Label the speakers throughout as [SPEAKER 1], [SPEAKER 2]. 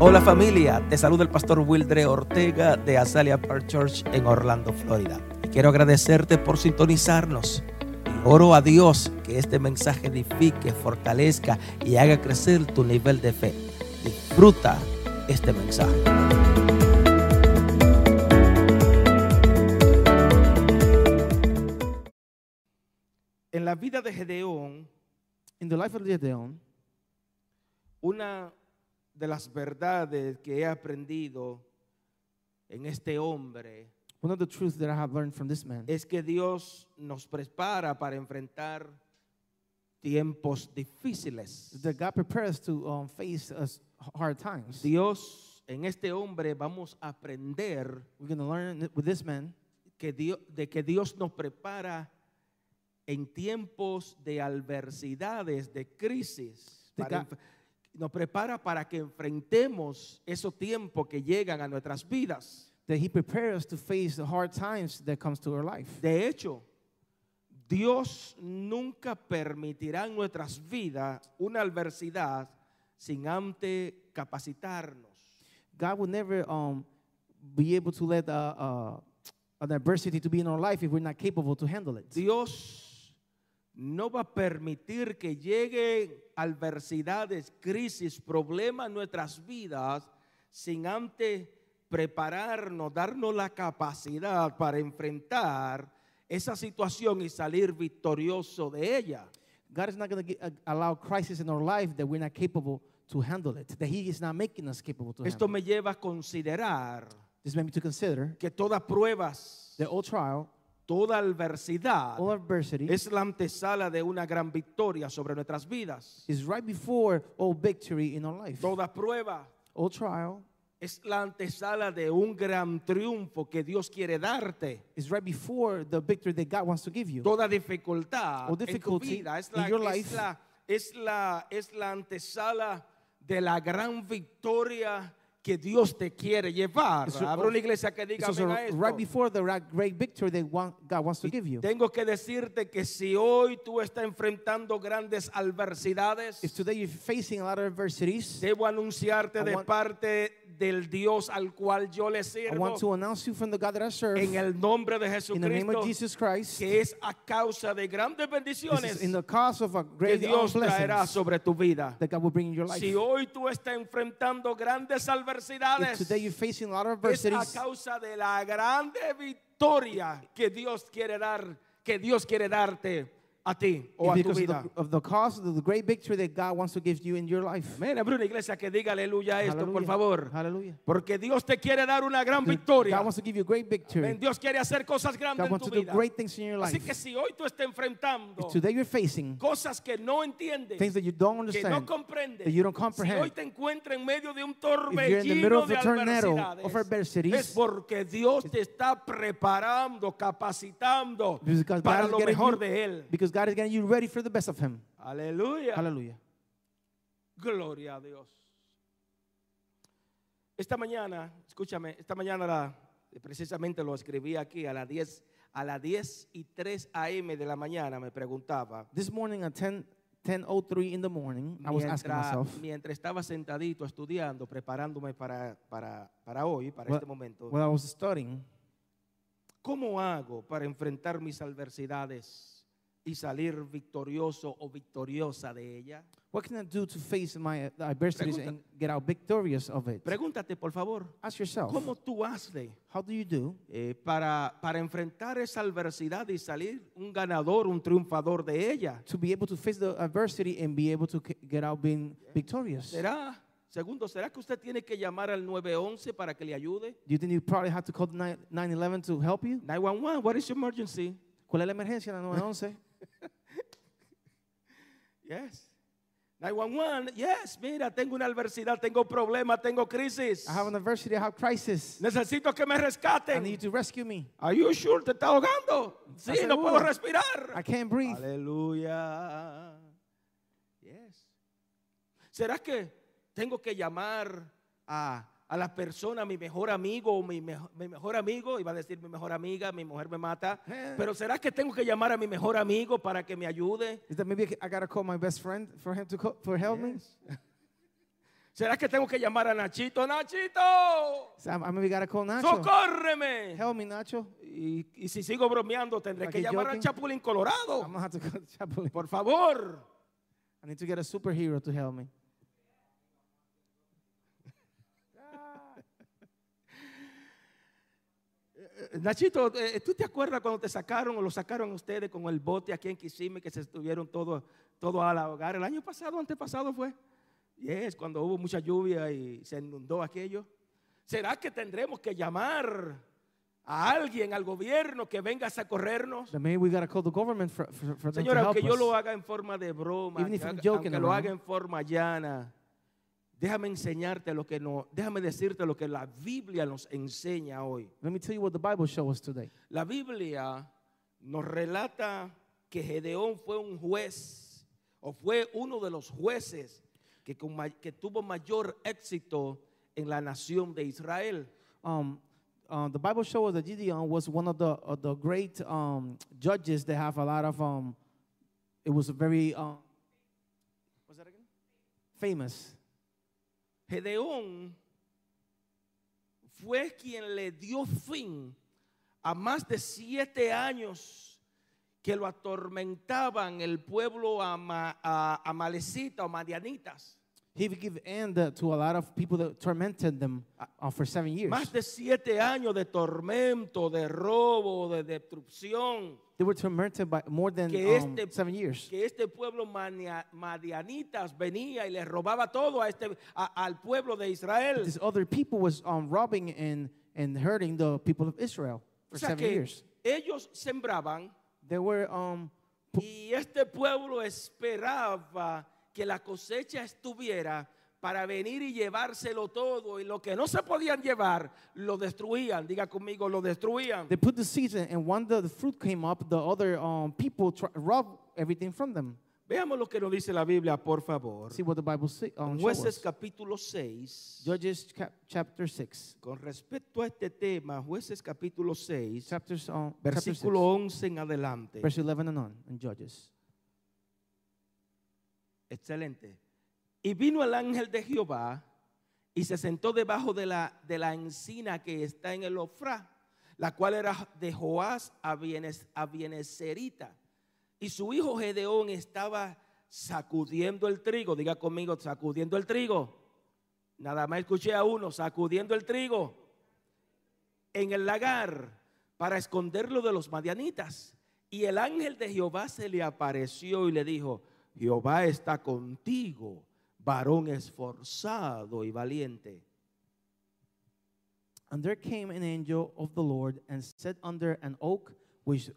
[SPEAKER 1] Hola familia, te saluda el pastor Wildre Ortega de Azalea Park Church en Orlando, Florida. Y quiero agradecerte por sintonizarnos. Y oro a Dios que este mensaje edifique, fortalezca y haga crecer tu nivel de fe. Disfruta este mensaje.
[SPEAKER 2] En la vida de Gedeón, in the life of Gedeon, una de las verdades que he aprendido en este hombre
[SPEAKER 3] One of the truths that I have learned from this man
[SPEAKER 2] es que Dios nos prepara para enfrentar tiempos difíciles.
[SPEAKER 3] is that God prepares to um, face us hard times.
[SPEAKER 2] Dios en este hombre vamos a aprender
[SPEAKER 3] We're going to learn with this man
[SPEAKER 2] que Dio- de que Dios nos prepara en tiempos de adversidades, de crisis.
[SPEAKER 3] De ca-
[SPEAKER 2] para enf- nos prepara para que enfrentemos esos tiempos que llegan a nuestras vidas.
[SPEAKER 3] that he prepares us to face the hard times that comes to our life.
[SPEAKER 2] De hecho, Dios nunca permitirá en nuestras vidas una adversidad sin antes capacitarnos.
[SPEAKER 3] God will never um, be able to let uh, uh, an adversity to be in our life if we're not capable to handle it.
[SPEAKER 2] Dios no va a permitir que lleguen adversidades, crisis, problemas en nuestras vidas sin antes prepararnos, darnos la capacidad para enfrentar esa situación y salir victorioso de ella.
[SPEAKER 3] God is not going to allow crisis in our life that we're not capable to handle it. That he is not making us capable to
[SPEAKER 2] Esto
[SPEAKER 3] handle.
[SPEAKER 2] me lleva a considerar
[SPEAKER 3] it. This made me to consider
[SPEAKER 2] que toda pruebas,
[SPEAKER 3] that all trial,
[SPEAKER 2] toda adversidad
[SPEAKER 3] all adversity
[SPEAKER 2] es la antesala de una gran victoria sobre nuestras vidas.
[SPEAKER 3] is right before all victory in our life.
[SPEAKER 2] Toda prueba
[SPEAKER 3] all trial
[SPEAKER 2] es la antesala de un gran triunfo que Dios quiere darte.
[SPEAKER 3] is right before the victory that God wants to give you.
[SPEAKER 2] Toda dificultad
[SPEAKER 3] Or
[SPEAKER 2] en tu
[SPEAKER 3] difficulty
[SPEAKER 2] vida es
[SPEAKER 3] in
[SPEAKER 2] la,
[SPEAKER 3] your
[SPEAKER 2] es
[SPEAKER 3] life.
[SPEAKER 2] la- es la- es la antesala de la gran victoria que Dios te quiere llevar.
[SPEAKER 3] It's-
[SPEAKER 2] Habrá una iglesia que
[SPEAKER 3] It's
[SPEAKER 2] diga
[SPEAKER 3] also
[SPEAKER 2] "Amén" a esto.
[SPEAKER 3] right before the ra- great victory that want- God wants to give you.
[SPEAKER 2] Tengo que decirte que si hoy tú estás enfrentando grandes adversidades,
[SPEAKER 3] If today you're facing a lot of adversities,
[SPEAKER 2] debo anunciarte
[SPEAKER 3] I
[SPEAKER 2] de
[SPEAKER 3] want-
[SPEAKER 2] parte del Dios al cual yo le
[SPEAKER 3] I want to
[SPEAKER 2] sirvo
[SPEAKER 3] announce you from the God that I serve
[SPEAKER 2] en
[SPEAKER 3] in
[SPEAKER 2] el nombre de
[SPEAKER 3] the name of
[SPEAKER 2] Jesucristo,
[SPEAKER 3] Jesus Christ.
[SPEAKER 2] que es a causa de grandes
[SPEAKER 3] This is
[SPEAKER 2] bendiciones
[SPEAKER 3] in the cause of a
[SPEAKER 2] que
[SPEAKER 3] great
[SPEAKER 2] Dios traerá
[SPEAKER 3] blessing
[SPEAKER 2] sobre tu vida.
[SPEAKER 3] that God will bring in your life.
[SPEAKER 2] Si hoy tú estás enfrentando grandes
[SPEAKER 3] If
[SPEAKER 2] adversidades,
[SPEAKER 3] today you're facing a lot of
[SPEAKER 2] es a
[SPEAKER 3] adversities,
[SPEAKER 2] causa de la grande victoria que Dios quiere dar, que Dios quiere darte a ti o
[SPEAKER 3] it's
[SPEAKER 2] a tu
[SPEAKER 3] because of
[SPEAKER 2] vida.
[SPEAKER 3] the, of the cause of the great victory that God wants to give you in your life.
[SPEAKER 2] Amén. Habrá una iglesia que diga aleluya a esto, por
[SPEAKER 3] Hallelujah.
[SPEAKER 2] favor.
[SPEAKER 3] Hallelujah.
[SPEAKER 2] Porque Dios te quiere dar una gran victoria.
[SPEAKER 3] God wants to give you great victory.
[SPEAKER 2] Amén. Dios quiere hacer cosas grandes
[SPEAKER 3] God
[SPEAKER 2] en
[SPEAKER 3] wants
[SPEAKER 2] tu
[SPEAKER 3] to do
[SPEAKER 2] vida.
[SPEAKER 3] great things in your
[SPEAKER 2] Así
[SPEAKER 3] life.
[SPEAKER 2] que si hoy tú estás enfrentando
[SPEAKER 3] If today you're facing
[SPEAKER 2] cosas que no entiendes,
[SPEAKER 3] things that you don't
[SPEAKER 2] que no
[SPEAKER 3] understand,
[SPEAKER 2] comprendes,
[SPEAKER 3] that you don't
[SPEAKER 2] si hoy
[SPEAKER 3] comprehend,
[SPEAKER 2] te encuentras en medio de un
[SPEAKER 3] If you're in the
[SPEAKER 2] torbellino
[SPEAKER 3] middle of
[SPEAKER 2] de
[SPEAKER 3] a tornado of
[SPEAKER 2] adversidades,
[SPEAKER 3] adversities,
[SPEAKER 2] es porque Dios te está preparando, capacitando
[SPEAKER 3] because God
[SPEAKER 2] para
[SPEAKER 3] is
[SPEAKER 2] lo
[SPEAKER 3] getting
[SPEAKER 2] mejor
[SPEAKER 3] you,
[SPEAKER 2] de Él.
[SPEAKER 3] because God is getting you ready for the best of Him.
[SPEAKER 2] Aleluya.
[SPEAKER 3] Hallelujah.
[SPEAKER 2] Gloria a Dios. Esta mañana, escúchame, esta mañana la- precisamente lo escribí aquí a las 10, a las 10 y 3 a.m. de la mañana me preguntaba,
[SPEAKER 3] This morning at 10, 10.03 in the morning, I was asking myself,
[SPEAKER 2] mientras, mientras estaba sentadito estudiando, preparándome para, para, para hoy, para
[SPEAKER 3] Well-
[SPEAKER 2] este momento,
[SPEAKER 3] while I was studying,
[SPEAKER 2] ¿cómo hago para enfrentar mis adversidades y salir victorioso o victoriosa de ella?
[SPEAKER 3] what can I do to face my uh, adversities
[SPEAKER 2] Pregunta.
[SPEAKER 3] and get out victorious of it?
[SPEAKER 2] Pregúntate, por favor,
[SPEAKER 3] Ask yourself,
[SPEAKER 2] ¿cómo tú haces?
[SPEAKER 3] how do you do
[SPEAKER 2] eh, para, para enfrentar esa adversidad y salir un ganador, un triunfador de ella.
[SPEAKER 3] to be able to face the adversity and be able to c- get out being victorious? Do
[SPEAKER 2] ¿Será? Segundo, ¿será que usted tiene que llamar al 911 para que le ayude?
[SPEAKER 3] you think you probably have to call the 9- 911 to help you?
[SPEAKER 2] 911, what is your emergency?
[SPEAKER 3] ¿Cuál es la emergencia? La 911.
[SPEAKER 2] Yes. 911, yes, mira, tengo una adversidad, tengo problema, tengo crisis.
[SPEAKER 3] I have an adversity, I have crisis.
[SPEAKER 2] Necesito que me
[SPEAKER 3] I need you
[SPEAKER 2] rescaten.
[SPEAKER 3] to rescue me.
[SPEAKER 2] Are you sure? Te está ahogando. Sí,
[SPEAKER 3] Estás
[SPEAKER 2] no puedo
[SPEAKER 3] seguro.
[SPEAKER 2] respirar.
[SPEAKER 3] I can't breathe.
[SPEAKER 2] Aleluya. Yes. ¿Será que tengo que llamar a, a la persona, mi mejor amigo o mi, mejo- mi mejor amigo? Iba a decir mi mejor amiga, mi mujer me mata.
[SPEAKER 3] Eh.
[SPEAKER 2] Pero ¿será que tengo que llamar a mi mejor amigo para que me ayude?
[SPEAKER 3] Is that maybe I ca- I gotta call my best friend for him to co- for help me?
[SPEAKER 2] Yes. ¿Será que tengo que llamar a Nachito? ¡Nachito!
[SPEAKER 3] So I I mean, we gotta call Nacho.
[SPEAKER 2] ¡Socórreme!
[SPEAKER 3] Help me, Nacho.
[SPEAKER 2] Y, y si sigo bromeando, tendré
[SPEAKER 3] Like
[SPEAKER 2] que
[SPEAKER 3] a
[SPEAKER 2] llamar al
[SPEAKER 3] joking?
[SPEAKER 2] Chapulín
[SPEAKER 3] I'm
[SPEAKER 2] Colorado.
[SPEAKER 3] gonna have to call the chaplain.
[SPEAKER 2] Por favor.
[SPEAKER 3] I need to get a superhero to help me.
[SPEAKER 2] Eh, Nachito, eh, ¿tú te acuerdas cuando te sacaron o lo sacaron ustedes con el bote aquí en Kisime que se estuvieron todos todo al ahogar? El año pasado, antepasado fue. Y es cuando hubo mucha lluvia y se inundó aquello. ¿Será que tendremos que llamar a alguien, al gobierno, que venga a socorrernos?
[SPEAKER 3] Then maybe we gotta call the government for, for, for them to
[SPEAKER 2] Señora,
[SPEAKER 3] help
[SPEAKER 2] aunque yo lo
[SPEAKER 3] us.
[SPEAKER 2] haga en forma de broma,
[SPEAKER 3] pues. Even
[SPEAKER 2] que
[SPEAKER 3] if I'm
[SPEAKER 2] haga-
[SPEAKER 3] joking
[SPEAKER 2] aunque lo
[SPEAKER 3] around.
[SPEAKER 2] haga en forma llana, déjame enseñarte lo que no, déjame decirte lo que la Biblia nos enseña hoy.
[SPEAKER 3] Let me tell you what the Bible shows us today.
[SPEAKER 2] La Biblia nos relata que Gedeón fue un juez o fue uno de los jueces que, con ma- que tuvo mayor éxito en la nación de Israel.
[SPEAKER 3] Um, uh, the Bible shows us that Gideon was one of the of the great um, judges that have a lot of. Um, it was a very. Um, was that again? Famous.
[SPEAKER 2] Gedeón fue quien le dio fin a más de siete años que lo atormentaban el pueblo ama- a- amalecita o madianitas.
[SPEAKER 3] He would give end uh, to a lot of people that tormented them uh, for seven years.
[SPEAKER 2] Más de siete años de tormento, de robo, de destrucción
[SPEAKER 3] They were tormented by more than
[SPEAKER 2] Que
[SPEAKER 3] um,
[SPEAKER 2] este-
[SPEAKER 3] seven years.
[SPEAKER 2] que este pueblo mania- madianitas venía y le robaba todo a este, a- al pueblo de Israel.
[SPEAKER 3] These other people was um, robbing and and hurting the people of Israel for
[SPEAKER 2] O sea
[SPEAKER 3] seven
[SPEAKER 2] que
[SPEAKER 3] years.
[SPEAKER 2] ellos sembraban,
[SPEAKER 3] They were um, pu-
[SPEAKER 2] Y este pueblo esperaba que la cosecha estuviera para venir y llevárselo todo. Y lo que no se podían llevar, lo destruían. Diga conmigo, lo destruían.
[SPEAKER 3] They put the seeds in, and when the, the fruit came up, the other um, people tr- rob everything from them.
[SPEAKER 2] Veamos lo que nos dice la Biblia, por favor.
[SPEAKER 3] See what the Bible says. Um, show
[SPEAKER 2] Jueces
[SPEAKER 3] us.
[SPEAKER 2] capítulo 6.
[SPEAKER 3] Judges chap- chapter 6.
[SPEAKER 2] Con respecto a este tema, Jueces capítulo 6,
[SPEAKER 3] Chapters, um, chapter six,
[SPEAKER 2] versículo 11 en adelante.
[SPEAKER 3] verse 11 and on, in Judges.
[SPEAKER 2] Excelente. Y vino el ángel de Jehová y se sentó debajo de la, de la encina que está en el Ofra, la cual era de Joás a Bienes- a Bieneserita. Y su hijo Gedeón estaba sacudiendo el trigo. Diga conmigo, sacudiendo el trigo. Nada más escuché a uno, sacudiendo el trigo en el lagar para esconderlo de los madianitas. Y el ángel de Jehová se le apareció y le dijo, Jehová está contigo, varón esforzado y valiente.
[SPEAKER 3] And there came an angel of the Lord and sat under an oak which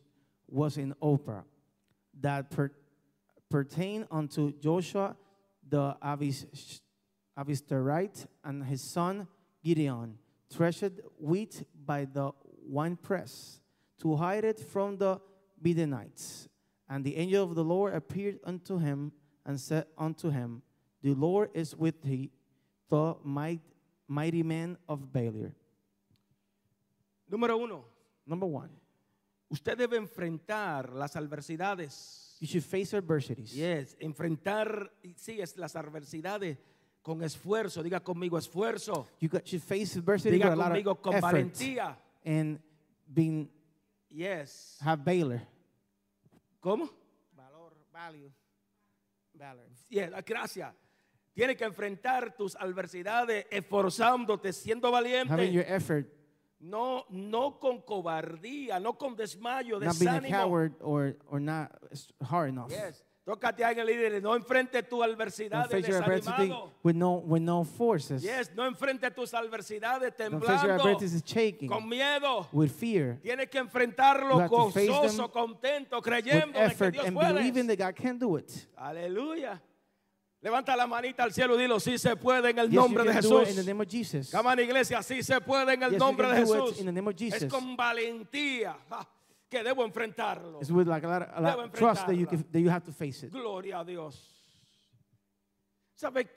[SPEAKER 3] was in Oprah, that per- pertained unto Joshua the Avis- Avistarite and his son Gideon, threshed wheat by the winepress to hide it from the Midianites. And the angel of the Lord appeared unto him and said unto him, The Lord is with thee, the might, mighty man of Balaam.
[SPEAKER 2] Número uno,
[SPEAKER 3] Number one,
[SPEAKER 2] usted debe enfrentar las adversidades.
[SPEAKER 3] you should face adversities.
[SPEAKER 2] Yes, enfrentar, sí, es las adversidades con esfuerzo. Diga conmigo esfuerzo.
[SPEAKER 3] You got, should face adversity
[SPEAKER 2] Diga
[SPEAKER 3] with a lot
[SPEAKER 2] conmigo
[SPEAKER 3] of
[SPEAKER 2] con
[SPEAKER 3] effort
[SPEAKER 2] valentía.
[SPEAKER 3] and being
[SPEAKER 2] Yes.
[SPEAKER 3] have valor.
[SPEAKER 2] ¿Cómo?
[SPEAKER 3] Valor, value, valor.
[SPEAKER 2] Yes, gracias. Tienes que enfrentar tus adversidades esforzándote, siendo valiente.
[SPEAKER 3] Having your effort,
[SPEAKER 2] No, no con cobardía, no con desmayo,
[SPEAKER 3] not being a
[SPEAKER 2] desánimo.
[SPEAKER 3] coward or or not s- hard enough.
[SPEAKER 2] Yes. Tócate a alguien y dile, no enfrente tu
[SPEAKER 3] Don't
[SPEAKER 2] adversidad
[SPEAKER 3] face your adversity
[SPEAKER 2] desanimado.
[SPEAKER 3] with no with no forces.
[SPEAKER 2] Yes, no enfrente tus adversidades
[SPEAKER 3] Don't face your
[SPEAKER 2] temblando,
[SPEAKER 3] adversities shaking
[SPEAKER 2] con miedo.
[SPEAKER 3] with fear,
[SPEAKER 2] Tienes que
[SPEAKER 3] You
[SPEAKER 2] enfrentarlo
[SPEAKER 3] have to face them
[SPEAKER 2] gozoso, contento,
[SPEAKER 3] with
[SPEAKER 2] creyendo de que
[SPEAKER 3] effort
[SPEAKER 2] Dios
[SPEAKER 3] and
[SPEAKER 2] puede.
[SPEAKER 3] believing that God can do it.
[SPEAKER 2] Aleluya. Levanta la manita al cielo y dilo, sí se puede en el
[SPEAKER 3] Yes, you
[SPEAKER 2] nombre de
[SPEAKER 3] can do it in the
[SPEAKER 2] Jesús.
[SPEAKER 3] name of Jesus.
[SPEAKER 2] Come on, iglesia, sí se puede en
[SPEAKER 3] Yes,
[SPEAKER 2] el
[SPEAKER 3] we
[SPEAKER 2] nombre de
[SPEAKER 3] can do it
[SPEAKER 2] Jesús.
[SPEAKER 3] in the name of
[SPEAKER 2] Es
[SPEAKER 3] Jesus.
[SPEAKER 2] con valentía ja, que debo enfrentarlo.
[SPEAKER 3] It's with like a lot, of, a lot
[SPEAKER 2] Debo
[SPEAKER 3] of trust that you
[SPEAKER 2] enfrentarla.
[SPEAKER 3] can that you have to face it.
[SPEAKER 2] Gloria a Dios. ¿Sabe?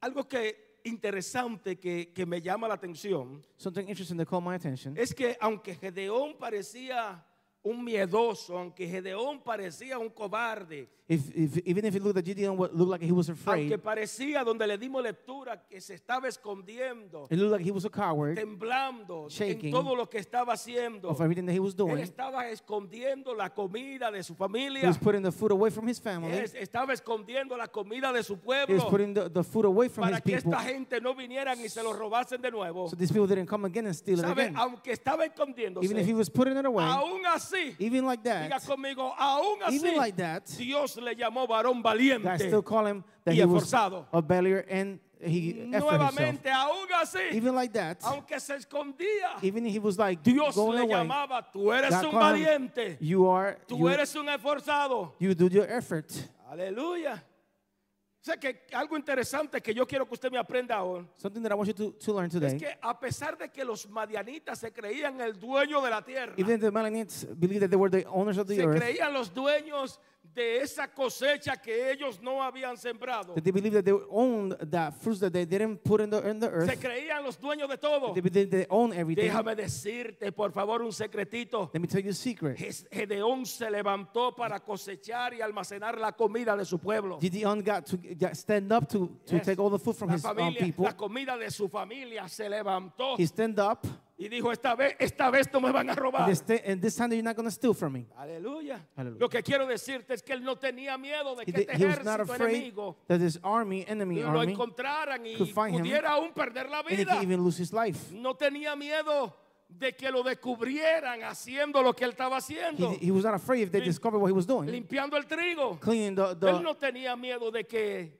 [SPEAKER 2] Algo que interesante que, que me llama la atención
[SPEAKER 3] Something interesting that caught my attention.
[SPEAKER 2] es que aunque Gedeón parecía un miedoso, aunque Gedeón parecía un cobarde,
[SPEAKER 3] If, if, even if you look at Gideon, what looked like he was afraid,
[SPEAKER 2] aunque parecía donde le dimos lectura que se estaba escondiendo,
[SPEAKER 3] it looked like he was a coward
[SPEAKER 2] temblando en
[SPEAKER 3] shaking
[SPEAKER 2] todo lo que estaba haciendo.
[SPEAKER 3] of everything that he was
[SPEAKER 2] Él
[SPEAKER 3] doing.
[SPEAKER 2] estaba escondiendo la comida de su
[SPEAKER 3] He
[SPEAKER 2] familia.
[SPEAKER 3] was putting the food away from his family.
[SPEAKER 2] Él estaba escondiendo la comida de su
[SPEAKER 3] He was
[SPEAKER 2] pueblo
[SPEAKER 3] putting the, the food away from
[SPEAKER 2] para
[SPEAKER 3] his
[SPEAKER 2] que
[SPEAKER 3] people.
[SPEAKER 2] esta gente no vinieran y se lo robasen de nuevo.
[SPEAKER 3] So these people didn't come again and steal it
[SPEAKER 2] ¿Sabe?
[SPEAKER 3] again.
[SPEAKER 2] Aunque estaba escondiéndose,
[SPEAKER 3] Even if he was putting it away,
[SPEAKER 2] aún así,
[SPEAKER 3] even like
[SPEAKER 2] diga
[SPEAKER 3] that,
[SPEAKER 2] conmigo, aún así,
[SPEAKER 3] even like that,
[SPEAKER 2] Dios le llamó
[SPEAKER 3] guys
[SPEAKER 2] varón valiente.
[SPEAKER 3] still call him that
[SPEAKER 2] y
[SPEAKER 3] he was
[SPEAKER 2] esforzado.
[SPEAKER 3] a bellier and he effort himself.
[SPEAKER 2] Nuevamente, aún así,
[SPEAKER 3] Even like that,
[SPEAKER 2] aunque se escondía,
[SPEAKER 3] even he was like
[SPEAKER 2] Dios
[SPEAKER 3] going
[SPEAKER 2] le
[SPEAKER 3] away,
[SPEAKER 2] llamaba, tú eres
[SPEAKER 3] God
[SPEAKER 2] un
[SPEAKER 3] called him,
[SPEAKER 2] valiente,
[SPEAKER 3] you are,
[SPEAKER 2] tú
[SPEAKER 3] you,
[SPEAKER 2] eres un esforzado.
[SPEAKER 3] you do your effort.
[SPEAKER 2] Aleluya. O sea que algo interesante que yo quiero que usted me aprenda ahora
[SPEAKER 3] Something that I want you to, to learn today.
[SPEAKER 2] es que a pesar de que los madianitas se creían el dueño de la tierra,
[SPEAKER 3] Even the Melanites believed that they were the owners of the
[SPEAKER 2] se
[SPEAKER 3] earth,
[SPEAKER 2] creían los dueños de esa cosecha que ellos no habían sembrado,
[SPEAKER 3] that they believed that they owned the fruits that they didn't put in the, in the
[SPEAKER 2] se
[SPEAKER 3] earth,
[SPEAKER 2] creían los dueños de todo.
[SPEAKER 3] they believed they own everything.
[SPEAKER 2] Déjame decirte, por favor, un secretito.
[SPEAKER 3] Let me tell you a secret.
[SPEAKER 2] Ges- Gedeón se levantó para cosechar y almacenar la comida de su pueblo.
[SPEAKER 3] Gideon got to got stand up to, to
[SPEAKER 2] Yes.
[SPEAKER 3] take all the food from
[SPEAKER 2] La
[SPEAKER 3] his um,
[SPEAKER 2] familia,
[SPEAKER 3] people.
[SPEAKER 2] la comida de su familia se levantó
[SPEAKER 3] He stand up,
[SPEAKER 2] y dijo, esta vez, esta vez no me van a robar.
[SPEAKER 3] and, this ti- and this time you're not going to steal from me.
[SPEAKER 2] Aleluya.
[SPEAKER 3] Aleluya.
[SPEAKER 2] Lo que quiero decirte es que él no tenía miedo de
[SPEAKER 3] He,
[SPEAKER 2] que
[SPEAKER 3] did-
[SPEAKER 2] este
[SPEAKER 3] he was not
[SPEAKER 2] ejército
[SPEAKER 3] afraid
[SPEAKER 2] enemigo
[SPEAKER 3] that this army, enemy
[SPEAKER 2] lo
[SPEAKER 3] army,
[SPEAKER 2] encontraran y
[SPEAKER 3] could find him,
[SPEAKER 2] pudiera aún perder la
[SPEAKER 3] and he
[SPEAKER 2] vida.
[SPEAKER 3] could even lose his life.
[SPEAKER 2] No tenía miedo de que lo descubrieran haciendo lo que él estaba
[SPEAKER 3] He,
[SPEAKER 2] haciendo,
[SPEAKER 3] he was not afraid if they
[SPEAKER 2] Lim-
[SPEAKER 3] discovered what he was doing,
[SPEAKER 2] limpiando el trigo.
[SPEAKER 3] cleaning the.
[SPEAKER 2] Él
[SPEAKER 3] the
[SPEAKER 2] no tenía miedo de que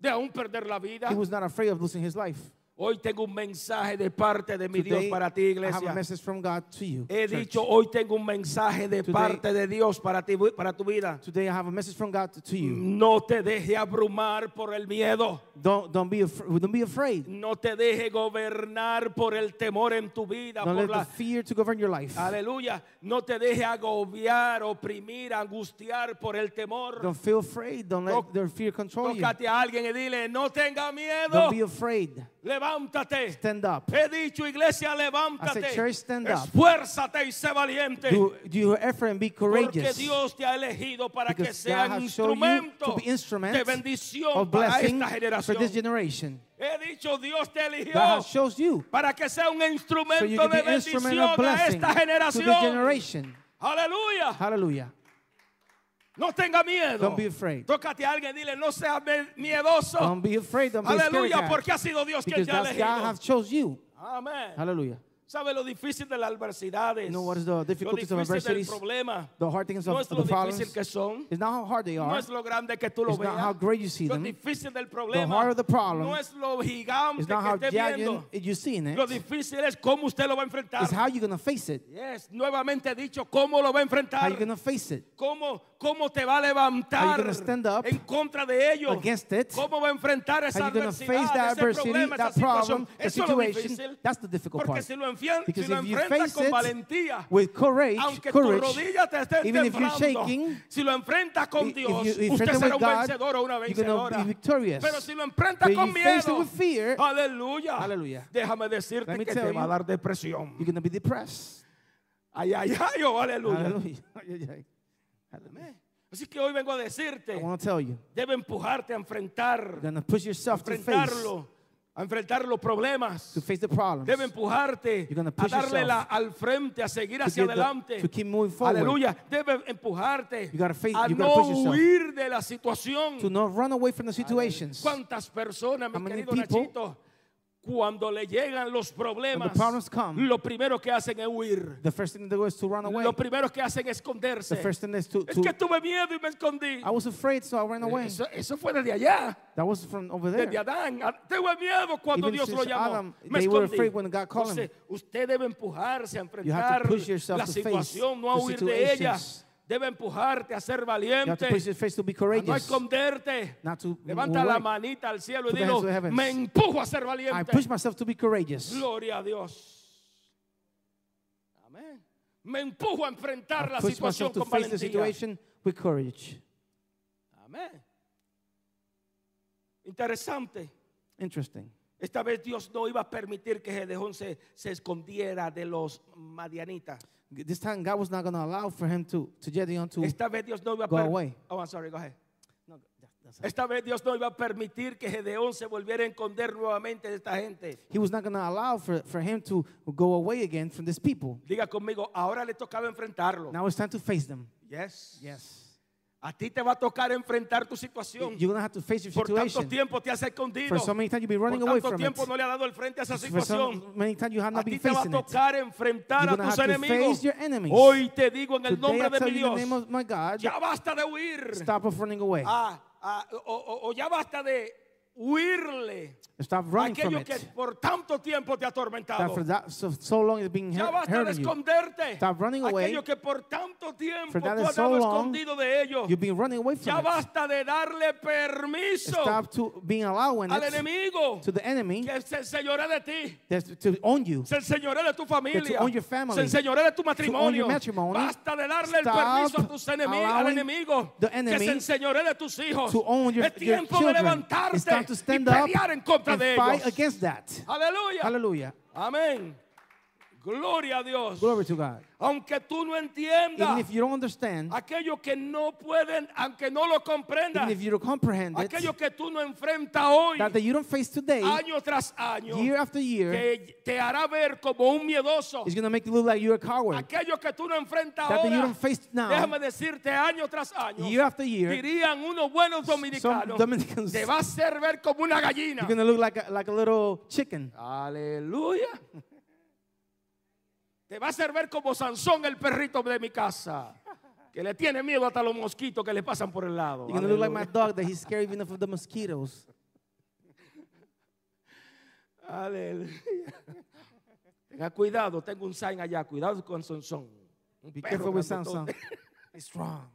[SPEAKER 2] de aún perder la vida.
[SPEAKER 3] he was not afraid of losing his life.
[SPEAKER 2] Hoy tengo un mensaje de parte de mi Dios
[SPEAKER 3] Today,
[SPEAKER 2] para ti,
[SPEAKER 3] I have a
[SPEAKER 2] iglesia.
[SPEAKER 3] message from God to you.
[SPEAKER 2] He
[SPEAKER 3] church.
[SPEAKER 2] dicho, hoy tengo un mensaje de
[SPEAKER 3] Today-
[SPEAKER 2] parte de Dios para ti, para tu vida.
[SPEAKER 3] Today, I have a message from God to, to you.
[SPEAKER 2] No te deje abrumar por el miedo.
[SPEAKER 3] Don't don't be afraid. Don't be afraid.
[SPEAKER 2] No te deje gobernar por el temor en tu vida.
[SPEAKER 3] Don't
[SPEAKER 2] por
[SPEAKER 3] let the
[SPEAKER 2] la-
[SPEAKER 3] fear to govern your life.
[SPEAKER 2] Aleluya. No te deje agobiar, oprimir, angustiar por el temor.
[SPEAKER 3] Don't feel afraid. Don't
[SPEAKER 2] Toc-
[SPEAKER 3] let their fear control you.
[SPEAKER 2] Tócate a alguien y dile, no tenga miedo.
[SPEAKER 3] Don't be afraid.
[SPEAKER 2] Levántate.
[SPEAKER 3] Stand up.
[SPEAKER 2] He dicho, iglesia, levántate.
[SPEAKER 3] Este- church, stand up.
[SPEAKER 2] Esfuérzate y sé valiente.
[SPEAKER 3] Do, do your effort and be
[SPEAKER 2] Porque
[SPEAKER 3] courageous.
[SPEAKER 2] Dios te ha elegido para que
[SPEAKER 3] because God
[SPEAKER 2] seas
[SPEAKER 3] has shown you
[SPEAKER 2] instrumento
[SPEAKER 3] to be instrument
[SPEAKER 2] de bendición
[SPEAKER 3] of
[SPEAKER 2] para
[SPEAKER 3] blessing
[SPEAKER 2] esta
[SPEAKER 3] for this
[SPEAKER 2] generación.
[SPEAKER 3] generation.
[SPEAKER 2] He dicho, Dios te
[SPEAKER 3] God
[SPEAKER 2] eligió
[SPEAKER 3] has shows you
[SPEAKER 2] para que sea un
[SPEAKER 3] so you
[SPEAKER 2] instrumento
[SPEAKER 3] can
[SPEAKER 2] de
[SPEAKER 3] be instrument of
[SPEAKER 2] bendición a
[SPEAKER 3] blessing
[SPEAKER 2] esta
[SPEAKER 3] to this
[SPEAKER 2] generación.
[SPEAKER 3] generation.
[SPEAKER 2] Aleluya.
[SPEAKER 3] Hallelujah.
[SPEAKER 2] No tenga miedo.
[SPEAKER 3] Don't be afraid.
[SPEAKER 2] Tócate a alguien y dile, no seas me- miedoso.
[SPEAKER 3] Don't be afraid. Don't be scared.
[SPEAKER 2] Aleluya,
[SPEAKER 3] God,
[SPEAKER 2] porque ha sido Dios quien
[SPEAKER 3] because
[SPEAKER 2] te ha
[SPEAKER 3] that's God
[SPEAKER 2] elegido.
[SPEAKER 3] has chose you.
[SPEAKER 2] Amén.
[SPEAKER 3] Hallelujah.
[SPEAKER 2] ¿Sabe lo difícil de las adversidades?
[SPEAKER 3] You know what is the difficulties of
[SPEAKER 2] lo difícil del
[SPEAKER 3] adversities?
[SPEAKER 2] problema.
[SPEAKER 3] The hard things of, of
[SPEAKER 2] No es lo
[SPEAKER 3] the problems.
[SPEAKER 2] difícil que son.
[SPEAKER 3] It's not how hard they
[SPEAKER 2] No
[SPEAKER 3] are.
[SPEAKER 2] es lo grande que tú lo
[SPEAKER 3] It's not
[SPEAKER 2] veas.
[SPEAKER 3] how great you see
[SPEAKER 2] lo
[SPEAKER 3] them.
[SPEAKER 2] difícil del problema.
[SPEAKER 3] heart of the problem.
[SPEAKER 2] No es lo gigante
[SPEAKER 3] It's not
[SPEAKER 2] que
[SPEAKER 3] how
[SPEAKER 2] esté
[SPEAKER 3] giant
[SPEAKER 2] viendo.
[SPEAKER 3] you see in
[SPEAKER 2] Lo
[SPEAKER 3] it.
[SPEAKER 2] difícil es cómo usted lo va a enfrentar.
[SPEAKER 3] It's how you're gonna face it.
[SPEAKER 2] Yes, nuevamente he dicho cómo lo va a
[SPEAKER 3] How
[SPEAKER 2] enfrentar.
[SPEAKER 3] you're gonna face it.
[SPEAKER 2] Cómo, cómo te va
[SPEAKER 3] How
[SPEAKER 2] a
[SPEAKER 3] you
[SPEAKER 2] levantar
[SPEAKER 3] gonna stand up
[SPEAKER 2] en contra de ello.
[SPEAKER 3] against it?
[SPEAKER 2] Cómo va a enfrentar esa
[SPEAKER 3] How you gonna
[SPEAKER 2] adversidad,
[SPEAKER 3] face that
[SPEAKER 2] ese
[SPEAKER 3] adversity,
[SPEAKER 2] problema,
[SPEAKER 3] that
[SPEAKER 2] esa
[SPEAKER 3] problem,
[SPEAKER 2] situación.
[SPEAKER 3] the
[SPEAKER 2] Eso es lo
[SPEAKER 3] situation?
[SPEAKER 2] difícil.
[SPEAKER 3] That's the difficult
[SPEAKER 2] Porque
[SPEAKER 3] part.
[SPEAKER 2] si lo, enfien- si
[SPEAKER 3] Because
[SPEAKER 2] lo
[SPEAKER 3] if you
[SPEAKER 2] enfrentas
[SPEAKER 3] face
[SPEAKER 2] con
[SPEAKER 3] it
[SPEAKER 2] valentía,
[SPEAKER 3] with courage,
[SPEAKER 2] aunque
[SPEAKER 3] courage,
[SPEAKER 2] tu rodilla te esté
[SPEAKER 3] even if you're
[SPEAKER 2] temblando,
[SPEAKER 3] shaking,
[SPEAKER 2] si lo enfrentas con
[SPEAKER 3] if
[SPEAKER 2] Dios,
[SPEAKER 3] you- if you
[SPEAKER 2] usted
[SPEAKER 3] enfrenta
[SPEAKER 2] será un
[SPEAKER 3] with God,
[SPEAKER 2] vencedor o una
[SPEAKER 3] you're gonna be
[SPEAKER 2] vencedora.
[SPEAKER 3] victorious.
[SPEAKER 2] Pero si lo enfrentas
[SPEAKER 3] But
[SPEAKER 2] con
[SPEAKER 3] you face it
[SPEAKER 2] miedo,
[SPEAKER 3] with fear,
[SPEAKER 2] aleluya,
[SPEAKER 3] Hallelujah.
[SPEAKER 2] déjame decirte
[SPEAKER 3] Let me
[SPEAKER 2] que
[SPEAKER 3] tell
[SPEAKER 2] te va a
[SPEAKER 3] you,
[SPEAKER 2] dar depresión.
[SPEAKER 3] you're gonna be depressed.
[SPEAKER 2] Ay, ay, ay, oh, aleluya.
[SPEAKER 3] Hallelujah. Hallelujah.
[SPEAKER 2] Amén. Así que hoy vengo a decirte,
[SPEAKER 3] I want to tell you,
[SPEAKER 2] debe empujarte a enfrentar,
[SPEAKER 3] you're gonna push yourself to face
[SPEAKER 2] enfrentarlo, a enfrentar los problemas.
[SPEAKER 3] to face the problems.
[SPEAKER 2] Debe empujarte
[SPEAKER 3] You're gonna
[SPEAKER 2] a
[SPEAKER 3] push
[SPEAKER 2] darle la-
[SPEAKER 3] yourself
[SPEAKER 2] al frente, a seguir
[SPEAKER 3] to
[SPEAKER 2] hacia
[SPEAKER 3] get the-
[SPEAKER 2] adelante.
[SPEAKER 3] to keep moving forward.
[SPEAKER 2] Aleluya. Debe empujarte
[SPEAKER 3] You gotta face-
[SPEAKER 2] a
[SPEAKER 3] you gotta
[SPEAKER 2] no
[SPEAKER 3] push yourself.
[SPEAKER 2] huir de la situación.
[SPEAKER 3] To not run away from the situations.
[SPEAKER 2] ¿Cuántas personas,
[SPEAKER 3] How
[SPEAKER 2] mi
[SPEAKER 3] many
[SPEAKER 2] querido
[SPEAKER 3] people-
[SPEAKER 2] Nachito, cuando le llegan los problemas,
[SPEAKER 3] problems come,
[SPEAKER 2] lo primero que hacen es huir?
[SPEAKER 3] The first thing to do is to run away.
[SPEAKER 2] Lo primero que hacen es
[SPEAKER 3] The
[SPEAKER 2] esconderse.
[SPEAKER 3] first thing is to,
[SPEAKER 2] es que
[SPEAKER 3] to
[SPEAKER 2] tuve miedo y me escondí.
[SPEAKER 3] I was afraid, so I ran away.
[SPEAKER 2] Eso, eso fue desde allá,
[SPEAKER 3] That was from over there.
[SPEAKER 2] desde Adán. Ah, Tuve miedo cuando
[SPEAKER 3] Eh. Even
[SPEAKER 2] Dios lo
[SPEAKER 3] since
[SPEAKER 2] llamó.
[SPEAKER 3] Adam,
[SPEAKER 2] me
[SPEAKER 3] they were
[SPEAKER 2] escondí.
[SPEAKER 3] afraid when God called
[SPEAKER 2] Entonces, usted debe empujarse a
[SPEAKER 3] to
[SPEAKER 2] enfrentar
[SPEAKER 3] push yourself
[SPEAKER 2] la
[SPEAKER 3] to face
[SPEAKER 2] situación, no a
[SPEAKER 3] the
[SPEAKER 2] huir de ella.
[SPEAKER 3] situations.
[SPEAKER 2] Debe empujarte a ser
[SPEAKER 3] You have
[SPEAKER 2] valiente,
[SPEAKER 3] to push your face to be
[SPEAKER 2] a Ah, no
[SPEAKER 3] courageous.
[SPEAKER 2] esconderte.
[SPEAKER 3] Not to
[SPEAKER 2] Levanta
[SPEAKER 3] move
[SPEAKER 2] la
[SPEAKER 3] away.
[SPEAKER 2] manita al cielo y
[SPEAKER 3] Put the hands
[SPEAKER 2] dilo,
[SPEAKER 3] to the heavens.
[SPEAKER 2] me empujo a ser
[SPEAKER 3] I
[SPEAKER 2] valiente.
[SPEAKER 3] push myself to be courageous.
[SPEAKER 2] Gloria a Dios. Amén. Me empujo a
[SPEAKER 3] I
[SPEAKER 2] enfrentar la
[SPEAKER 3] push
[SPEAKER 2] situación
[SPEAKER 3] myself to
[SPEAKER 2] con
[SPEAKER 3] face the
[SPEAKER 2] valentía.
[SPEAKER 3] situation with courage.
[SPEAKER 2] Amén. Interesante.
[SPEAKER 3] Interesting.
[SPEAKER 2] Esta vez Dios no iba a permitir que Gedeón se, se escondiera de los madianitas.
[SPEAKER 3] This time God was not going to allow for him to to Gedeon to.
[SPEAKER 2] Esta vez Dios no iba a
[SPEAKER 3] Go
[SPEAKER 2] per-
[SPEAKER 3] away.
[SPEAKER 2] Oh, I'm sorry, go ahead.
[SPEAKER 3] No, that- that's-
[SPEAKER 2] Esta vez Dios no iba a permitir que Gedeón se volviera a esconder nuevamente de esta gente.
[SPEAKER 3] He was not going to allow for, for him to go away again from these people.
[SPEAKER 2] Diga conmigo, ahora le tocaba enfrentarlo.
[SPEAKER 3] Now it's time to face them.
[SPEAKER 2] Yes.
[SPEAKER 3] Yes.
[SPEAKER 2] A ti te va a tocar enfrentar tu situación.
[SPEAKER 3] You're going to have to face your
[SPEAKER 2] Por tanto
[SPEAKER 3] situation.
[SPEAKER 2] tiempo te has escondido.
[SPEAKER 3] For so many times you've been running
[SPEAKER 2] Por
[SPEAKER 3] away
[SPEAKER 2] tanto
[SPEAKER 3] from
[SPEAKER 2] tiempo
[SPEAKER 3] it.
[SPEAKER 2] no le ha dado el frente a esa
[SPEAKER 3] For so
[SPEAKER 2] situación.
[SPEAKER 3] many times you have
[SPEAKER 2] A
[SPEAKER 3] not
[SPEAKER 2] ti
[SPEAKER 3] been
[SPEAKER 2] te va a
[SPEAKER 3] facing it.
[SPEAKER 2] tocar enfrentar
[SPEAKER 3] You're
[SPEAKER 2] a
[SPEAKER 3] gonna
[SPEAKER 2] tus
[SPEAKER 3] have to
[SPEAKER 2] enemigos.
[SPEAKER 3] face your enemies.
[SPEAKER 2] Hoy te digo en el
[SPEAKER 3] Today
[SPEAKER 2] nombre
[SPEAKER 3] I
[SPEAKER 2] de
[SPEAKER 3] tell
[SPEAKER 2] mi
[SPEAKER 3] you in the
[SPEAKER 2] Dios,
[SPEAKER 3] name of my God,
[SPEAKER 2] ya basta de huir.
[SPEAKER 3] stop of running away.
[SPEAKER 2] Ah, ah, o, o- o ya basta de huirle
[SPEAKER 3] Stop
[SPEAKER 2] a
[SPEAKER 3] running from
[SPEAKER 2] aquello
[SPEAKER 3] it.
[SPEAKER 2] que por tanto tiempo te ha
[SPEAKER 3] That
[SPEAKER 2] atormentado.
[SPEAKER 3] for that, so, so long it's being
[SPEAKER 2] Ya
[SPEAKER 3] hurt,
[SPEAKER 2] basta de
[SPEAKER 3] hurting you.
[SPEAKER 2] esconderte.
[SPEAKER 3] Stop running away.
[SPEAKER 2] Aquello que por tanto tiempo
[SPEAKER 3] For
[SPEAKER 2] tú
[SPEAKER 3] that
[SPEAKER 2] has
[SPEAKER 3] is so
[SPEAKER 2] estado
[SPEAKER 3] long,
[SPEAKER 2] escondido de ellos.
[SPEAKER 3] You've been running away
[SPEAKER 2] Ya
[SPEAKER 3] from it.
[SPEAKER 2] basta de darle permiso
[SPEAKER 3] Stop to being allowing
[SPEAKER 2] al
[SPEAKER 3] it
[SPEAKER 2] enemigo
[SPEAKER 3] to the enemy
[SPEAKER 2] que se enseñore de ti.
[SPEAKER 3] that's to own you.
[SPEAKER 2] Se enseñore de tu familia.
[SPEAKER 3] own your family,
[SPEAKER 2] se enseñore de tu matrimonio.
[SPEAKER 3] matrimony.
[SPEAKER 2] Basta de darle el
[SPEAKER 3] Stop
[SPEAKER 2] permiso a tus enemigos, al
[SPEAKER 3] allowing
[SPEAKER 2] enemigo.
[SPEAKER 3] the
[SPEAKER 2] que
[SPEAKER 3] enemy
[SPEAKER 2] se enseñore de tus hijos.
[SPEAKER 3] To own your,
[SPEAKER 2] es
[SPEAKER 3] your
[SPEAKER 2] tiempo de
[SPEAKER 3] children. It's
[SPEAKER 2] levantarte
[SPEAKER 3] time to
[SPEAKER 2] y
[SPEAKER 3] stand up
[SPEAKER 2] pelear en contra
[SPEAKER 3] and
[SPEAKER 2] de
[SPEAKER 3] fight
[SPEAKER 2] ellos.
[SPEAKER 3] against that.
[SPEAKER 2] Aleluya.
[SPEAKER 3] Hallelujah.
[SPEAKER 2] Amén. Gloria a Dios.
[SPEAKER 3] Glory to God.
[SPEAKER 2] Aunque tú no
[SPEAKER 3] Even
[SPEAKER 2] entiendas
[SPEAKER 3] if you don't understand,
[SPEAKER 2] aquello que no pueden, aunque no lo comprendas,
[SPEAKER 3] even if you don't comprehend it,
[SPEAKER 2] aquello que tú no enfrentas hoy,
[SPEAKER 3] that, that you don't face today,
[SPEAKER 2] año tras año,
[SPEAKER 3] year after year,
[SPEAKER 2] que te hará ver como un miedoso.
[SPEAKER 3] is going to make you look like you're a coward.
[SPEAKER 2] Aquello que tú no
[SPEAKER 3] Pues,
[SPEAKER 2] enfrentas
[SPEAKER 3] That you
[SPEAKER 2] ahora,
[SPEAKER 3] don't face now.
[SPEAKER 2] déjame decirte, año tras año,
[SPEAKER 3] Year after year,
[SPEAKER 2] dirían unos buenos dominicanos,
[SPEAKER 3] Dominicans-
[SPEAKER 2] te va a hacer ver como una gallina.
[SPEAKER 3] you're going to look like a, like a little chicken.
[SPEAKER 2] Aleluya. Te va a hacer ver como Sansón, el perrito de mi casa, que le tiene miedo hasta los mosquitos que le pasan por el lado.
[SPEAKER 3] You're going to look like my
[SPEAKER 2] Aleluya.
[SPEAKER 3] dog that he's scared even of the mosquitoes.
[SPEAKER 2] Aleluya. Tenga cuidado, tengo un sign allá, cuidado con Sansón. Un
[SPEAKER 3] Be
[SPEAKER 2] perro
[SPEAKER 3] careful with
[SPEAKER 2] grandotote.
[SPEAKER 3] Samsung. He's strong.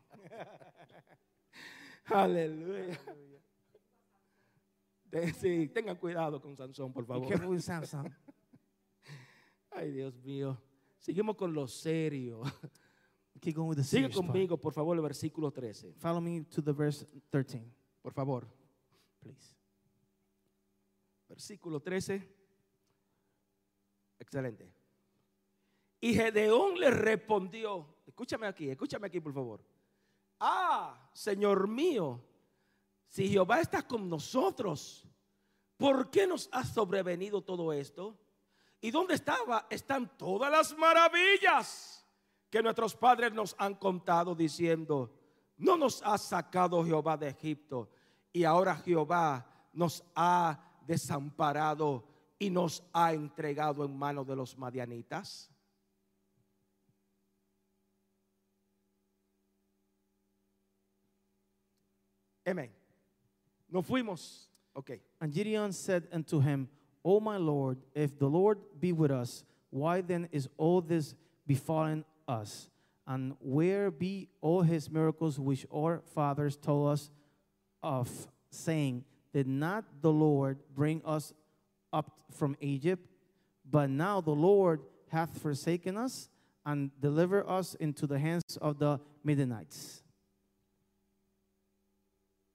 [SPEAKER 2] Aleluya. Te- Sí, tengan cuidado con Sansón, por
[SPEAKER 3] Be
[SPEAKER 2] favor.
[SPEAKER 3] careful with Samsung.
[SPEAKER 2] Ay, Dios mío. Seguimos con lo serio.
[SPEAKER 3] Keep going with the
[SPEAKER 2] Sigue
[SPEAKER 3] serious part.
[SPEAKER 2] conmigo, por favor, el versículo 13.
[SPEAKER 3] Follow me to the verse 13,
[SPEAKER 2] Por favor.
[SPEAKER 3] please.
[SPEAKER 2] Versículo 13. Excelente. Y Gedeón le respondió, escúchame aquí, escúchame aquí por favor. Ah, Señor mío, si Jehová está con nosotros, ¿por qué nos ha sobrevenido todo esto? ¿Y dónde estaba? Están todas las maravillas que nuestros padres nos han contado diciendo, no nos ha sacado Jehová de Egipto y ahora Jehová nos ha desamparado y nos ha entregado en manos de los madianitas. Amén. Nos fuimos. Ok.
[SPEAKER 3] And Gideon said unto him, O my Lord, if the Lord be with us, why then is all this befallen us? And where be all his miracles which our fathers told us of, saying, Did not the Lord bring us up from Egypt? But now the Lord hath forsaken us and delivered us into the hands of the Midianites.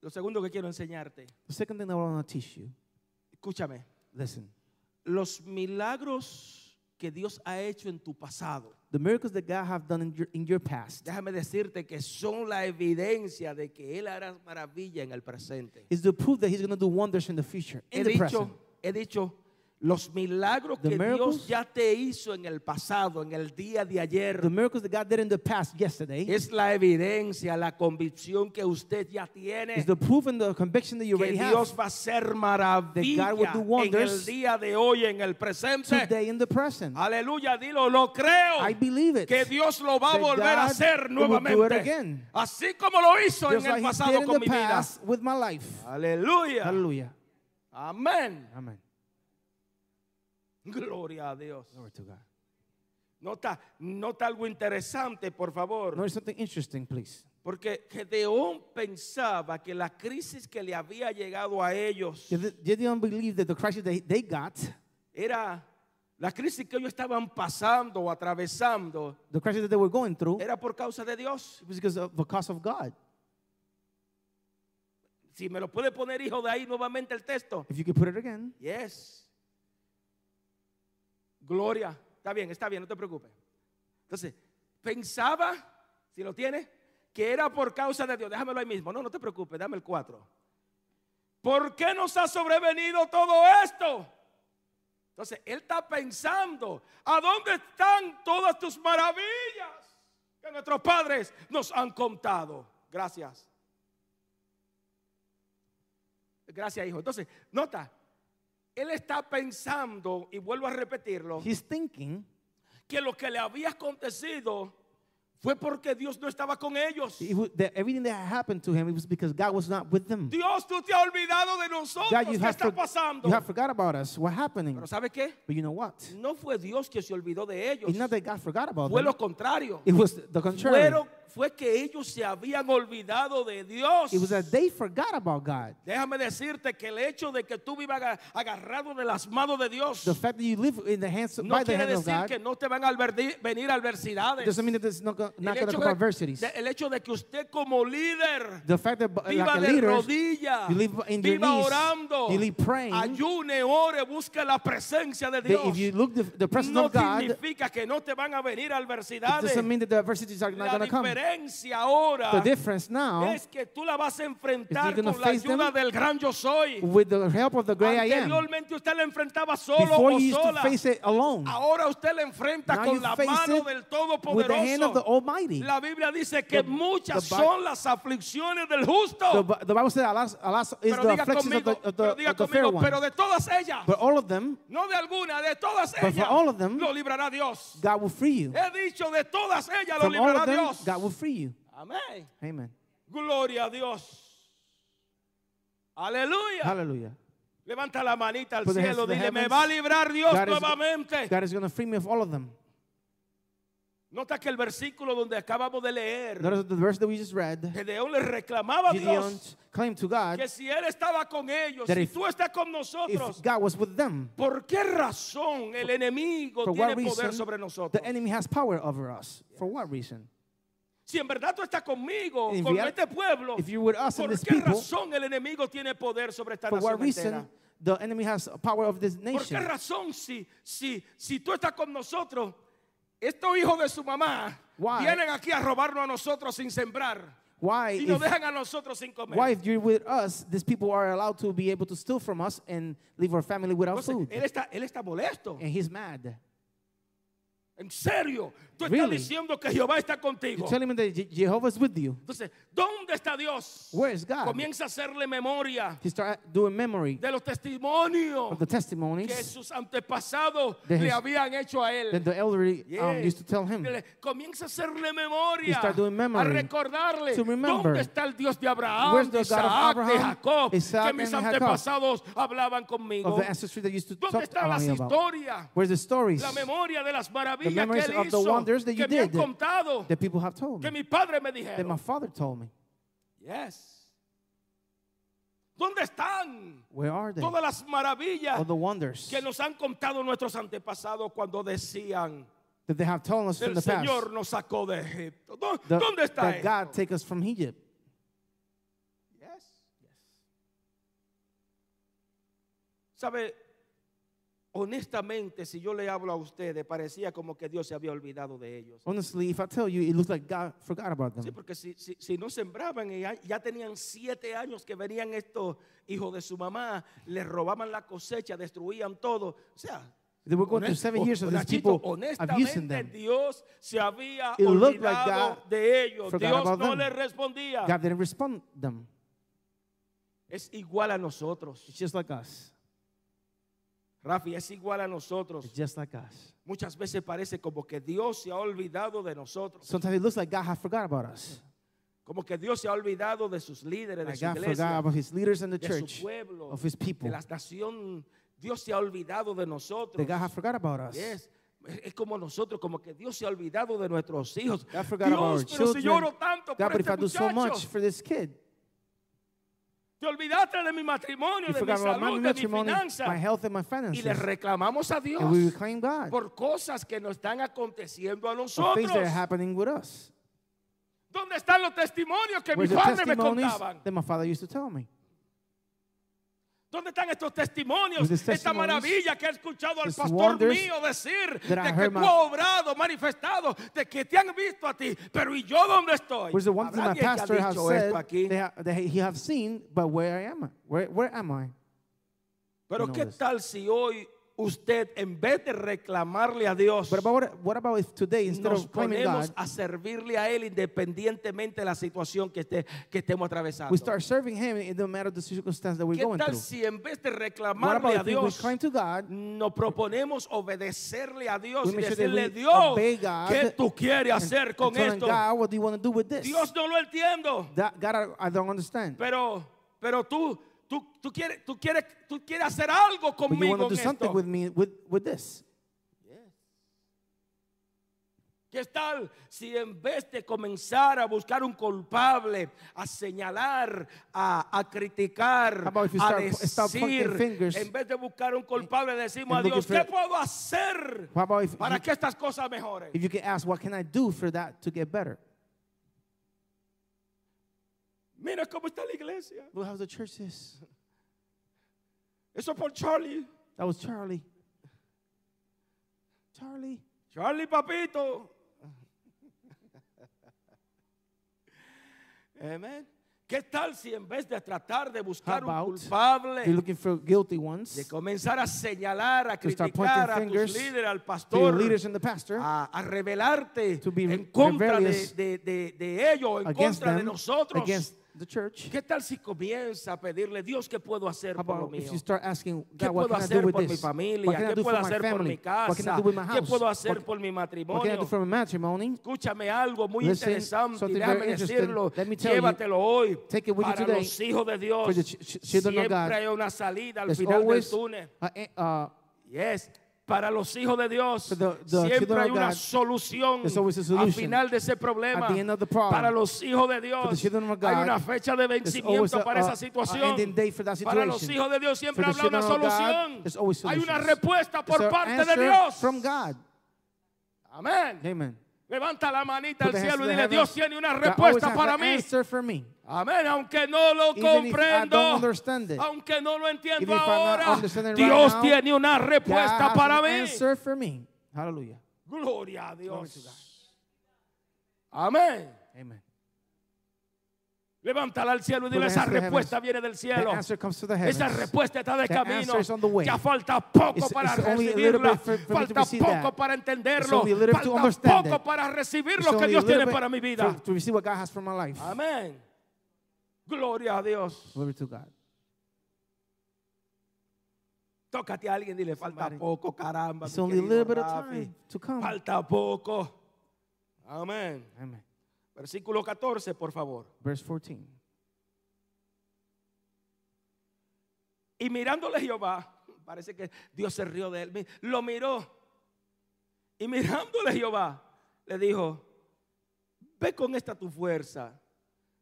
[SPEAKER 2] Lo segundo que quiero enseñarte,
[SPEAKER 3] The second thing I want to teach you
[SPEAKER 2] escúchame,
[SPEAKER 3] listen,
[SPEAKER 2] los milagros que Dios ha hecho en tu pasado,
[SPEAKER 3] the miracles that God have done in your, in your past.
[SPEAKER 2] déjame decirte que son la evidencia de que Él hará maravilla en el presente.
[SPEAKER 3] is to prove that he's going to do wonders in the future, in
[SPEAKER 2] He
[SPEAKER 3] the present.
[SPEAKER 2] dicho, he dicho, los milagros
[SPEAKER 3] The
[SPEAKER 2] que Dios
[SPEAKER 3] miracles-
[SPEAKER 2] ya te hizo en el pasado, en el día de ayer,
[SPEAKER 3] The miracles that God did in the past yesterday
[SPEAKER 2] es la evidencia, la convicción que usted ya tiene.
[SPEAKER 3] is the proof and the conviction that you
[SPEAKER 2] que
[SPEAKER 3] already
[SPEAKER 2] Dios
[SPEAKER 3] have
[SPEAKER 2] va a hacer maravilla
[SPEAKER 3] That God will do
[SPEAKER 2] en el
[SPEAKER 3] wonders
[SPEAKER 2] día de hoy, en el presente.
[SPEAKER 3] today in the present.
[SPEAKER 2] Aleluya, dilo, lo creo.
[SPEAKER 3] I believe it.
[SPEAKER 2] que Dios lo va a
[SPEAKER 3] That
[SPEAKER 2] volver a
[SPEAKER 3] God
[SPEAKER 2] hacer
[SPEAKER 3] will do it
[SPEAKER 2] nuevamente.
[SPEAKER 3] again.
[SPEAKER 2] Así como lo hizo
[SPEAKER 3] Just
[SPEAKER 2] en el
[SPEAKER 3] like he did
[SPEAKER 2] pasado
[SPEAKER 3] in
[SPEAKER 2] con
[SPEAKER 3] the
[SPEAKER 2] mi vida.
[SPEAKER 3] past with my life.
[SPEAKER 2] Aleluya.
[SPEAKER 3] Hallelujah.
[SPEAKER 2] Amén.
[SPEAKER 3] Amen.
[SPEAKER 2] Gloria a Dios.
[SPEAKER 3] Glory to God.
[SPEAKER 2] Nota, nota algo interesante, por favor.
[SPEAKER 3] Notice something interesting, please.
[SPEAKER 2] Porque Gedeón pensaba que la crisis que le había llegado a ellos
[SPEAKER 3] Gide- Gideon believed that the crisis that they got,
[SPEAKER 2] era la crisis que ellos estaban pasando o atravesando.
[SPEAKER 3] the crisis that they were going through,
[SPEAKER 2] era por causa de Dios.
[SPEAKER 3] was because of the cost of God.
[SPEAKER 2] Si me lo puede poner, hijo, de ahí nuevamente el texto.
[SPEAKER 3] If you could put it again.
[SPEAKER 2] Yes. Gloria. Está bien, está bien, no te preocupes. Entonces, pensaba, si lo tiene, que era por causa de Dios. Déjamelo ahí mismo. No, no te preocupes, dame el 4. ¿Por qué nos ha sobrevenido todo esto? Entonces, él está pensando, ¿a dónde están todas tus maravillas que nuestros padres nos han contado? Gracias. Gracias, hijo. Entonces, nota, él está pensando, y vuelvo a repetirlo,
[SPEAKER 3] He's thinking
[SPEAKER 2] que lo que le había acontecido fue porque Dios no estaba con ellos.
[SPEAKER 3] it wa- that everything that happened to him it was because God was not with them.
[SPEAKER 2] Dios, tú te has olvidado de nosotros.
[SPEAKER 3] God,
[SPEAKER 2] ¿Qué
[SPEAKER 3] you have,
[SPEAKER 2] está
[SPEAKER 3] forg-
[SPEAKER 2] pasando?
[SPEAKER 3] you have forgot about us. What happening?
[SPEAKER 2] Pero ¿sabe qué?
[SPEAKER 3] But you know what?
[SPEAKER 2] No fue Dios que se olvidó de ellos.
[SPEAKER 3] It's not that God forgot about
[SPEAKER 2] Fue
[SPEAKER 3] them.
[SPEAKER 2] lo contrario.
[SPEAKER 3] It was the contrary.
[SPEAKER 2] Fueron- fue que ellos se habían olvidado de Dios.
[SPEAKER 3] It was that they forgot about God.
[SPEAKER 2] Déjame decirte que el hecho de que tú vivas aga- agarrado de las manos de Dios
[SPEAKER 3] The fact that you live in the hands
[SPEAKER 2] no
[SPEAKER 3] by the
[SPEAKER 2] quiere
[SPEAKER 3] hand of
[SPEAKER 2] decir
[SPEAKER 3] God
[SPEAKER 2] que no te van a alberdi- venir adversidades.
[SPEAKER 3] doesn't mean that there's not, go- not
[SPEAKER 2] el,
[SPEAKER 3] going to
[SPEAKER 2] hecho
[SPEAKER 3] come
[SPEAKER 2] de-
[SPEAKER 3] adversities.
[SPEAKER 2] de- el hecho de que usted como líder
[SPEAKER 3] The fact that bu-
[SPEAKER 2] viva
[SPEAKER 3] like a
[SPEAKER 2] de
[SPEAKER 3] leader,
[SPEAKER 2] rodillas,
[SPEAKER 3] you live in your
[SPEAKER 2] viva
[SPEAKER 3] knees,
[SPEAKER 2] orando,
[SPEAKER 3] you live praying,
[SPEAKER 2] ayune, ore, busca la presencia de
[SPEAKER 3] that
[SPEAKER 2] Dios.
[SPEAKER 3] if you look the, the presence
[SPEAKER 2] no
[SPEAKER 3] of God, it
[SPEAKER 2] significa que no te van a venir adversidades.
[SPEAKER 3] doesn't mean that the adversities are not
[SPEAKER 2] La
[SPEAKER 3] going to come.
[SPEAKER 2] diferencia ahora
[SPEAKER 3] The difference now,
[SPEAKER 2] es que tú la vas a enfrentar
[SPEAKER 3] you're gonna
[SPEAKER 2] con la
[SPEAKER 3] face them,
[SPEAKER 2] ayuda del gran yo soy.
[SPEAKER 3] with the help of the great I am,
[SPEAKER 2] Anteriormente usted la enfrentaba solo
[SPEAKER 3] before
[SPEAKER 2] o
[SPEAKER 3] you used to
[SPEAKER 2] sola.
[SPEAKER 3] face it alone,
[SPEAKER 2] Ahora usted la enfrenta
[SPEAKER 3] Now
[SPEAKER 2] con
[SPEAKER 3] you
[SPEAKER 2] la
[SPEAKER 3] face
[SPEAKER 2] mano
[SPEAKER 3] it
[SPEAKER 2] del
[SPEAKER 3] with the hand of the
[SPEAKER 2] Todopoderoso.
[SPEAKER 3] Almighty.
[SPEAKER 2] La Biblia dice que
[SPEAKER 3] The-
[SPEAKER 2] muchas
[SPEAKER 3] the Bi-
[SPEAKER 2] son las aflicciones
[SPEAKER 3] The,
[SPEAKER 2] del justo.
[SPEAKER 3] Bi- the Bible says alas, alas is
[SPEAKER 2] pero
[SPEAKER 3] the
[SPEAKER 2] diga
[SPEAKER 3] afflictions of
[SPEAKER 2] conmigo,
[SPEAKER 3] the, of the,
[SPEAKER 2] pero, diga
[SPEAKER 3] of the fair
[SPEAKER 2] conmigo,
[SPEAKER 3] one.
[SPEAKER 2] pero de todas ellas,
[SPEAKER 3] But all of them,
[SPEAKER 2] no de alguna, de todas
[SPEAKER 3] for
[SPEAKER 2] ellas,
[SPEAKER 3] all of them,
[SPEAKER 2] lo librará Dios.
[SPEAKER 3] God will free you.
[SPEAKER 2] He dicho, de todas ellas lo
[SPEAKER 3] From all
[SPEAKER 2] librará
[SPEAKER 3] of them,
[SPEAKER 2] Dios.
[SPEAKER 3] God will free you.
[SPEAKER 2] Amén.
[SPEAKER 3] Amen.
[SPEAKER 2] Gloria a Dios. Aleluya.
[SPEAKER 3] Hallelujah.
[SPEAKER 2] Levanta la manita al
[SPEAKER 3] Put the hands
[SPEAKER 2] cielo,
[SPEAKER 3] to the
[SPEAKER 2] dile, me
[SPEAKER 3] heavens.
[SPEAKER 2] va a librar Dios
[SPEAKER 3] God is-
[SPEAKER 2] nuevamente.
[SPEAKER 3] God is going to free me of all of them.
[SPEAKER 2] Nota que el versículo donde acabamos de leer,
[SPEAKER 3] Notice the verse that we just read.
[SPEAKER 2] Gedeón le reclamaba a
[SPEAKER 3] Gideon
[SPEAKER 2] Dios
[SPEAKER 3] claimed to God,
[SPEAKER 2] que si él estaba con ellos,
[SPEAKER 3] that
[SPEAKER 2] si
[SPEAKER 3] if-
[SPEAKER 2] tú estás con
[SPEAKER 3] if
[SPEAKER 2] nosotros,
[SPEAKER 3] God was with them,
[SPEAKER 2] ¿por qué razón el enemigo
[SPEAKER 3] for
[SPEAKER 2] tiene
[SPEAKER 3] what
[SPEAKER 2] poder
[SPEAKER 3] reason
[SPEAKER 2] sobre nosotros?
[SPEAKER 3] the enemy has power over us? For what reason?
[SPEAKER 2] Si en verdad tú estás conmigo,
[SPEAKER 3] In
[SPEAKER 2] con
[SPEAKER 3] reali-
[SPEAKER 2] este pueblo,
[SPEAKER 3] if you're with us and
[SPEAKER 2] ¿por
[SPEAKER 3] this
[SPEAKER 2] qué
[SPEAKER 3] people,
[SPEAKER 2] razón el enemigo tiene poder sobre esta
[SPEAKER 3] For what
[SPEAKER 2] nación
[SPEAKER 3] reason
[SPEAKER 2] entera?
[SPEAKER 3] the enemy has power of this
[SPEAKER 2] ¿Por qué
[SPEAKER 3] nation?
[SPEAKER 2] razón si, si, si tú estás con nosotros, estos hijos de su mamá
[SPEAKER 3] Why?
[SPEAKER 2] vienen aquí a robarnos a nosotros sin sembrar
[SPEAKER 3] Why
[SPEAKER 2] y nos
[SPEAKER 3] if,
[SPEAKER 2] dejan a nosotros sin comer?
[SPEAKER 3] why if you're with us, these people are allowed to be able to steal from us and leave our family without
[SPEAKER 2] Entonces,
[SPEAKER 3] food? Eh.
[SPEAKER 2] él está, él está molesto.
[SPEAKER 3] And he's mad.
[SPEAKER 2] En serio, tú estás
[SPEAKER 3] Really?
[SPEAKER 2] diciendo que Jehová está contigo.
[SPEAKER 3] You're telling me that Je- Jehovah's with you.
[SPEAKER 2] Entonces, ¿dónde está Dios?
[SPEAKER 3] Where is God?
[SPEAKER 2] Comienza a hacerle memoria
[SPEAKER 3] He started doing memory
[SPEAKER 2] de los testimonios
[SPEAKER 3] of the
[SPEAKER 2] que
[SPEAKER 3] testimonies
[SPEAKER 2] sus antepasados
[SPEAKER 3] De
[SPEAKER 2] le
[SPEAKER 3] his-
[SPEAKER 2] habían hecho a él.
[SPEAKER 3] that the elderly um,
[SPEAKER 2] Yes.
[SPEAKER 3] used to tell him.
[SPEAKER 2] Le- Comienza a hacerle memoria,
[SPEAKER 3] You start doing
[SPEAKER 2] a
[SPEAKER 3] memory
[SPEAKER 2] recordarle
[SPEAKER 3] to remember.
[SPEAKER 2] dónde está el Dios de Abraham,
[SPEAKER 3] Where's
[SPEAKER 2] de
[SPEAKER 3] the God of
[SPEAKER 2] Isaac, de
[SPEAKER 3] Abraham,
[SPEAKER 2] Jacob, que
[SPEAKER 3] Isaac,
[SPEAKER 2] mis
[SPEAKER 3] and Jacob?
[SPEAKER 2] antepasados hablaban
[SPEAKER 3] Of
[SPEAKER 2] conmigo.
[SPEAKER 3] the ancestry that used to
[SPEAKER 2] ¿Dónde
[SPEAKER 3] talk
[SPEAKER 2] están las
[SPEAKER 3] me about.
[SPEAKER 2] historias?
[SPEAKER 3] Where's the stories
[SPEAKER 2] La memoria de las maravillas que
[SPEAKER 3] memories
[SPEAKER 2] él
[SPEAKER 3] of the
[SPEAKER 2] hizo,
[SPEAKER 3] wonders that
[SPEAKER 2] que
[SPEAKER 3] you
[SPEAKER 2] me han
[SPEAKER 3] did,
[SPEAKER 2] contado,
[SPEAKER 3] that people have told
[SPEAKER 2] que
[SPEAKER 3] me,
[SPEAKER 2] mi padre me
[SPEAKER 3] that my
[SPEAKER 2] dijeron.
[SPEAKER 3] father told me?
[SPEAKER 2] Yes. ¿Dónde están
[SPEAKER 3] Where are they?
[SPEAKER 2] todas las maravillas
[SPEAKER 3] All the wonders
[SPEAKER 2] que nos han contado nuestros antepasados cuando decían
[SPEAKER 3] that they have told us from
[SPEAKER 2] el
[SPEAKER 3] the past.
[SPEAKER 2] Señor nos sacó de Egipto? ¿Dó-
[SPEAKER 3] The-
[SPEAKER 2] ¿Dónde está
[SPEAKER 3] that God
[SPEAKER 2] esto?
[SPEAKER 3] take us from Egypt.
[SPEAKER 2] Yes. ¿Sabe? Honestamente, si yo le hablo a ustedes, parecía como que Dios se había olvidado de ellos.
[SPEAKER 3] Honestly, if I tell you, it looks like God forgot about them.
[SPEAKER 2] Sí, porque si, si- si no sembraban, y ya, ya tenían siete años que venían estos hijos de su mamá, les robaban la cosecha, destruían todo. O sea,
[SPEAKER 3] They were going through
[SPEAKER 2] honest-
[SPEAKER 3] seven years of these
[SPEAKER 2] honestito,
[SPEAKER 3] people abusing
[SPEAKER 2] honestamente
[SPEAKER 3] them.
[SPEAKER 2] Dios se había
[SPEAKER 3] It looked like
[SPEAKER 2] olvidado
[SPEAKER 3] God
[SPEAKER 2] de ellos.
[SPEAKER 3] forgot
[SPEAKER 2] Dios
[SPEAKER 3] about
[SPEAKER 2] no
[SPEAKER 3] them.
[SPEAKER 2] les respondía.
[SPEAKER 3] God didn't respond them.
[SPEAKER 2] es igual a nosotros.
[SPEAKER 3] It's just like us.
[SPEAKER 2] Rafi, es igual a nosotros.
[SPEAKER 3] It's just like us.
[SPEAKER 2] Muchas veces parece como que Dios se ha olvidado de nosotros,
[SPEAKER 3] Sometimes it looks like God has forgot about us.
[SPEAKER 2] como que Dios se ha olvidado de sus líderes, de
[SPEAKER 3] Like
[SPEAKER 2] su
[SPEAKER 3] God forgot
[SPEAKER 2] iglesia,
[SPEAKER 3] about his leaders and the
[SPEAKER 2] de
[SPEAKER 3] church,
[SPEAKER 2] su pueblo,
[SPEAKER 3] of his
[SPEAKER 2] de
[SPEAKER 3] people.
[SPEAKER 2] la nación. Dios se ha olvidado de nosotros.
[SPEAKER 3] That God has forgot about us.
[SPEAKER 2] Yes. Es es como nosotros, como que Dios se ha olvidado de nuestros hijos.
[SPEAKER 3] God
[SPEAKER 2] Dios,
[SPEAKER 3] forgot about our
[SPEAKER 2] pero si
[SPEAKER 3] children.
[SPEAKER 2] lloro tanto
[SPEAKER 3] God,
[SPEAKER 2] por
[SPEAKER 3] but if
[SPEAKER 2] este
[SPEAKER 3] I do so much
[SPEAKER 2] muchacho,
[SPEAKER 3] for this kid,
[SPEAKER 2] te olvidaste de mi matrimonio,
[SPEAKER 3] you
[SPEAKER 2] de mi
[SPEAKER 3] forgot about my
[SPEAKER 2] salud, de mi
[SPEAKER 3] matrimony, my
[SPEAKER 2] finanza.
[SPEAKER 3] health, and my
[SPEAKER 2] Y
[SPEAKER 3] finances.
[SPEAKER 2] le reclamamos a Dios
[SPEAKER 3] And we reclaim God
[SPEAKER 2] por cosas que nos están aconteciendo a
[SPEAKER 3] of things that are
[SPEAKER 2] nosotros.
[SPEAKER 3] happening with us.
[SPEAKER 2] ¿Dónde están los testimonios que
[SPEAKER 3] Where's
[SPEAKER 2] mis
[SPEAKER 3] the
[SPEAKER 2] padres me
[SPEAKER 3] testimonies
[SPEAKER 2] contaban?
[SPEAKER 3] that my father used to tell me?
[SPEAKER 2] ¿Dónde están estos testimonios?
[SPEAKER 3] With these
[SPEAKER 2] Esta
[SPEAKER 3] testimonies,
[SPEAKER 2] maravilla que he escuchado al
[SPEAKER 3] these
[SPEAKER 2] pastor
[SPEAKER 3] wonders
[SPEAKER 2] mío decir de
[SPEAKER 3] that I
[SPEAKER 2] que
[SPEAKER 3] heard
[SPEAKER 2] tú
[SPEAKER 3] my-
[SPEAKER 2] has obrado, manifestado, de que te han visto a ti. Pero ¿y yo dónde estoy?
[SPEAKER 3] Where's the one thing
[SPEAKER 2] ¿Habrá
[SPEAKER 3] my
[SPEAKER 2] alguien que ha
[SPEAKER 3] pastor has
[SPEAKER 2] dicho
[SPEAKER 3] said
[SPEAKER 2] esto aquí?
[SPEAKER 3] they ha- that he have seen, but where am I? Where, where am I?
[SPEAKER 2] Pero
[SPEAKER 3] know
[SPEAKER 2] ¿qué
[SPEAKER 3] this.
[SPEAKER 2] tal si hoy usted en vez de reclamarle a Dios
[SPEAKER 3] But about, what- what about if today, instead
[SPEAKER 2] nos
[SPEAKER 3] of claiming
[SPEAKER 2] ponemos
[SPEAKER 3] God,
[SPEAKER 2] a servirle a él independientemente de la situación que, esté, que estemos atravesando?
[SPEAKER 3] we start serving Him, it doesn't matter the circumstance that we're
[SPEAKER 2] ¿Qué
[SPEAKER 3] going
[SPEAKER 2] tal
[SPEAKER 3] through?
[SPEAKER 2] si en vez de
[SPEAKER 3] What
[SPEAKER 2] reclamarle a
[SPEAKER 3] about if we
[SPEAKER 2] Dios,
[SPEAKER 3] claim to God,
[SPEAKER 2] nos proponemos obedecerle a Dios
[SPEAKER 3] We
[SPEAKER 2] y
[SPEAKER 3] make sure that
[SPEAKER 2] decirle,
[SPEAKER 3] we
[SPEAKER 2] Dios,
[SPEAKER 3] obey God
[SPEAKER 2] ¿qué tú quieres
[SPEAKER 3] and-
[SPEAKER 2] hacer
[SPEAKER 3] and
[SPEAKER 2] con
[SPEAKER 3] telling
[SPEAKER 2] esto?
[SPEAKER 3] God, what do you want to do with this?
[SPEAKER 2] Dios no lo entiendo,
[SPEAKER 3] That, God, I, I don't understand.
[SPEAKER 2] pero, pero tú, tú, tú, quieres, tú, quieres, tú quieres hacer algo
[SPEAKER 3] but you
[SPEAKER 2] conmigo
[SPEAKER 3] want to
[SPEAKER 2] en
[SPEAKER 3] do something
[SPEAKER 2] esto.
[SPEAKER 3] with me with, with this.
[SPEAKER 2] ¿Qué tal si en vez de comenzar a buscar un culpable, a señalar, a, a criticar,
[SPEAKER 3] How about if you
[SPEAKER 2] a
[SPEAKER 3] start- start
[SPEAKER 2] decir,
[SPEAKER 3] pointing fingers
[SPEAKER 2] en vez de buscar un culpable, decimos a
[SPEAKER 3] and looking
[SPEAKER 2] Dios,
[SPEAKER 3] for-
[SPEAKER 2] ¿qué puedo hacer
[SPEAKER 3] How about if
[SPEAKER 2] para
[SPEAKER 3] you-
[SPEAKER 2] que estas cosas mejoren?
[SPEAKER 3] If you can ask, what can I do for that to get better?
[SPEAKER 2] Mira cómo está la iglesia.
[SPEAKER 3] Look how the church is.
[SPEAKER 2] Eso por Charlie.
[SPEAKER 3] That was Charlie. Charlie.
[SPEAKER 2] Charlie Papito. Amén. ¿Qué tal si en vez de tratar de buscar un
[SPEAKER 3] about
[SPEAKER 2] culpable,
[SPEAKER 3] You're looking for guilty ones.
[SPEAKER 2] de comenzar a señalar, a
[SPEAKER 3] To start pointing
[SPEAKER 2] criticar a tus
[SPEAKER 3] fingers
[SPEAKER 2] líderes,
[SPEAKER 3] To
[SPEAKER 2] al
[SPEAKER 3] your
[SPEAKER 2] pastor, ah,
[SPEAKER 3] leaders and the pastor.
[SPEAKER 2] a, a rebelarte
[SPEAKER 3] To be
[SPEAKER 2] en contra de,
[SPEAKER 3] rebellious
[SPEAKER 2] de- de- de ellos, en
[SPEAKER 3] against
[SPEAKER 2] contra de
[SPEAKER 3] them.
[SPEAKER 2] nosotros?
[SPEAKER 3] Against the church.
[SPEAKER 2] ¿Qué tal si comienza a pedirle, Dios, qué puedo hacer
[SPEAKER 3] How
[SPEAKER 2] por lo
[SPEAKER 3] about if
[SPEAKER 2] mío?
[SPEAKER 3] you start asking
[SPEAKER 2] ¿Qué
[SPEAKER 3] God, what
[SPEAKER 2] puedo
[SPEAKER 3] can I do
[SPEAKER 2] hacer
[SPEAKER 3] with
[SPEAKER 2] por mi
[SPEAKER 3] this? What
[SPEAKER 2] familia?
[SPEAKER 3] can I
[SPEAKER 2] ¿Qué
[SPEAKER 3] do
[SPEAKER 2] puedo
[SPEAKER 3] for my
[SPEAKER 2] hacer por mi
[SPEAKER 3] family? What can I
[SPEAKER 2] casa?
[SPEAKER 3] do with my
[SPEAKER 2] ¿Qué
[SPEAKER 3] house?
[SPEAKER 2] puedo hacer
[SPEAKER 3] What-
[SPEAKER 2] por
[SPEAKER 3] What can I
[SPEAKER 2] mi
[SPEAKER 3] do
[SPEAKER 2] matrimonio?
[SPEAKER 3] for my matrimony?
[SPEAKER 2] Escúchame algo muy
[SPEAKER 3] Listen,
[SPEAKER 2] interesante y
[SPEAKER 3] something
[SPEAKER 2] déjame
[SPEAKER 3] very interesting.
[SPEAKER 2] decirlo.
[SPEAKER 3] Let me tell you,
[SPEAKER 2] Llévatelo hoy.
[SPEAKER 3] take it with you
[SPEAKER 2] para
[SPEAKER 3] today.
[SPEAKER 2] los hijos de Dios
[SPEAKER 3] For the ch- ch- children of
[SPEAKER 2] siempre
[SPEAKER 3] God.
[SPEAKER 2] hay una salida al
[SPEAKER 3] There's
[SPEAKER 2] final del
[SPEAKER 3] always
[SPEAKER 2] túnel. Ah,
[SPEAKER 3] a- uh,
[SPEAKER 2] Yes. Para los hijos de Dios
[SPEAKER 3] For the- the
[SPEAKER 2] siempre
[SPEAKER 3] children
[SPEAKER 2] hay
[SPEAKER 3] of
[SPEAKER 2] una
[SPEAKER 3] God,
[SPEAKER 2] solución
[SPEAKER 3] there's always a
[SPEAKER 2] al
[SPEAKER 3] solution.
[SPEAKER 2] final de ese problema.
[SPEAKER 3] At the end of the problem.
[SPEAKER 2] Para los hijos de Dios
[SPEAKER 3] For the children of God,
[SPEAKER 2] hay una fecha de
[SPEAKER 3] always
[SPEAKER 2] vencimiento
[SPEAKER 3] a-
[SPEAKER 2] para
[SPEAKER 3] a-
[SPEAKER 2] esa
[SPEAKER 3] a
[SPEAKER 2] situación.
[SPEAKER 3] ending date for that
[SPEAKER 2] Para los
[SPEAKER 3] situation.
[SPEAKER 2] hijos de Dios siempre
[SPEAKER 3] For the
[SPEAKER 2] habrá una
[SPEAKER 3] children of God,
[SPEAKER 2] solución.
[SPEAKER 3] there's always
[SPEAKER 2] hay una
[SPEAKER 3] solutions.
[SPEAKER 2] respuesta
[SPEAKER 3] it's
[SPEAKER 2] por
[SPEAKER 3] a
[SPEAKER 2] parte de
[SPEAKER 3] answer
[SPEAKER 2] Dios.
[SPEAKER 3] From God.
[SPEAKER 2] Amén.
[SPEAKER 3] Amen.
[SPEAKER 2] Levanta la manita
[SPEAKER 3] Put
[SPEAKER 2] al
[SPEAKER 3] the hands to
[SPEAKER 2] cielo y
[SPEAKER 3] the
[SPEAKER 2] dile,
[SPEAKER 3] heavens.
[SPEAKER 2] Dios tiene una
[SPEAKER 3] God always
[SPEAKER 2] respuesta
[SPEAKER 3] have
[SPEAKER 2] para
[SPEAKER 3] an
[SPEAKER 2] mí.
[SPEAKER 3] answer for me.
[SPEAKER 2] Amén, aunque no lo
[SPEAKER 3] Even if I don't
[SPEAKER 2] comprendo,
[SPEAKER 3] understand it.
[SPEAKER 2] aunque no lo entiendo
[SPEAKER 3] Even if I'm not
[SPEAKER 2] ahora,
[SPEAKER 3] understanding right
[SPEAKER 2] Dios
[SPEAKER 3] now,
[SPEAKER 2] tiene una
[SPEAKER 3] God
[SPEAKER 2] respuesta
[SPEAKER 3] has
[SPEAKER 2] para
[SPEAKER 3] an
[SPEAKER 2] mí.
[SPEAKER 3] answer for me. Hallelujah.
[SPEAKER 2] Gloria a
[SPEAKER 3] Glory to God.
[SPEAKER 2] Dios. Amén.
[SPEAKER 3] Amen.
[SPEAKER 2] Levántala al cielo y
[SPEAKER 3] Put the
[SPEAKER 2] dile, esa
[SPEAKER 3] hands to the
[SPEAKER 2] respuesta viene del
[SPEAKER 3] The
[SPEAKER 2] cielo.
[SPEAKER 3] answer comes to the heavens.
[SPEAKER 2] Esa respuesta está de
[SPEAKER 3] The
[SPEAKER 2] camino.
[SPEAKER 3] answer is on the way.
[SPEAKER 2] Ya falta poco
[SPEAKER 3] It's-
[SPEAKER 2] para
[SPEAKER 3] it's only a little
[SPEAKER 2] recibirla.
[SPEAKER 3] bit for- for me to
[SPEAKER 2] falta
[SPEAKER 3] receive
[SPEAKER 2] poco
[SPEAKER 3] that.
[SPEAKER 2] para entenderlo.
[SPEAKER 3] only a little bit to
[SPEAKER 2] Falta
[SPEAKER 3] understand
[SPEAKER 2] poco
[SPEAKER 3] it.
[SPEAKER 2] para recibir
[SPEAKER 3] It's
[SPEAKER 2] lo que
[SPEAKER 3] only a
[SPEAKER 2] Dios
[SPEAKER 3] little
[SPEAKER 2] tiene
[SPEAKER 3] bit
[SPEAKER 2] para mi vida.
[SPEAKER 3] To, to receive what God has for my life.
[SPEAKER 2] Amén. Gloria a Dios.
[SPEAKER 3] Glory to God.
[SPEAKER 2] Tócate a alguien y dile, falta
[SPEAKER 3] Somebody.
[SPEAKER 2] poco, caramba.
[SPEAKER 3] It's
[SPEAKER 2] mi
[SPEAKER 3] only a
[SPEAKER 2] querido
[SPEAKER 3] little bit of
[SPEAKER 2] Rafi.
[SPEAKER 3] time to come.
[SPEAKER 2] Falta poco. Amén.
[SPEAKER 3] Amen.
[SPEAKER 2] Versículo 14, por favor.
[SPEAKER 3] Verse 14.
[SPEAKER 2] Y mirándole Jehová, parece que Dios se rió de él, mi- lo miró. Y mirándole Jehová, le dijo, ve con esta tu fuerza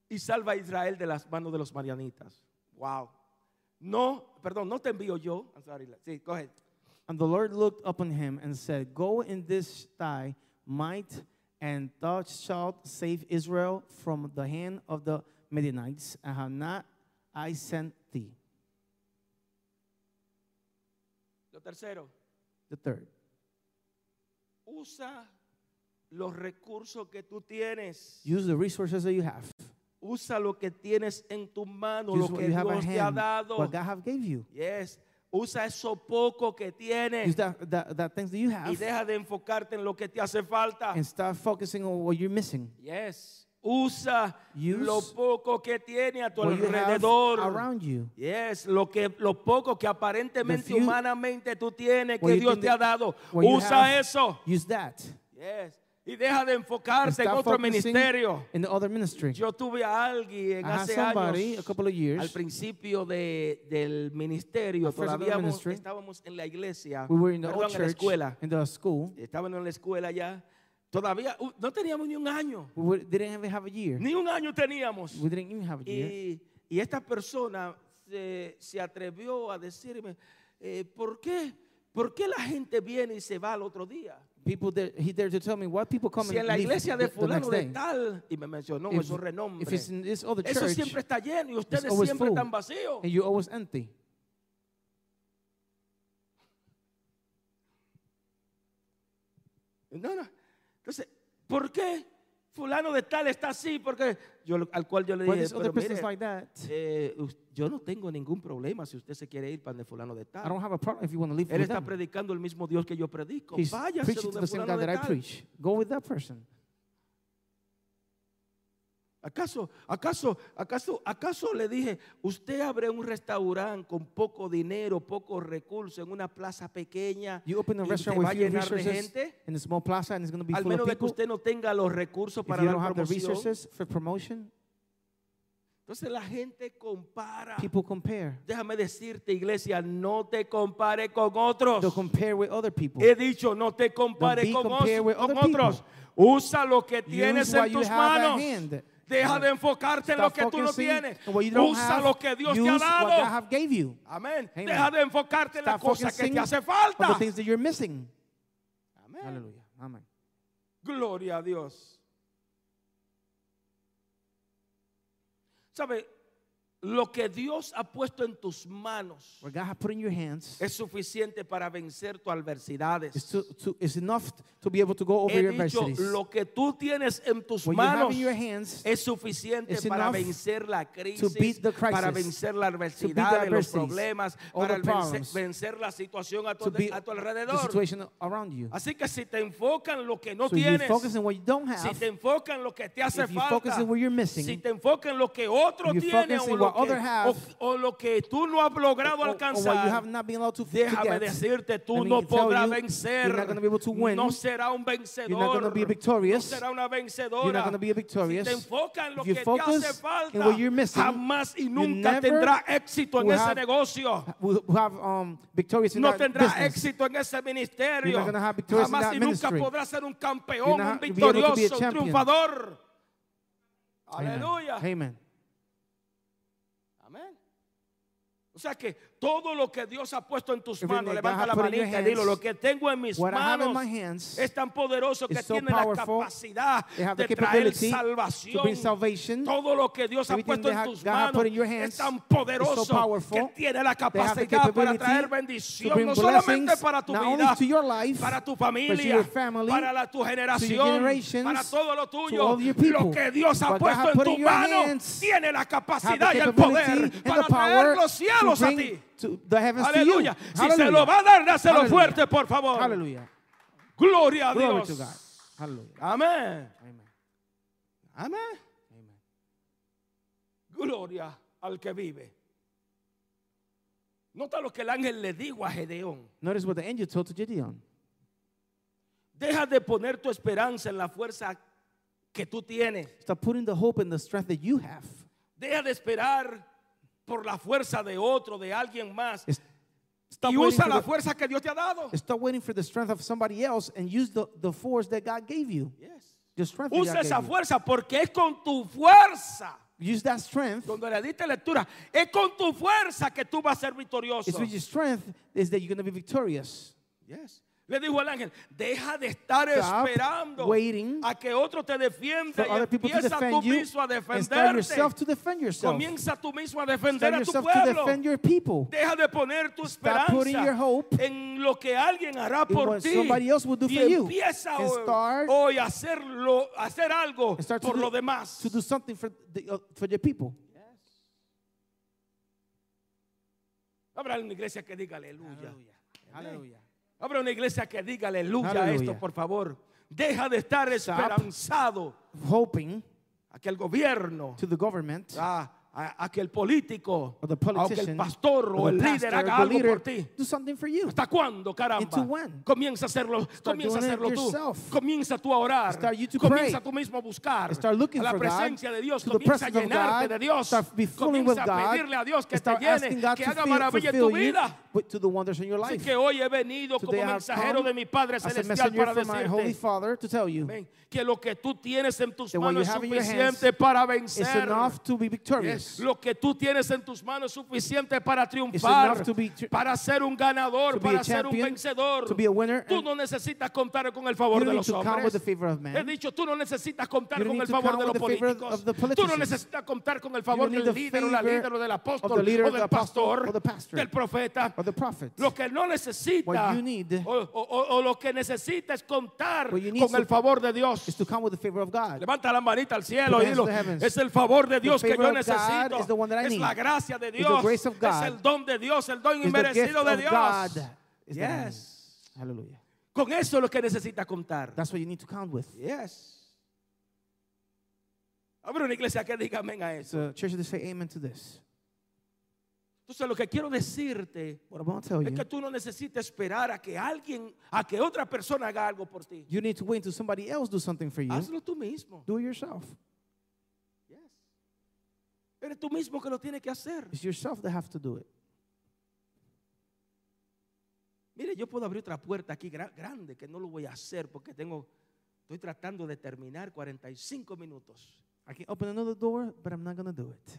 [SPEAKER 2] y salva a Israel de las manos de los marianitas. Wow. No, perdón, no te envío yo. I'm sorry. Sí, go ahead.
[SPEAKER 3] And the Lord looked upon him and said, Go in this thy might, and thou shalt save Israel from the hand of the Midianites, and have not I sent thee.
[SPEAKER 2] Lo tercero,
[SPEAKER 3] The third.
[SPEAKER 2] usa los recursos que tú tienes.
[SPEAKER 3] Use the resources that you have.
[SPEAKER 2] Usa lo que tienes en tu mano,
[SPEAKER 3] Use
[SPEAKER 2] lo
[SPEAKER 3] what
[SPEAKER 2] que
[SPEAKER 3] you have at
[SPEAKER 2] Dios te ha
[SPEAKER 3] hand,
[SPEAKER 2] dado.
[SPEAKER 3] what God have gave you.
[SPEAKER 2] Yes. Usa eso poco que tienes
[SPEAKER 3] Use that, that, that things that you
[SPEAKER 2] y
[SPEAKER 3] have
[SPEAKER 2] deja de enfocarte en lo que te hace falta.
[SPEAKER 3] and start focusing on what you're missing.
[SPEAKER 2] Yes. Usa
[SPEAKER 3] Use
[SPEAKER 2] lo poco que tiene a tu
[SPEAKER 3] what you have
[SPEAKER 2] alrededor.
[SPEAKER 3] around you.
[SPEAKER 2] Yes, lo que lo poco que aparentemente
[SPEAKER 3] The few-
[SPEAKER 2] humanamente tú tienes que
[SPEAKER 3] what you
[SPEAKER 2] Dios
[SPEAKER 3] think
[SPEAKER 2] te ha
[SPEAKER 3] that-
[SPEAKER 2] dado,
[SPEAKER 3] what you
[SPEAKER 2] usa
[SPEAKER 3] have,
[SPEAKER 2] eso.
[SPEAKER 3] Use that.
[SPEAKER 2] Yes. Y deja de
[SPEAKER 3] And
[SPEAKER 2] enfocarte en
[SPEAKER 3] start
[SPEAKER 2] otro
[SPEAKER 3] focusing
[SPEAKER 2] ministerio.
[SPEAKER 3] In the other ministry.
[SPEAKER 2] Yo tuve a alguien
[SPEAKER 3] I had
[SPEAKER 2] hace
[SPEAKER 3] somebody
[SPEAKER 2] años
[SPEAKER 3] a couple of
[SPEAKER 2] al
[SPEAKER 3] years.
[SPEAKER 2] principio de- del ministerio,
[SPEAKER 3] At first of the
[SPEAKER 2] todavía mo-
[SPEAKER 3] ministry.
[SPEAKER 2] estábamos en la iglesia,
[SPEAKER 3] We were in the
[SPEAKER 2] perdón,
[SPEAKER 3] old
[SPEAKER 2] en la
[SPEAKER 3] church,
[SPEAKER 2] escuela,
[SPEAKER 3] in the school.
[SPEAKER 2] estábamos en la escuela ya, todavía uh, no teníamos ni un año,
[SPEAKER 3] We were- didn't even have a year.
[SPEAKER 2] ni un año teníamos.
[SPEAKER 3] We didn't even have a year.
[SPEAKER 2] Y, y esta persona se, se atrevió a decirme, eh, ¿por qué? ¿Por qué la gente viene y se va al otro día?
[SPEAKER 3] People there, he dared to tell me why people come
[SPEAKER 2] Si en
[SPEAKER 3] and
[SPEAKER 2] la
[SPEAKER 3] leave
[SPEAKER 2] iglesia
[SPEAKER 3] the,
[SPEAKER 2] de
[SPEAKER 3] the next
[SPEAKER 2] fulano de
[SPEAKER 3] day.
[SPEAKER 2] tal, y me mencionó
[SPEAKER 3] If-
[SPEAKER 2] esos renombres,
[SPEAKER 3] if it's in this other
[SPEAKER 2] eso
[SPEAKER 3] church,
[SPEAKER 2] siempre está lleno y ustedes
[SPEAKER 3] always
[SPEAKER 2] siempre
[SPEAKER 3] full.
[SPEAKER 2] están vacíos.
[SPEAKER 3] And you're always empty.
[SPEAKER 2] No, no. Entonces, ¿por qué fulano de tal está así? Porque yo, lo- al cual yo le
[SPEAKER 3] When
[SPEAKER 2] dije,
[SPEAKER 3] this other
[SPEAKER 2] "Pero mire,
[SPEAKER 3] person's like that,
[SPEAKER 2] eh, us- yo no tengo ningún problema si usted se quiere ir para donde fulano de
[SPEAKER 3] I
[SPEAKER 2] tal.
[SPEAKER 3] don't have a problem if you want to live
[SPEAKER 2] Él
[SPEAKER 3] with
[SPEAKER 2] está
[SPEAKER 3] them.
[SPEAKER 2] predicando el mismo Dios que yo predico.
[SPEAKER 3] He's
[SPEAKER 2] Váyase
[SPEAKER 3] preaching to
[SPEAKER 2] donde
[SPEAKER 3] the same
[SPEAKER 2] fulano
[SPEAKER 3] God that
[SPEAKER 2] de
[SPEAKER 3] I
[SPEAKER 2] tal.
[SPEAKER 3] preach. Go with that person.
[SPEAKER 2] ¿Acaso, acaso, acaso, acaso le dije, usted abre un restaurante con poco dinero, pocos recursos en una plaza pequeña
[SPEAKER 3] You open a
[SPEAKER 2] y
[SPEAKER 3] restaurant
[SPEAKER 2] te va a
[SPEAKER 3] with few
[SPEAKER 2] llenar de
[SPEAKER 3] resources
[SPEAKER 2] gente?
[SPEAKER 3] in a small plaza and it's going to be
[SPEAKER 2] Al
[SPEAKER 3] full
[SPEAKER 2] menos
[SPEAKER 3] of
[SPEAKER 2] de que
[SPEAKER 3] people.
[SPEAKER 2] usted no tenga los recursos
[SPEAKER 3] If
[SPEAKER 2] para
[SPEAKER 3] you
[SPEAKER 2] la
[SPEAKER 3] don't have the
[SPEAKER 2] promoción.
[SPEAKER 3] resources for promotion,
[SPEAKER 2] Entonces la gente compara.
[SPEAKER 3] people compare.
[SPEAKER 2] Déjame decirte, iglesia, no te compare con otros.
[SPEAKER 3] They'll compare with other people.
[SPEAKER 2] He dicho, no te compare
[SPEAKER 3] be
[SPEAKER 2] con, os-
[SPEAKER 3] compared with
[SPEAKER 2] con
[SPEAKER 3] other
[SPEAKER 2] otros. Usa lo que tienes
[SPEAKER 3] what
[SPEAKER 2] en
[SPEAKER 3] you
[SPEAKER 2] tus
[SPEAKER 3] have at
[SPEAKER 2] manos.
[SPEAKER 3] hand.
[SPEAKER 2] Deja de enfocarte en lo
[SPEAKER 3] Stop
[SPEAKER 2] que tú no
[SPEAKER 3] focusing
[SPEAKER 2] tienes.
[SPEAKER 3] on what you don't
[SPEAKER 2] Usa
[SPEAKER 3] have.
[SPEAKER 2] lo que Dios te
[SPEAKER 3] Use
[SPEAKER 2] ha
[SPEAKER 3] what God
[SPEAKER 2] dado.
[SPEAKER 3] have gave you.
[SPEAKER 2] Amén.
[SPEAKER 3] Amen.
[SPEAKER 2] Deja de enfocarte en las
[SPEAKER 3] Stop
[SPEAKER 2] cosas que
[SPEAKER 3] focusing
[SPEAKER 2] te hace
[SPEAKER 3] on the
[SPEAKER 2] falta. Eh.
[SPEAKER 3] things that you're missing.
[SPEAKER 2] Amén.
[SPEAKER 3] Hallelujah. Amen.
[SPEAKER 2] Gloria a Dios. ¿Sabe? Lo que Dios ha puesto en tus manos
[SPEAKER 3] What God has put in your hands
[SPEAKER 2] es suficiente para vencer tus
[SPEAKER 3] is,
[SPEAKER 2] adversidades.
[SPEAKER 3] to, to, is enough to be able to go over
[SPEAKER 2] He
[SPEAKER 3] your
[SPEAKER 2] dicho,
[SPEAKER 3] adversities.
[SPEAKER 2] lo que tú tienes en tus
[SPEAKER 3] What you have
[SPEAKER 2] manos
[SPEAKER 3] in your hands
[SPEAKER 2] es suficiente
[SPEAKER 3] is
[SPEAKER 2] para
[SPEAKER 3] enough
[SPEAKER 2] vencer la
[SPEAKER 3] to
[SPEAKER 2] crisis,
[SPEAKER 3] beat the crisis,
[SPEAKER 2] para vencer la
[SPEAKER 3] the
[SPEAKER 2] adversidad, de los
[SPEAKER 3] adversities,
[SPEAKER 2] problemas,
[SPEAKER 3] all the
[SPEAKER 2] para vencer,
[SPEAKER 3] problems,
[SPEAKER 2] vencer la situación a tu,
[SPEAKER 3] to be
[SPEAKER 2] a tu
[SPEAKER 3] the
[SPEAKER 2] alrededor.
[SPEAKER 3] situation around you.
[SPEAKER 2] Así que si te enfocan lo que no
[SPEAKER 3] so you
[SPEAKER 2] tienes,
[SPEAKER 3] focus on what you don't
[SPEAKER 2] si
[SPEAKER 3] have.
[SPEAKER 2] te enfocan lo que te hace
[SPEAKER 3] if you
[SPEAKER 2] falta,
[SPEAKER 3] focus on what you're missing,
[SPEAKER 2] si te enfocan lo que otro
[SPEAKER 3] if you
[SPEAKER 2] tiene
[SPEAKER 3] focus
[SPEAKER 2] o
[SPEAKER 3] on
[SPEAKER 2] lo,
[SPEAKER 3] what
[SPEAKER 2] que,
[SPEAKER 3] other have,
[SPEAKER 2] o- o lo que tú no has logrado
[SPEAKER 3] or- or what you
[SPEAKER 2] alcanzar,
[SPEAKER 3] have not been allowed to, to
[SPEAKER 2] déjame
[SPEAKER 3] get,
[SPEAKER 2] decirte,
[SPEAKER 3] let
[SPEAKER 2] tú
[SPEAKER 3] me
[SPEAKER 2] no
[SPEAKER 3] tell
[SPEAKER 2] podrás
[SPEAKER 3] you,
[SPEAKER 2] vencer,
[SPEAKER 3] You're not going to be able to win.
[SPEAKER 2] no será un
[SPEAKER 3] gonna
[SPEAKER 2] vencedor,
[SPEAKER 3] be victorious.
[SPEAKER 2] no será una vencedora.
[SPEAKER 3] You're not gonna be victorious.
[SPEAKER 2] Si te enfocan lo
[SPEAKER 3] If you
[SPEAKER 2] que te
[SPEAKER 3] focus
[SPEAKER 2] hace falta,
[SPEAKER 3] in what you're missing,
[SPEAKER 2] jamás y
[SPEAKER 3] you
[SPEAKER 2] nunca
[SPEAKER 3] never
[SPEAKER 2] tendrá éxito en
[SPEAKER 3] will
[SPEAKER 2] ese
[SPEAKER 3] have-
[SPEAKER 2] negocio.
[SPEAKER 3] We'll have um, victorious in
[SPEAKER 2] No
[SPEAKER 3] that
[SPEAKER 2] tendrá
[SPEAKER 3] business.
[SPEAKER 2] éxito en ese ministerio.
[SPEAKER 3] You're not gonna have victorious in
[SPEAKER 2] Jamás
[SPEAKER 3] that
[SPEAKER 2] y nunca
[SPEAKER 3] ministry.
[SPEAKER 2] podrá ser un
[SPEAKER 3] You're
[SPEAKER 2] campeón,
[SPEAKER 3] not
[SPEAKER 2] un
[SPEAKER 3] gonna be able to be a
[SPEAKER 2] victorioso, un
[SPEAKER 3] champion.
[SPEAKER 2] triunfador.
[SPEAKER 3] Amen.
[SPEAKER 2] Aleluya.
[SPEAKER 3] Amen.
[SPEAKER 2] Amén. O sea que todo lo que Dios ha puesto en tus
[SPEAKER 3] Everything
[SPEAKER 2] manos,
[SPEAKER 3] that God
[SPEAKER 2] levanta
[SPEAKER 3] has
[SPEAKER 2] la
[SPEAKER 3] put in your
[SPEAKER 2] manita y dilo,
[SPEAKER 3] hands,
[SPEAKER 2] lo que tengo en mis
[SPEAKER 3] what I have in
[SPEAKER 2] manos
[SPEAKER 3] my hands
[SPEAKER 2] es tan poderoso que
[SPEAKER 3] is so
[SPEAKER 2] tiene
[SPEAKER 3] powerful,
[SPEAKER 2] la capacidad
[SPEAKER 3] they have the
[SPEAKER 2] de traer
[SPEAKER 3] capability to bring
[SPEAKER 2] salvación.
[SPEAKER 3] salvation.
[SPEAKER 2] Todo lo que Dios ha
[SPEAKER 3] Everything
[SPEAKER 2] puesto en
[SPEAKER 3] that
[SPEAKER 2] tus
[SPEAKER 3] God has
[SPEAKER 2] manos
[SPEAKER 3] put in your hands
[SPEAKER 2] es tan
[SPEAKER 3] is so
[SPEAKER 2] poderoso que
[SPEAKER 3] powerful.
[SPEAKER 2] tiene la
[SPEAKER 3] They have the
[SPEAKER 2] capacidad para
[SPEAKER 3] capability
[SPEAKER 2] traer
[SPEAKER 3] to
[SPEAKER 2] bendición
[SPEAKER 3] bring
[SPEAKER 2] no solamente
[SPEAKER 3] blessings,
[SPEAKER 2] para tu
[SPEAKER 3] not only
[SPEAKER 2] vida,
[SPEAKER 3] to your life,
[SPEAKER 2] para tu
[SPEAKER 3] but to
[SPEAKER 2] familia,
[SPEAKER 3] your family,
[SPEAKER 2] para la, tu generación,
[SPEAKER 3] generations,
[SPEAKER 2] para todo lo
[SPEAKER 3] to
[SPEAKER 2] tuyo.
[SPEAKER 3] all your
[SPEAKER 2] Lo
[SPEAKER 3] people.
[SPEAKER 2] que Dios ha
[SPEAKER 3] What God has
[SPEAKER 2] puesto en
[SPEAKER 3] put
[SPEAKER 2] tus
[SPEAKER 3] in your
[SPEAKER 2] manos
[SPEAKER 3] hands
[SPEAKER 2] tiene la capacidad
[SPEAKER 3] have
[SPEAKER 2] y
[SPEAKER 3] the
[SPEAKER 2] el
[SPEAKER 3] capability
[SPEAKER 2] poder
[SPEAKER 3] and the
[SPEAKER 2] para traer
[SPEAKER 3] power
[SPEAKER 2] los
[SPEAKER 3] to
[SPEAKER 2] cielos a ti.
[SPEAKER 3] bring to the heavens to you.
[SPEAKER 2] Aleluya. Si se lo va a dar, dáselo
[SPEAKER 3] Hallelujah.
[SPEAKER 2] fuerte, por favor.
[SPEAKER 3] Hallelujah.
[SPEAKER 2] Gloria a
[SPEAKER 3] Glory
[SPEAKER 2] Dios.
[SPEAKER 3] to God. Hallelujah.
[SPEAKER 2] Amén.
[SPEAKER 3] Amen.
[SPEAKER 2] Amén.
[SPEAKER 3] Amen.
[SPEAKER 2] Gloria al que vive. Nota lo que el ángel le dijo a Gedeón.
[SPEAKER 3] Notice what the angel told to Gideon.
[SPEAKER 2] Deja de poner tu esperanza en la fuerza que tú tienes.
[SPEAKER 3] Stop putting the hope and the strength that you have.
[SPEAKER 2] Deja de esperar por la fuerza de otro, de alguien más.
[SPEAKER 3] Es- Stop
[SPEAKER 2] Y
[SPEAKER 3] waiting
[SPEAKER 2] usa
[SPEAKER 3] for
[SPEAKER 2] la
[SPEAKER 3] the-
[SPEAKER 2] fuerza que Dios te ha dado.
[SPEAKER 3] Stop waiting for the strength of somebody else and use the, the force that God gave you.
[SPEAKER 2] Yes.
[SPEAKER 3] The strength that
[SPEAKER 2] Usa
[SPEAKER 3] God
[SPEAKER 2] esa
[SPEAKER 3] gave
[SPEAKER 2] fuerza porque es con tu fuerza.
[SPEAKER 3] you. Use that strength.
[SPEAKER 2] Cuando le diste lectura, es con tu fuerza que tú vas a ser victorioso.
[SPEAKER 3] It's with your strength is that you're going to be victorious.
[SPEAKER 2] Yes. Le dijo al ángel, deja de estar
[SPEAKER 3] Stop
[SPEAKER 2] esperando
[SPEAKER 3] waiting
[SPEAKER 2] a que otro te defienda
[SPEAKER 3] For
[SPEAKER 2] y
[SPEAKER 3] other people to
[SPEAKER 2] empieza tú
[SPEAKER 3] defend you
[SPEAKER 2] mismo a
[SPEAKER 3] and start yourself
[SPEAKER 2] defenderte.
[SPEAKER 3] to defend yourself.
[SPEAKER 2] Comienza tú mismo a
[SPEAKER 3] Start
[SPEAKER 2] defender a tu
[SPEAKER 3] yourself to
[SPEAKER 2] pueblo.
[SPEAKER 3] defend your people.
[SPEAKER 2] Deja de poner tu
[SPEAKER 3] Stop putting
[SPEAKER 2] esperanza
[SPEAKER 3] your hope
[SPEAKER 2] en lo que alguien hará
[SPEAKER 3] in
[SPEAKER 2] por
[SPEAKER 3] what
[SPEAKER 2] ti.
[SPEAKER 3] somebody else will do
[SPEAKER 2] y
[SPEAKER 3] for you.
[SPEAKER 2] empieza
[SPEAKER 3] And
[SPEAKER 2] hoy,
[SPEAKER 3] start-
[SPEAKER 2] hoy a hacerlo, a hacer algo
[SPEAKER 3] And start to
[SPEAKER 2] por
[SPEAKER 3] do-
[SPEAKER 2] lo demás.
[SPEAKER 3] To do something for the, uh, for the people.
[SPEAKER 2] Habrá una iglesia que diga aleluya.
[SPEAKER 3] Hallelujah.
[SPEAKER 2] Habrá una iglesia que diga aleluya a
[SPEAKER 3] Aleluya.
[SPEAKER 2] esto, por favor. Deja de estar esperanzado
[SPEAKER 3] Hoping
[SPEAKER 2] a que el gobierno
[SPEAKER 3] to the government
[SPEAKER 2] a, a- a que el político,
[SPEAKER 3] or the
[SPEAKER 2] a que
[SPEAKER 3] politician,
[SPEAKER 2] Ah, el pastor o
[SPEAKER 3] or
[SPEAKER 2] el
[SPEAKER 3] the
[SPEAKER 2] líder
[SPEAKER 3] pastor,
[SPEAKER 2] haga
[SPEAKER 3] the
[SPEAKER 2] algo
[SPEAKER 3] leader,
[SPEAKER 2] por ti.
[SPEAKER 3] do something for you.
[SPEAKER 2] ¿Hasta cuándo,
[SPEAKER 3] Into
[SPEAKER 2] caramba?
[SPEAKER 3] when?
[SPEAKER 2] Comienza a hacerlo, comienza a
[SPEAKER 3] doing it
[SPEAKER 2] hacerlo tú.
[SPEAKER 3] yourself.
[SPEAKER 2] Comienza tú a orar.
[SPEAKER 3] Start you to
[SPEAKER 2] comienza
[SPEAKER 3] pray.
[SPEAKER 2] tú mismo a buscar
[SPEAKER 3] Start looking
[SPEAKER 2] a la
[SPEAKER 3] for God,
[SPEAKER 2] presencia de Dios.
[SPEAKER 3] to the
[SPEAKER 2] Comienza a
[SPEAKER 3] presence of
[SPEAKER 2] llenarte
[SPEAKER 3] God.
[SPEAKER 2] de Dios.
[SPEAKER 3] Start be filling with
[SPEAKER 2] Comienza a
[SPEAKER 3] God.
[SPEAKER 2] pedirle a Dios que te
[SPEAKER 3] Start asking
[SPEAKER 2] llene,
[SPEAKER 3] God
[SPEAKER 2] que
[SPEAKER 3] to
[SPEAKER 2] haga
[SPEAKER 3] fill-
[SPEAKER 2] maravilla en tu
[SPEAKER 3] fulfill you
[SPEAKER 2] vida.
[SPEAKER 3] with- to the wonders in your
[SPEAKER 2] Así
[SPEAKER 3] life.
[SPEAKER 2] que hoy he venido
[SPEAKER 3] Today
[SPEAKER 2] como
[SPEAKER 3] I have
[SPEAKER 2] mensajero
[SPEAKER 3] come
[SPEAKER 2] de mi Padre
[SPEAKER 3] as a
[SPEAKER 2] Celestial
[SPEAKER 3] messenger
[SPEAKER 2] para
[SPEAKER 3] from my Holy
[SPEAKER 2] decirte
[SPEAKER 3] Father to tell you
[SPEAKER 2] amén, que lo que tú tienes en tus
[SPEAKER 3] that what you
[SPEAKER 2] manos es
[SPEAKER 3] have in your hands
[SPEAKER 2] suficiente para
[SPEAKER 3] it's
[SPEAKER 2] vencer.
[SPEAKER 3] enough to be victorious. yours.
[SPEAKER 2] Lo que tú tienes en tus manos es suficiente para
[SPEAKER 3] enough
[SPEAKER 2] triunfar,
[SPEAKER 3] to be tri-
[SPEAKER 2] para ser un
[SPEAKER 3] to
[SPEAKER 2] ganador,
[SPEAKER 3] be a
[SPEAKER 2] para ser un
[SPEAKER 3] champion,
[SPEAKER 2] vencedor.
[SPEAKER 3] to be a winner,
[SPEAKER 2] Tú
[SPEAKER 3] and
[SPEAKER 2] no necesitas contar con el
[SPEAKER 3] You
[SPEAKER 2] favor de
[SPEAKER 3] don't need
[SPEAKER 2] los
[SPEAKER 3] to count with the
[SPEAKER 2] hombres.
[SPEAKER 3] favor of
[SPEAKER 2] He
[SPEAKER 3] man.
[SPEAKER 2] dicho, tú no necesitas contar
[SPEAKER 3] You don't
[SPEAKER 2] con
[SPEAKER 3] need
[SPEAKER 2] el
[SPEAKER 3] to
[SPEAKER 2] favor
[SPEAKER 3] count
[SPEAKER 2] de
[SPEAKER 3] with
[SPEAKER 2] los
[SPEAKER 3] the favor
[SPEAKER 2] políticos.
[SPEAKER 3] of the
[SPEAKER 2] Tú no
[SPEAKER 3] politicians.
[SPEAKER 2] necesitas contar con el favor
[SPEAKER 3] need the
[SPEAKER 2] del líder o la
[SPEAKER 3] favor
[SPEAKER 2] líder o del apóstol
[SPEAKER 3] of the leader,
[SPEAKER 2] o
[SPEAKER 3] of
[SPEAKER 2] del
[SPEAKER 3] the apostle,
[SPEAKER 2] pastor,
[SPEAKER 3] or the pastor.
[SPEAKER 2] del profeta.
[SPEAKER 3] Or the prophet.
[SPEAKER 2] Lo que no necesita
[SPEAKER 3] What you need-
[SPEAKER 2] o, o- o lo que necesita es contar
[SPEAKER 3] What you need
[SPEAKER 2] con el
[SPEAKER 3] to-
[SPEAKER 2] favor de Dios.
[SPEAKER 3] Is to count with the favor of God.
[SPEAKER 2] Levanta la manita al cielo
[SPEAKER 3] Put your hands
[SPEAKER 2] y dilo,
[SPEAKER 3] to the heavens.
[SPEAKER 2] es el favor de Dios que
[SPEAKER 3] favor
[SPEAKER 2] yo
[SPEAKER 3] of God
[SPEAKER 2] necesito.
[SPEAKER 3] is the one that I
[SPEAKER 2] Es la
[SPEAKER 3] need.
[SPEAKER 2] gracia de
[SPEAKER 3] the
[SPEAKER 2] Dios.
[SPEAKER 3] grace of
[SPEAKER 2] Es
[SPEAKER 3] God.
[SPEAKER 2] el don de Dios, el don
[SPEAKER 3] Is the gift
[SPEAKER 2] inmerecido de
[SPEAKER 3] of
[SPEAKER 2] Dios.
[SPEAKER 3] God. Is the
[SPEAKER 2] Yes.
[SPEAKER 3] money. Hallelujah.
[SPEAKER 2] Con eso es lo que necesita contar.
[SPEAKER 3] That's what you need to count with.
[SPEAKER 2] Yes. Habrá una iglesia que diga amén a eso.
[SPEAKER 3] So church, just say amen to this.
[SPEAKER 2] Entonces lo que quiero decirte
[SPEAKER 3] What I want to tell
[SPEAKER 2] es
[SPEAKER 3] you,
[SPEAKER 2] que tú no necesitas esperar a que alguien, a que otra persona haga algo por ti.
[SPEAKER 3] you need to wait until somebody else do something for you.
[SPEAKER 2] Hazlo tú mismo.
[SPEAKER 3] Do it yourself.
[SPEAKER 2] Yes. Eres tú mismo que lo tienes que hacer.
[SPEAKER 3] It's yourself that have to do it.
[SPEAKER 2] Mire, yo puedo abrir otra puerta aquí gra- grande que no lo voy a hacer porque tengo, estoy tratando de terminar 45 minutos.
[SPEAKER 3] I can open another door, but I'm not gonna do it.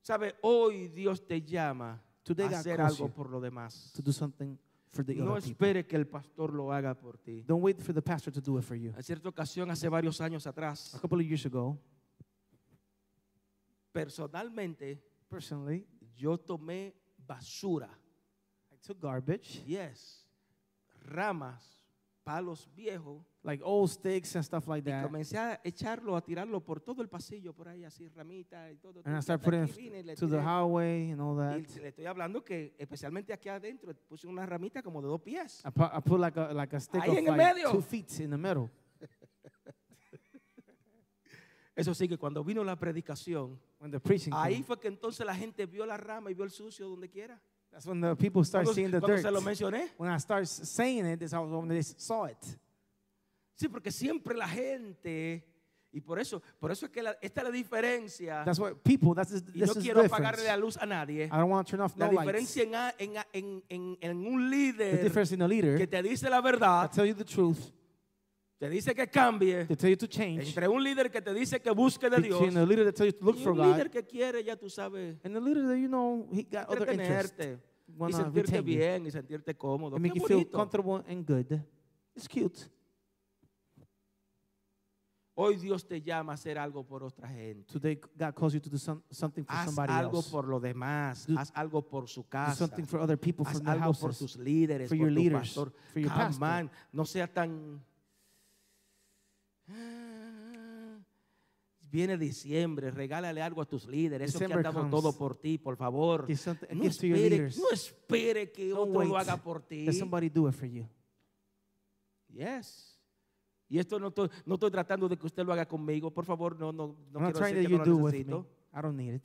[SPEAKER 2] Sabe, hoy Dios te llama
[SPEAKER 3] Today
[SPEAKER 2] a
[SPEAKER 3] God
[SPEAKER 2] hacer
[SPEAKER 3] calls
[SPEAKER 2] algo
[SPEAKER 3] you
[SPEAKER 2] por los demás.
[SPEAKER 3] To do something for the
[SPEAKER 2] No
[SPEAKER 3] other people.
[SPEAKER 2] espere que el pastor lo haga por ti.
[SPEAKER 3] Don't wait for the pastor to do it for you.
[SPEAKER 2] En cierta ocasión, hace varios años
[SPEAKER 3] A
[SPEAKER 2] atrás,
[SPEAKER 3] couple of years ago,
[SPEAKER 2] personalmente
[SPEAKER 3] personally,
[SPEAKER 2] yo tomé basura,
[SPEAKER 3] I took garbage,
[SPEAKER 2] yes, ramas, palos viejos
[SPEAKER 3] like old sticks and stuff like
[SPEAKER 2] y
[SPEAKER 3] that.
[SPEAKER 2] comencé a echarlo, a tirarlo por todo el pasillo, por ahí así, ramita y todo.
[SPEAKER 3] And I
[SPEAKER 2] Aquí
[SPEAKER 3] started putting
[SPEAKER 2] vine y le
[SPEAKER 3] it to the
[SPEAKER 2] tiré.
[SPEAKER 3] highway and all that.
[SPEAKER 2] Y le estoy hablando que especialmente aquí adentro puse una ramita como de dos pies.
[SPEAKER 3] I put, I put like a like a stick
[SPEAKER 2] Ahí
[SPEAKER 3] of
[SPEAKER 2] en el
[SPEAKER 3] like
[SPEAKER 2] medio.
[SPEAKER 3] two feet in the middle.
[SPEAKER 2] Eso sí que cuando vino la predicación,
[SPEAKER 3] When the preaching
[SPEAKER 2] ahí
[SPEAKER 3] came.
[SPEAKER 2] fue que entonces la gente vio la rama y vio el sucio donde quiera.
[SPEAKER 3] that's when the people start
[SPEAKER 2] Cuando,
[SPEAKER 3] seeing the
[SPEAKER 2] cuando
[SPEAKER 3] dirt.
[SPEAKER 2] se lo mencioné.
[SPEAKER 3] When I start s- saying it, that's how when they s- saw it.
[SPEAKER 2] Sí, porque siempre la gente y por eso, por eso es que la- esta es la diferencia.
[SPEAKER 3] That's what people. That's this,
[SPEAKER 2] Y no
[SPEAKER 3] this is
[SPEAKER 2] quiero
[SPEAKER 3] difference.
[SPEAKER 2] apagarle la luz a nadie.
[SPEAKER 3] I don't want to turn off no
[SPEAKER 2] La
[SPEAKER 3] lights.
[SPEAKER 2] diferencia en, a- en a- en- en- en un
[SPEAKER 3] The
[SPEAKER 2] líder
[SPEAKER 3] difference in a leader.
[SPEAKER 2] que te dice la
[SPEAKER 3] I
[SPEAKER 2] verdad,
[SPEAKER 3] tell you the truth.
[SPEAKER 2] te dice que cambie,
[SPEAKER 3] They tell you to change.
[SPEAKER 2] entre un líder que te dice que busque de Dios
[SPEAKER 3] Between a leader that tells you to look
[SPEAKER 2] y
[SPEAKER 3] for
[SPEAKER 2] un
[SPEAKER 3] God
[SPEAKER 2] líder que quiere, ya tú sabes,
[SPEAKER 3] and the leader that you know he got other interests.
[SPEAKER 2] entretenerte y
[SPEAKER 3] wanna
[SPEAKER 2] sentirte
[SPEAKER 3] retain you.
[SPEAKER 2] bien y sentirte cómodo.
[SPEAKER 3] They
[SPEAKER 2] Qué
[SPEAKER 3] make you feel
[SPEAKER 2] bonito.
[SPEAKER 3] comfortable and good. It's cute.
[SPEAKER 2] Hoy Dios te llama a hacer algo por otra gente.
[SPEAKER 3] Today God calls you to do some, something for
[SPEAKER 2] Haz
[SPEAKER 3] somebody
[SPEAKER 2] algo
[SPEAKER 3] else.
[SPEAKER 2] por los demás,
[SPEAKER 3] Do-
[SPEAKER 2] haz algo por su
[SPEAKER 3] do
[SPEAKER 2] casa.
[SPEAKER 3] something for other people
[SPEAKER 2] Haz
[SPEAKER 3] from their
[SPEAKER 2] algo por
[SPEAKER 3] houses.
[SPEAKER 2] tus líderes,
[SPEAKER 3] for
[SPEAKER 2] por
[SPEAKER 3] your
[SPEAKER 2] tu
[SPEAKER 3] leaders,
[SPEAKER 2] pastor.
[SPEAKER 3] for your
[SPEAKER 2] Come
[SPEAKER 3] pastor.
[SPEAKER 2] on, no sea tan Viene diciembre, regálale algo a tus líderes, eso que han
[SPEAKER 3] December
[SPEAKER 2] dado
[SPEAKER 3] comes.
[SPEAKER 2] todo por ti, por favor.
[SPEAKER 3] Give something-
[SPEAKER 2] No
[SPEAKER 3] give to your
[SPEAKER 2] espere,
[SPEAKER 3] leaders.
[SPEAKER 2] no espere que
[SPEAKER 3] Don't
[SPEAKER 2] otro lo
[SPEAKER 3] wait
[SPEAKER 2] haga por ti.
[SPEAKER 3] Let somebody do it for you.
[SPEAKER 2] Yes. Y esto no estoy, no estoy tratando de que usted lo haga conmigo. Por favor, no, no, no
[SPEAKER 3] I'm not
[SPEAKER 2] quiero
[SPEAKER 3] trying
[SPEAKER 2] decir
[SPEAKER 3] that
[SPEAKER 2] que
[SPEAKER 3] you
[SPEAKER 2] no
[SPEAKER 3] do
[SPEAKER 2] lo
[SPEAKER 3] with me.
[SPEAKER 2] necesito.
[SPEAKER 3] I don't need it.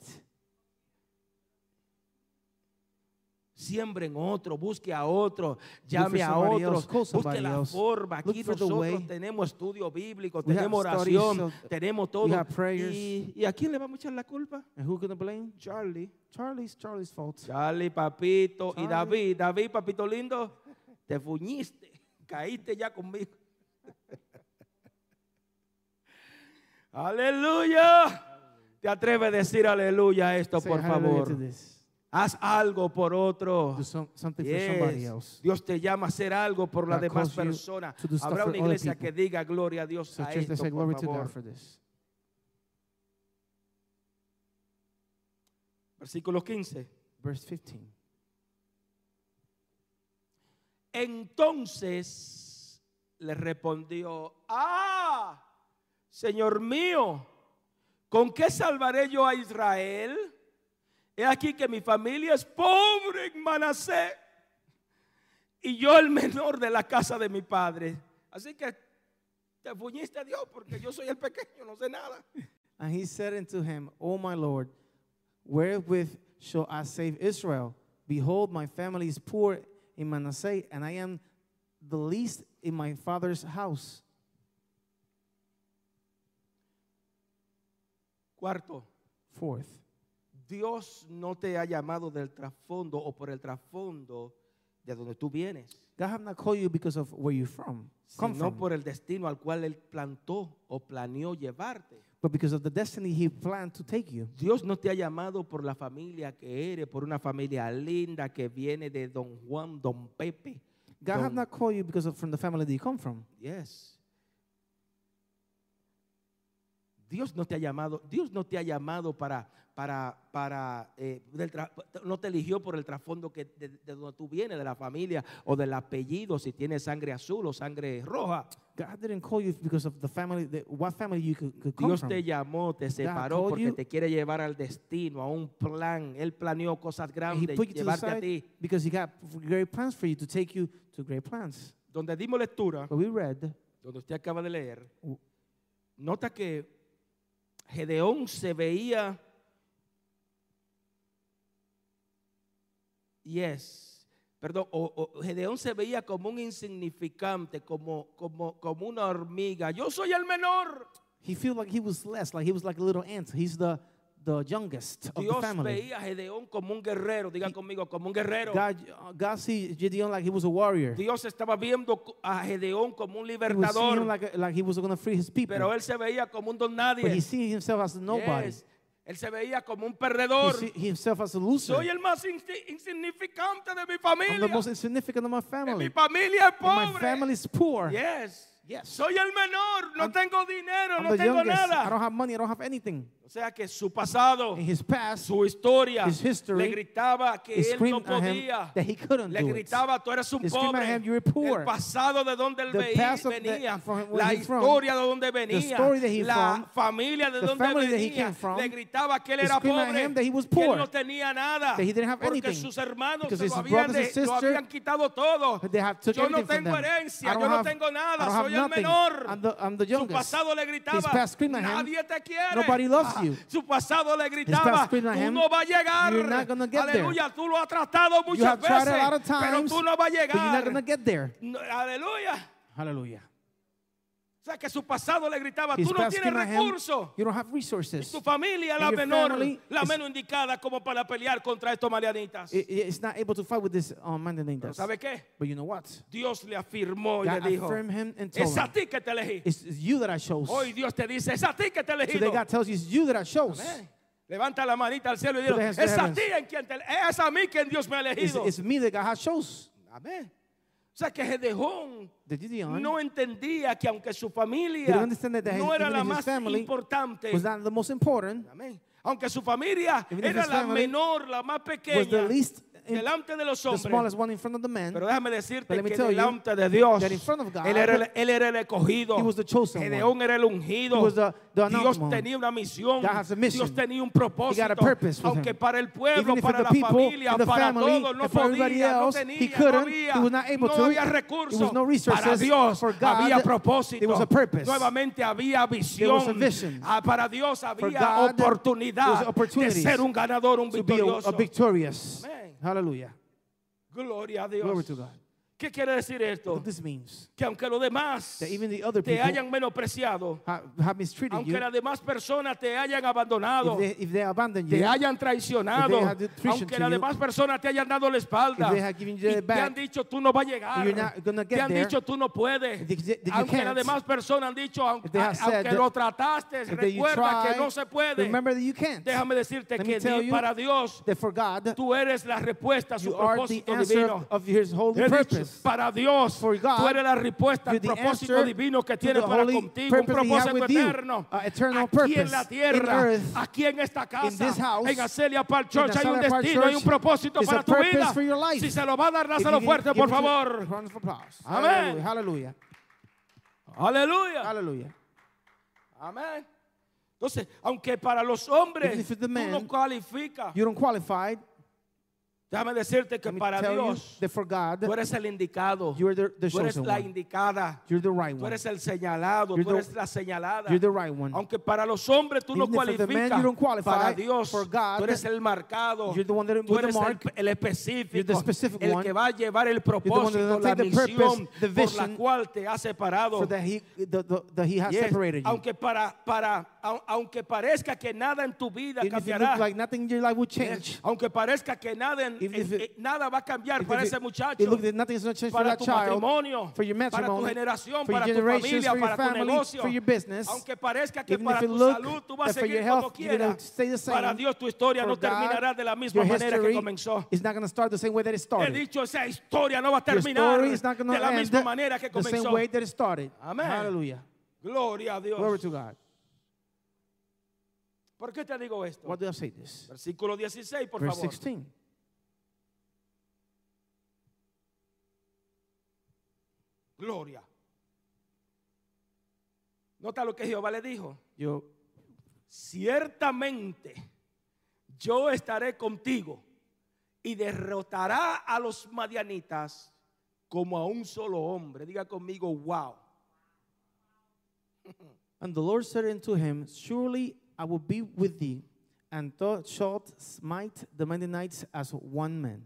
[SPEAKER 2] Siembre en otro, busque a otro, llame a
[SPEAKER 3] somebody
[SPEAKER 2] otro,
[SPEAKER 3] else, call
[SPEAKER 2] busque
[SPEAKER 3] somebody
[SPEAKER 2] la
[SPEAKER 3] else.
[SPEAKER 2] forma. Aquí
[SPEAKER 3] Look for the
[SPEAKER 2] nosotros
[SPEAKER 3] way.
[SPEAKER 2] tenemos estudio bíblico,
[SPEAKER 3] We have
[SPEAKER 2] tenemos
[SPEAKER 3] studies,
[SPEAKER 2] oración,
[SPEAKER 3] so
[SPEAKER 2] tenemos todo.
[SPEAKER 3] have prayers.
[SPEAKER 2] ¿Y, ¿Y a quién le vamos a echar la culpa?
[SPEAKER 3] And who gonna blame?
[SPEAKER 2] Charlie.
[SPEAKER 3] Charlie's Charlie's fault.
[SPEAKER 2] Charlie, papito y
[SPEAKER 3] Charlie.
[SPEAKER 2] David. David, papito lindo, te fuñiste, caíste ya conmigo. aleluya. ¿Te atreves a decir aleluya a esto,
[SPEAKER 3] Say
[SPEAKER 2] por
[SPEAKER 3] hallelujah To
[SPEAKER 2] favor?
[SPEAKER 3] this.
[SPEAKER 2] Haz algo por otro.
[SPEAKER 3] Do some, something for somebody
[SPEAKER 2] Yes.
[SPEAKER 3] else.
[SPEAKER 2] Dios te llama a hacer algo por la
[SPEAKER 3] God
[SPEAKER 2] demás
[SPEAKER 3] calls you
[SPEAKER 2] persona.
[SPEAKER 3] to do stuff
[SPEAKER 2] Habrá
[SPEAKER 3] for
[SPEAKER 2] una
[SPEAKER 3] other
[SPEAKER 2] iglesia que
[SPEAKER 3] people.
[SPEAKER 2] diga gloria a Dios
[SPEAKER 3] So
[SPEAKER 2] a
[SPEAKER 3] church, they
[SPEAKER 2] esto,
[SPEAKER 3] say glory
[SPEAKER 2] por
[SPEAKER 3] to
[SPEAKER 2] favor.
[SPEAKER 3] God for this.
[SPEAKER 2] Versículo 15.
[SPEAKER 3] Verse 15.
[SPEAKER 2] Entonces le respondió, ah, Señor mío, ¿con qué salvaré yo a Israel? He aquí que mi familia es pobre en Manasés y yo el menor de la casa de mi padre. Así que te fuñiste a Dios porque yo soy el pequeño, no sé nada.
[SPEAKER 3] And he said unto him, O my Lord, wherewith shall I save Israel? Behold, my family is poor in Manasseh, and I am the least in my father's house.
[SPEAKER 2] Cuarto,
[SPEAKER 3] Fourth,
[SPEAKER 2] Dios no te ha llamado del trasfondo o por el trasfondo de donde tú vienes,
[SPEAKER 3] God have not called you because of where you're from, come
[SPEAKER 2] sino
[SPEAKER 3] from,
[SPEAKER 2] por el destino al cual Él plantó o planeó llevarte.
[SPEAKER 3] but because of the destiny He planned to take you.
[SPEAKER 2] Dios no te ha llamado por la familia que eres, por una familia linda que viene de Don Juan, Don Pepe.
[SPEAKER 3] God have
[SPEAKER 2] Don-
[SPEAKER 3] not called you because of from the family that you come from.
[SPEAKER 2] Yes. Dios no te ha llamado, Dios no te ha llamado para, para, para, eh, del tra- no te eligió por el trasfondo que de, de donde tú vienes, de la familia o del apellido, si tienes sangre azul o sangre roja.
[SPEAKER 3] God didn't call you because of the family, that, what family you could, could come
[SPEAKER 2] Dios
[SPEAKER 3] from.
[SPEAKER 2] te llamó, te separó
[SPEAKER 3] called
[SPEAKER 2] porque
[SPEAKER 3] you.
[SPEAKER 2] te quiere llevar al destino, a un plan. Él planeó cosas
[SPEAKER 3] And he
[SPEAKER 2] grandes,
[SPEAKER 3] put you to the
[SPEAKER 2] llevarte a
[SPEAKER 3] side
[SPEAKER 2] ti.
[SPEAKER 3] because he got great plans for you to take you to great plans.
[SPEAKER 2] Donde dimos lectura,
[SPEAKER 3] But we read,
[SPEAKER 2] donde usted acaba de leer,
[SPEAKER 3] Uh.
[SPEAKER 2] nota que Gedeón se veía, yes, perdón, o- o Gedeón se veía como un insignificante, como, como, como una hormiga. Yo soy el menor.
[SPEAKER 3] he felt like he was less, like he was like a little ant. He's the, the youngest of the
[SPEAKER 2] Dios
[SPEAKER 3] family.
[SPEAKER 2] veía a Gedeón como un guerrero, diga conmigo, como un guerrero.
[SPEAKER 3] God, uh, God sees Gideon like he was a warrior.
[SPEAKER 2] Dios estaba viendo a Gedeón como un
[SPEAKER 3] He was seeing him
[SPEAKER 2] libertador,
[SPEAKER 3] like, like he was going to free his people.
[SPEAKER 2] pero él se veía como un don nadie.
[SPEAKER 3] but he sees himself as a nobody.
[SPEAKER 2] Yes. Él se veía como un
[SPEAKER 3] He
[SPEAKER 2] perdedor.
[SPEAKER 3] see himself as a loser.
[SPEAKER 2] Soy el más insi- insignificante de mi
[SPEAKER 3] I'm the
[SPEAKER 2] familia.
[SPEAKER 3] most insignificant of my
[SPEAKER 2] Que
[SPEAKER 3] family.
[SPEAKER 2] Mi familia es
[SPEAKER 3] And
[SPEAKER 2] pobre.
[SPEAKER 3] my family is poor.
[SPEAKER 2] Yes.
[SPEAKER 3] Yes.
[SPEAKER 2] Soy el menor. No
[SPEAKER 3] I'm-
[SPEAKER 2] tengo dinero.
[SPEAKER 3] I'm
[SPEAKER 2] no
[SPEAKER 3] the
[SPEAKER 2] tengo
[SPEAKER 3] youngest. I don't
[SPEAKER 2] nada.
[SPEAKER 3] have money. I don't have anything.
[SPEAKER 2] O sea que su pasado,
[SPEAKER 3] In his past,
[SPEAKER 2] su historia,
[SPEAKER 3] his history,
[SPEAKER 2] le gritaba que
[SPEAKER 3] he
[SPEAKER 2] él no
[SPEAKER 3] screamed at him
[SPEAKER 2] podía.
[SPEAKER 3] that he couldn't
[SPEAKER 2] Le
[SPEAKER 3] do it.
[SPEAKER 2] gritaba, tú eres un
[SPEAKER 3] He screamed at
[SPEAKER 2] pobre.
[SPEAKER 3] him, "You're poor."
[SPEAKER 2] El pasado de donde él
[SPEAKER 3] The
[SPEAKER 2] veí-
[SPEAKER 3] past of the-
[SPEAKER 2] venía,
[SPEAKER 3] from where
[SPEAKER 2] la
[SPEAKER 3] he's from,
[SPEAKER 2] historia de donde venía,
[SPEAKER 3] story that he
[SPEAKER 2] la
[SPEAKER 3] from,
[SPEAKER 2] familia de
[SPEAKER 3] the
[SPEAKER 2] donde
[SPEAKER 3] family that he
[SPEAKER 2] venía,
[SPEAKER 3] came from,
[SPEAKER 2] le gritaba que él
[SPEAKER 3] he
[SPEAKER 2] era
[SPEAKER 3] screamed at
[SPEAKER 2] pobre,
[SPEAKER 3] him that he was
[SPEAKER 2] que él
[SPEAKER 3] poor,
[SPEAKER 2] no tenía nada,
[SPEAKER 3] that he didn't have
[SPEAKER 2] porque
[SPEAKER 3] anything,
[SPEAKER 2] sus hermanos
[SPEAKER 3] because
[SPEAKER 2] se lo
[SPEAKER 3] his
[SPEAKER 2] habían,
[SPEAKER 3] brothers and
[SPEAKER 2] de- lo
[SPEAKER 3] sister,
[SPEAKER 2] habían quitado todo.
[SPEAKER 3] They have took
[SPEAKER 2] Yo no
[SPEAKER 3] everything from
[SPEAKER 2] tengo
[SPEAKER 3] them.
[SPEAKER 2] herencia,
[SPEAKER 3] I don't
[SPEAKER 2] yo no
[SPEAKER 3] have-
[SPEAKER 2] tengo
[SPEAKER 3] I
[SPEAKER 2] nada,
[SPEAKER 3] don't have
[SPEAKER 2] soy el
[SPEAKER 3] nothing.
[SPEAKER 2] menor.
[SPEAKER 3] I'm the- I'm the
[SPEAKER 2] su
[SPEAKER 3] youngest.
[SPEAKER 2] pasado le gritaba,
[SPEAKER 3] His past screamed at him,
[SPEAKER 2] nadie te quiere.
[SPEAKER 3] "Nobody loves
[SPEAKER 2] Ah,
[SPEAKER 3] you."
[SPEAKER 2] Su pasado le gritaba,
[SPEAKER 3] past
[SPEAKER 2] tú
[SPEAKER 3] screamed at him,
[SPEAKER 2] no vas a llegar.
[SPEAKER 3] "You're not gonna get there."
[SPEAKER 2] Aleluya, tú lo has tratado
[SPEAKER 3] You
[SPEAKER 2] muchas
[SPEAKER 3] have tried
[SPEAKER 2] veces,
[SPEAKER 3] a lot of
[SPEAKER 2] pero
[SPEAKER 3] times,
[SPEAKER 2] tú no vas a
[SPEAKER 3] but you're not going to
[SPEAKER 2] llegar.
[SPEAKER 3] get there.
[SPEAKER 2] No, aleluya.
[SPEAKER 3] Hallelujah.
[SPEAKER 2] O sea, que su pasado le gritaba,
[SPEAKER 3] His
[SPEAKER 2] tú no
[SPEAKER 3] past
[SPEAKER 2] tienes
[SPEAKER 3] came at him,
[SPEAKER 2] recursos.
[SPEAKER 3] You don't have resources.
[SPEAKER 2] Tu familia es la
[SPEAKER 3] And your
[SPEAKER 2] menor,
[SPEAKER 3] family
[SPEAKER 2] la
[SPEAKER 3] is-
[SPEAKER 2] menos indicada como para pelear contra estos marianitas.
[SPEAKER 3] It- it- it's not able to fight with this um, man that named
[SPEAKER 2] Pero
[SPEAKER 3] us.
[SPEAKER 2] ¿sabe qué?
[SPEAKER 3] But you know what?
[SPEAKER 2] Dios le afirmó y
[SPEAKER 3] God
[SPEAKER 2] le dijo,
[SPEAKER 3] affirmed him and told
[SPEAKER 2] es a
[SPEAKER 3] him,
[SPEAKER 2] ti que te elegí.
[SPEAKER 3] it's, it's you that I chose.
[SPEAKER 2] Hoy Dios te dice, es a ti que te he elegido.
[SPEAKER 3] Today God tells you, it's you that I chose.
[SPEAKER 2] Amén. Levanta la manita al cielo y dile,
[SPEAKER 3] Put your
[SPEAKER 2] es
[SPEAKER 3] hands to
[SPEAKER 2] a
[SPEAKER 3] heavens.
[SPEAKER 2] ti en quien te, es a mí quien Dios me ha
[SPEAKER 3] It's,
[SPEAKER 2] elegido.
[SPEAKER 3] it's me that God has chose.
[SPEAKER 2] Amén. O sea, que Gedeón
[SPEAKER 3] The Gideon
[SPEAKER 2] no entendía que aunque su
[SPEAKER 3] He
[SPEAKER 2] familia
[SPEAKER 3] didn't understand that
[SPEAKER 2] no
[SPEAKER 3] his-
[SPEAKER 2] era
[SPEAKER 3] even
[SPEAKER 2] la
[SPEAKER 3] if his
[SPEAKER 2] más
[SPEAKER 3] family pues
[SPEAKER 2] importante,
[SPEAKER 3] was not the most important.
[SPEAKER 2] Amén. Aunque su familia
[SPEAKER 3] Even if
[SPEAKER 2] era
[SPEAKER 3] his
[SPEAKER 2] la
[SPEAKER 3] family
[SPEAKER 2] menor, la más pequeña,
[SPEAKER 3] least in-
[SPEAKER 2] delante de los
[SPEAKER 3] The
[SPEAKER 2] hombres.
[SPEAKER 3] smallest one in front of the man.
[SPEAKER 2] Pero déjame
[SPEAKER 3] But
[SPEAKER 2] decirte
[SPEAKER 3] let me
[SPEAKER 2] que
[SPEAKER 3] tell you
[SPEAKER 2] delante de Dios,
[SPEAKER 3] that in front of God,
[SPEAKER 2] él, era el, él era el escogido.
[SPEAKER 3] he was the chosen one.
[SPEAKER 2] Gedeón era el ungido.
[SPEAKER 3] He was the- the
[SPEAKER 2] Dios
[SPEAKER 3] anointed one.
[SPEAKER 2] tenía una misión.
[SPEAKER 3] God has a mission.
[SPEAKER 2] Dios tenía un propósito.
[SPEAKER 3] He got a purpose with
[SPEAKER 2] Aunque
[SPEAKER 3] him.
[SPEAKER 2] para el pueblo,
[SPEAKER 3] Even if for
[SPEAKER 2] para
[SPEAKER 3] the
[SPEAKER 2] la
[SPEAKER 3] people,
[SPEAKER 2] familia,
[SPEAKER 3] and the
[SPEAKER 2] para
[SPEAKER 3] family,
[SPEAKER 2] todos, no
[SPEAKER 3] and for everybody
[SPEAKER 2] podía,
[SPEAKER 3] else,
[SPEAKER 2] no
[SPEAKER 3] he
[SPEAKER 2] tenía, no
[SPEAKER 3] couldn't,
[SPEAKER 2] había,
[SPEAKER 3] he was not able
[SPEAKER 2] no
[SPEAKER 3] to.
[SPEAKER 2] había
[SPEAKER 3] There
[SPEAKER 2] recursos.
[SPEAKER 3] was no resources.
[SPEAKER 2] para Dios
[SPEAKER 3] For God,
[SPEAKER 2] había propósito.
[SPEAKER 3] there was a purpose.
[SPEAKER 2] Nuevamente había visión.
[SPEAKER 3] a vision.
[SPEAKER 2] Ah, para Dios
[SPEAKER 3] God,
[SPEAKER 2] había
[SPEAKER 3] there was
[SPEAKER 2] oportunidad de
[SPEAKER 3] opportunities
[SPEAKER 2] ser un ganador, un
[SPEAKER 3] to be a,
[SPEAKER 2] victorioso.
[SPEAKER 3] a victorious.
[SPEAKER 2] Amén.
[SPEAKER 3] Hallelujah.
[SPEAKER 2] Gloria a Dios.
[SPEAKER 3] Glory to God.
[SPEAKER 2] ¿Qué quiere decir esto?
[SPEAKER 3] What this means
[SPEAKER 2] Que aunque los demás
[SPEAKER 3] that even the other
[SPEAKER 2] te
[SPEAKER 3] people
[SPEAKER 2] hayan menospreciado,
[SPEAKER 3] have, have mistreated you,
[SPEAKER 2] aunque las
[SPEAKER 3] if
[SPEAKER 2] demás personas te hayan abandonado,
[SPEAKER 3] they, if they abandon you,
[SPEAKER 2] te hayan traicionado,
[SPEAKER 3] have did treason
[SPEAKER 2] aunque
[SPEAKER 3] to
[SPEAKER 2] las
[SPEAKER 3] you,
[SPEAKER 2] demás personas te hayan dado la espalda,
[SPEAKER 3] if they have given you
[SPEAKER 2] y
[SPEAKER 3] the
[SPEAKER 2] te han
[SPEAKER 3] back,
[SPEAKER 2] dicho tú no vas a llegar,
[SPEAKER 3] you're not gonna
[SPEAKER 2] te
[SPEAKER 3] get
[SPEAKER 2] han
[SPEAKER 3] there,
[SPEAKER 2] dicho tú no puedes,
[SPEAKER 3] if they- that you
[SPEAKER 2] aunque las
[SPEAKER 3] can't,
[SPEAKER 2] demás personas han dicho aunque,
[SPEAKER 3] they have said
[SPEAKER 2] aunque
[SPEAKER 3] that-
[SPEAKER 2] lo trataste,
[SPEAKER 3] if they- you
[SPEAKER 2] recuerda
[SPEAKER 3] try,
[SPEAKER 2] que no se puede.
[SPEAKER 3] remember that you can't.
[SPEAKER 2] Déjame decirte
[SPEAKER 3] Let me
[SPEAKER 2] que
[SPEAKER 3] tell
[SPEAKER 2] di-
[SPEAKER 3] you
[SPEAKER 2] para Dios
[SPEAKER 3] That for God,
[SPEAKER 2] tú eres la respuesta a su
[SPEAKER 3] you are the
[SPEAKER 2] propósito
[SPEAKER 3] answer
[SPEAKER 2] divino.
[SPEAKER 3] of, of His holy
[SPEAKER 2] He dicho,
[SPEAKER 3] purpose.
[SPEAKER 2] para Dios,
[SPEAKER 3] For God,
[SPEAKER 2] tú eres la respuesta al
[SPEAKER 3] you're the
[SPEAKER 2] propósito
[SPEAKER 3] answer
[SPEAKER 2] divino que
[SPEAKER 3] to
[SPEAKER 2] tiene
[SPEAKER 3] the
[SPEAKER 2] para
[SPEAKER 3] holy
[SPEAKER 2] contigo, un
[SPEAKER 3] purpose he had
[SPEAKER 2] propósito
[SPEAKER 3] with you,
[SPEAKER 2] eterno.
[SPEAKER 3] a eternal
[SPEAKER 2] aquí en
[SPEAKER 3] purpose
[SPEAKER 2] la
[SPEAKER 3] in
[SPEAKER 2] tierra,
[SPEAKER 3] earth,
[SPEAKER 2] aquí en esta casa,
[SPEAKER 3] this house,
[SPEAKER 2] en Acelia Park
[SPEAKER 3] in
[SPEAKER 2] Church hay un
[SPEAKER 3] Azalea Park
[SPEAKER 2] destino, hay un
[SPEAKER 3] Church,
[SPEAKER 2] propósito
[SPEAKER 3] is a
[SPEAKER 2] para tu
[SPEAKER 3] purpose
[SPEAKER 2] vida.
[SPEAKER 3] for your life.
[SPEAKER 2] Si se lo va a dar,
[SPEAKER 3] If you
[SPEAKER 2] dáselo
[SPEAKER 3] can
[SPEAKER 2] fuerte,
[SPEAKER 3] give
[SPEAKER 2] por
[SPEAKER 3] it to-
[SPEAKER 2] favor.
[SPEAKER 3] round of applause.
[SPEAKER 2] Amén.
[SPEAKER 3] Hallelujah. Hallelujah.
[SPEAKER 2] Aleluya.
[SPEAKER 3] Hallelujah.
[SPEAKER 2] Amén. Entonces, aunque para los hombres
[SPEAKER 3] Even if the
[SPEAKER 2] tú
[SPEAKER 3] man,
[SPEAKER 2] no calificas,
[SPEAKER 3] You don't qualify.
[SPEAKER 2] déjame decirte que
[SPEAKER 3] Let me
[SPEAKER 2] para
[SPEAKER 3] tell
[SPEAKER 2] Dios
[SPEAKER 3] you that for God,
[SPEAKER 2] tú eres el indicado,
[SPEAKER 3] you are the- the
[SPEAKER 2] tú eres
[SPEAKER 3] chosen
[SPEAKER 2] la
[SPEAKER 3] one.
[SPEAKER 2] indicada.
[SPEAKER 3] you're the right
[SPEAKER 2] Tú
[SPEAKER 3] one.
[SPEAKER 2] eres el señalado,
[SPEAKER 3] You're
[SPEAKER 2] tú
[SPEAKER 3] the-
[SPEAKER 2] eres la señalada.
[SPEAKER 3] you're the right one.
[SPEAKER 2] Aunque para los hombres tú no
[SPEAKER 3] Even if for the man,
[SPEAKER 2] cualificas,
[SPEAKER 3] you don't qualify.
[SPEAKER 2] para Dios
[SPEAKER 3] For God,
[SPEAKER 2] tú eres el marcado,
[SPEAKER 3] you're the one that-
[SPEAKER 2] tú
[SPEAKER 3] with the
[SPEAKER 2] eres
[SPEAKER 3] mark.
[SPEAKER 2] el, el específico,
[SPEAKER 3] You're the specific
[SPEAKER 2] el
[SPEAKER 3] one.
[SPEAKER 2] que va a llevar
[SPEAKER 3] one
[SPEAKER 2] el
[SPEAKER 3] that's
[SPEAKER 2] propósito,
[SPEAKER 3] gonna
[SPEAKER 2] la
[SPEAKER 3] take the purpose,
[SPEAKER 2] misión
[SPEAKER 3] the
[SPEAKER 2] por la
[SPEAKER 3] vision
[SPEAKER 2] cual te ha separado.
[SPEAKER 3] For that he, the, the, that he has
[SPEAKER 2] Yes,
[SPEAKER 3] separated you.
[SPEAKER 2] Aunque para, para, Au- Aunque parezca que nada en tu vida
[SPEAKER 3] Even if it
[SPEAKER 2] cambiará. eh,
[SPEAKER 3] looked like nothing in your life would change.
[SPEAKER 2] Aunque parezca que nada, en-
[SPEAKER 3] Even if
[SPEAKER 2] en-
[SPEAKER 3] it-
[SPEAKER 2] en- nada va a cambiar
[SPEAKER 3] If
[SPEAKER 2] para
[SPEAKER 3] it-
[SPEAKER 2] ese
[SPEAKER 3] It looked
[SPEAKER 2] muchacho,
[SPEAKER 3] like nothing is going to change for
[SPEAKER 2] para
[SPEAKER 3] that
[SPEAKER 2] tu
[SPEAKER 3] child.
[SPEAKER 2] matrimonio,
[SPEAKER 3] for your
[SPEAKER 2] para tu
[SPEAKER 3] matrimony,
[SPEAKER 2] generación,
[SPEAKER 3] for your
[SPEAKER 2] para tu
[SPEAKER 3] generations,
[SPEAKER 2] familia,
[SPEAKER 3] for your
[SPEAKER 2] para tu
[SPEAKER 3] family,
[SPEAKER 2] negocio.
[SPEAKER 3] for your business.
[SPEAKER 2] Aunque parezca que
[SPEAKER 3] Even
[SPEAKER 2] para
[SPEAKER 3] if it
[SPEAKER 2] tu
[SPEAKER 3] look
[SPEAKER 2] salud tú vas a
[SPEAKER 3] that for your
[SPEAKER 2] seguir como
[SPEAKER 3] health, you're
[SPEAKER 2] quieras,
[SPEAKER 3] gonna stay the same.
[SPEAKER 2] para Dios tu historia
[SPEAKER 3] for
[SPEAKER 2] no
[SPEAKER 3] God,
[SPEAKER 2] terminará de la misma
[SPEAKER 3] your
[SPEAKER 2] manera que
[SPEAKER 3] history
[SPEAKER 2] comenzó.
[SPEAKER 3] is not going to start the same way that it
[SPEAKER 2] He
[SPEAKER 3] started.
[SPEAKER 2] dicho, esa historia no va a
[SPEAKER 3] Your
[SPEAKER 2] terminar
[SPEAKER 3] story is not going to
[SPEAKER 2] de la
[SPEAKER 3] end
[SPEAKER 2] misma manera que
[SPEAKER 3] the same
[SPEAKER 2] comenzó.
[SPEAKER 3] way that it started.
[SPEAKER 2] Amén.
[SPEAKER 3] Hallelujah.
[SPEAKER 2] Gloria a Dios.
[SPEAKER 3] Glory to God.
[SPEAKER 2] ¿Por qué te digo esto?
[SPEAKER 3] What do I say this?
[SPEAKER 2] Versículo 16, por
[SPEAKER 3] Verse
[SPEAKER 2] favor.
[SPEAKER 3] 16.
[SPEAKER 2] Gloria. Nota lo que Jehová le dijo.
[SPEAKER 3] You,
[SPEAKER 2] Ciertamente yo estaré contigo y derrotará a los madianitas como a un solo hombre. Diga conmigo, wow.
[SPEAKER 3] and the Lord said unto him, Surely I will be with thee, and thou shalt smite the Midianites as one man.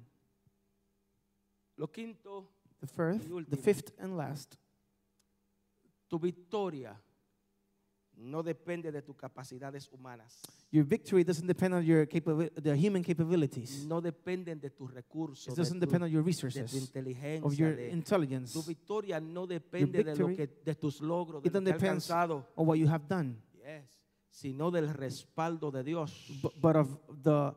[SPEAKER 2] Lo quinto,
[SPEAKER 3] The first,
[SPEAKER 2] Y
[SPEAKER 3] the
[SPEAKER 2] último.
[SPEAKER 3] fifth, and last.
[SPEAKER 2] tu victoria no depende de tus capacidades humanas.
[SPEAKER 3] Your victory doesn't depend on your capab- the human capabilities.
[SPEAKER 2] No dependen de tus
[SPEAKER 3] It
[SPEAKER 2] recursos, de
[SPEAKER 3] doesn't
[SPEAKER 2] tu,
[SPEAKER 3] depend on your
[SPEAKER 2] de tu
[SPEAKER 3] resources, of
[SPEAKER 2] inteligencia,
[SPEAKER 3] your
[SPEAKER 2] de-
[SPEAKER 3] intelligence.
[SPEAKER 2] Tu victoria no depende de, lo
[SPEAKER 3] victory,
[SPEAKER 2] que, de tus logros, de
[SPEAKER 3] It
[SPEAKER 2] lo
[SPEAKER 3] doesn't
[SPEAKER 2] que has
[SPEAKER 3] depend on
[SPEAKER 2] alcanzado,
[SPEAKER 3] what you have done,
[SPEAKER 2] Yes. sino del respaldo de Dios.
[SPEAKER 3] bu- but of the,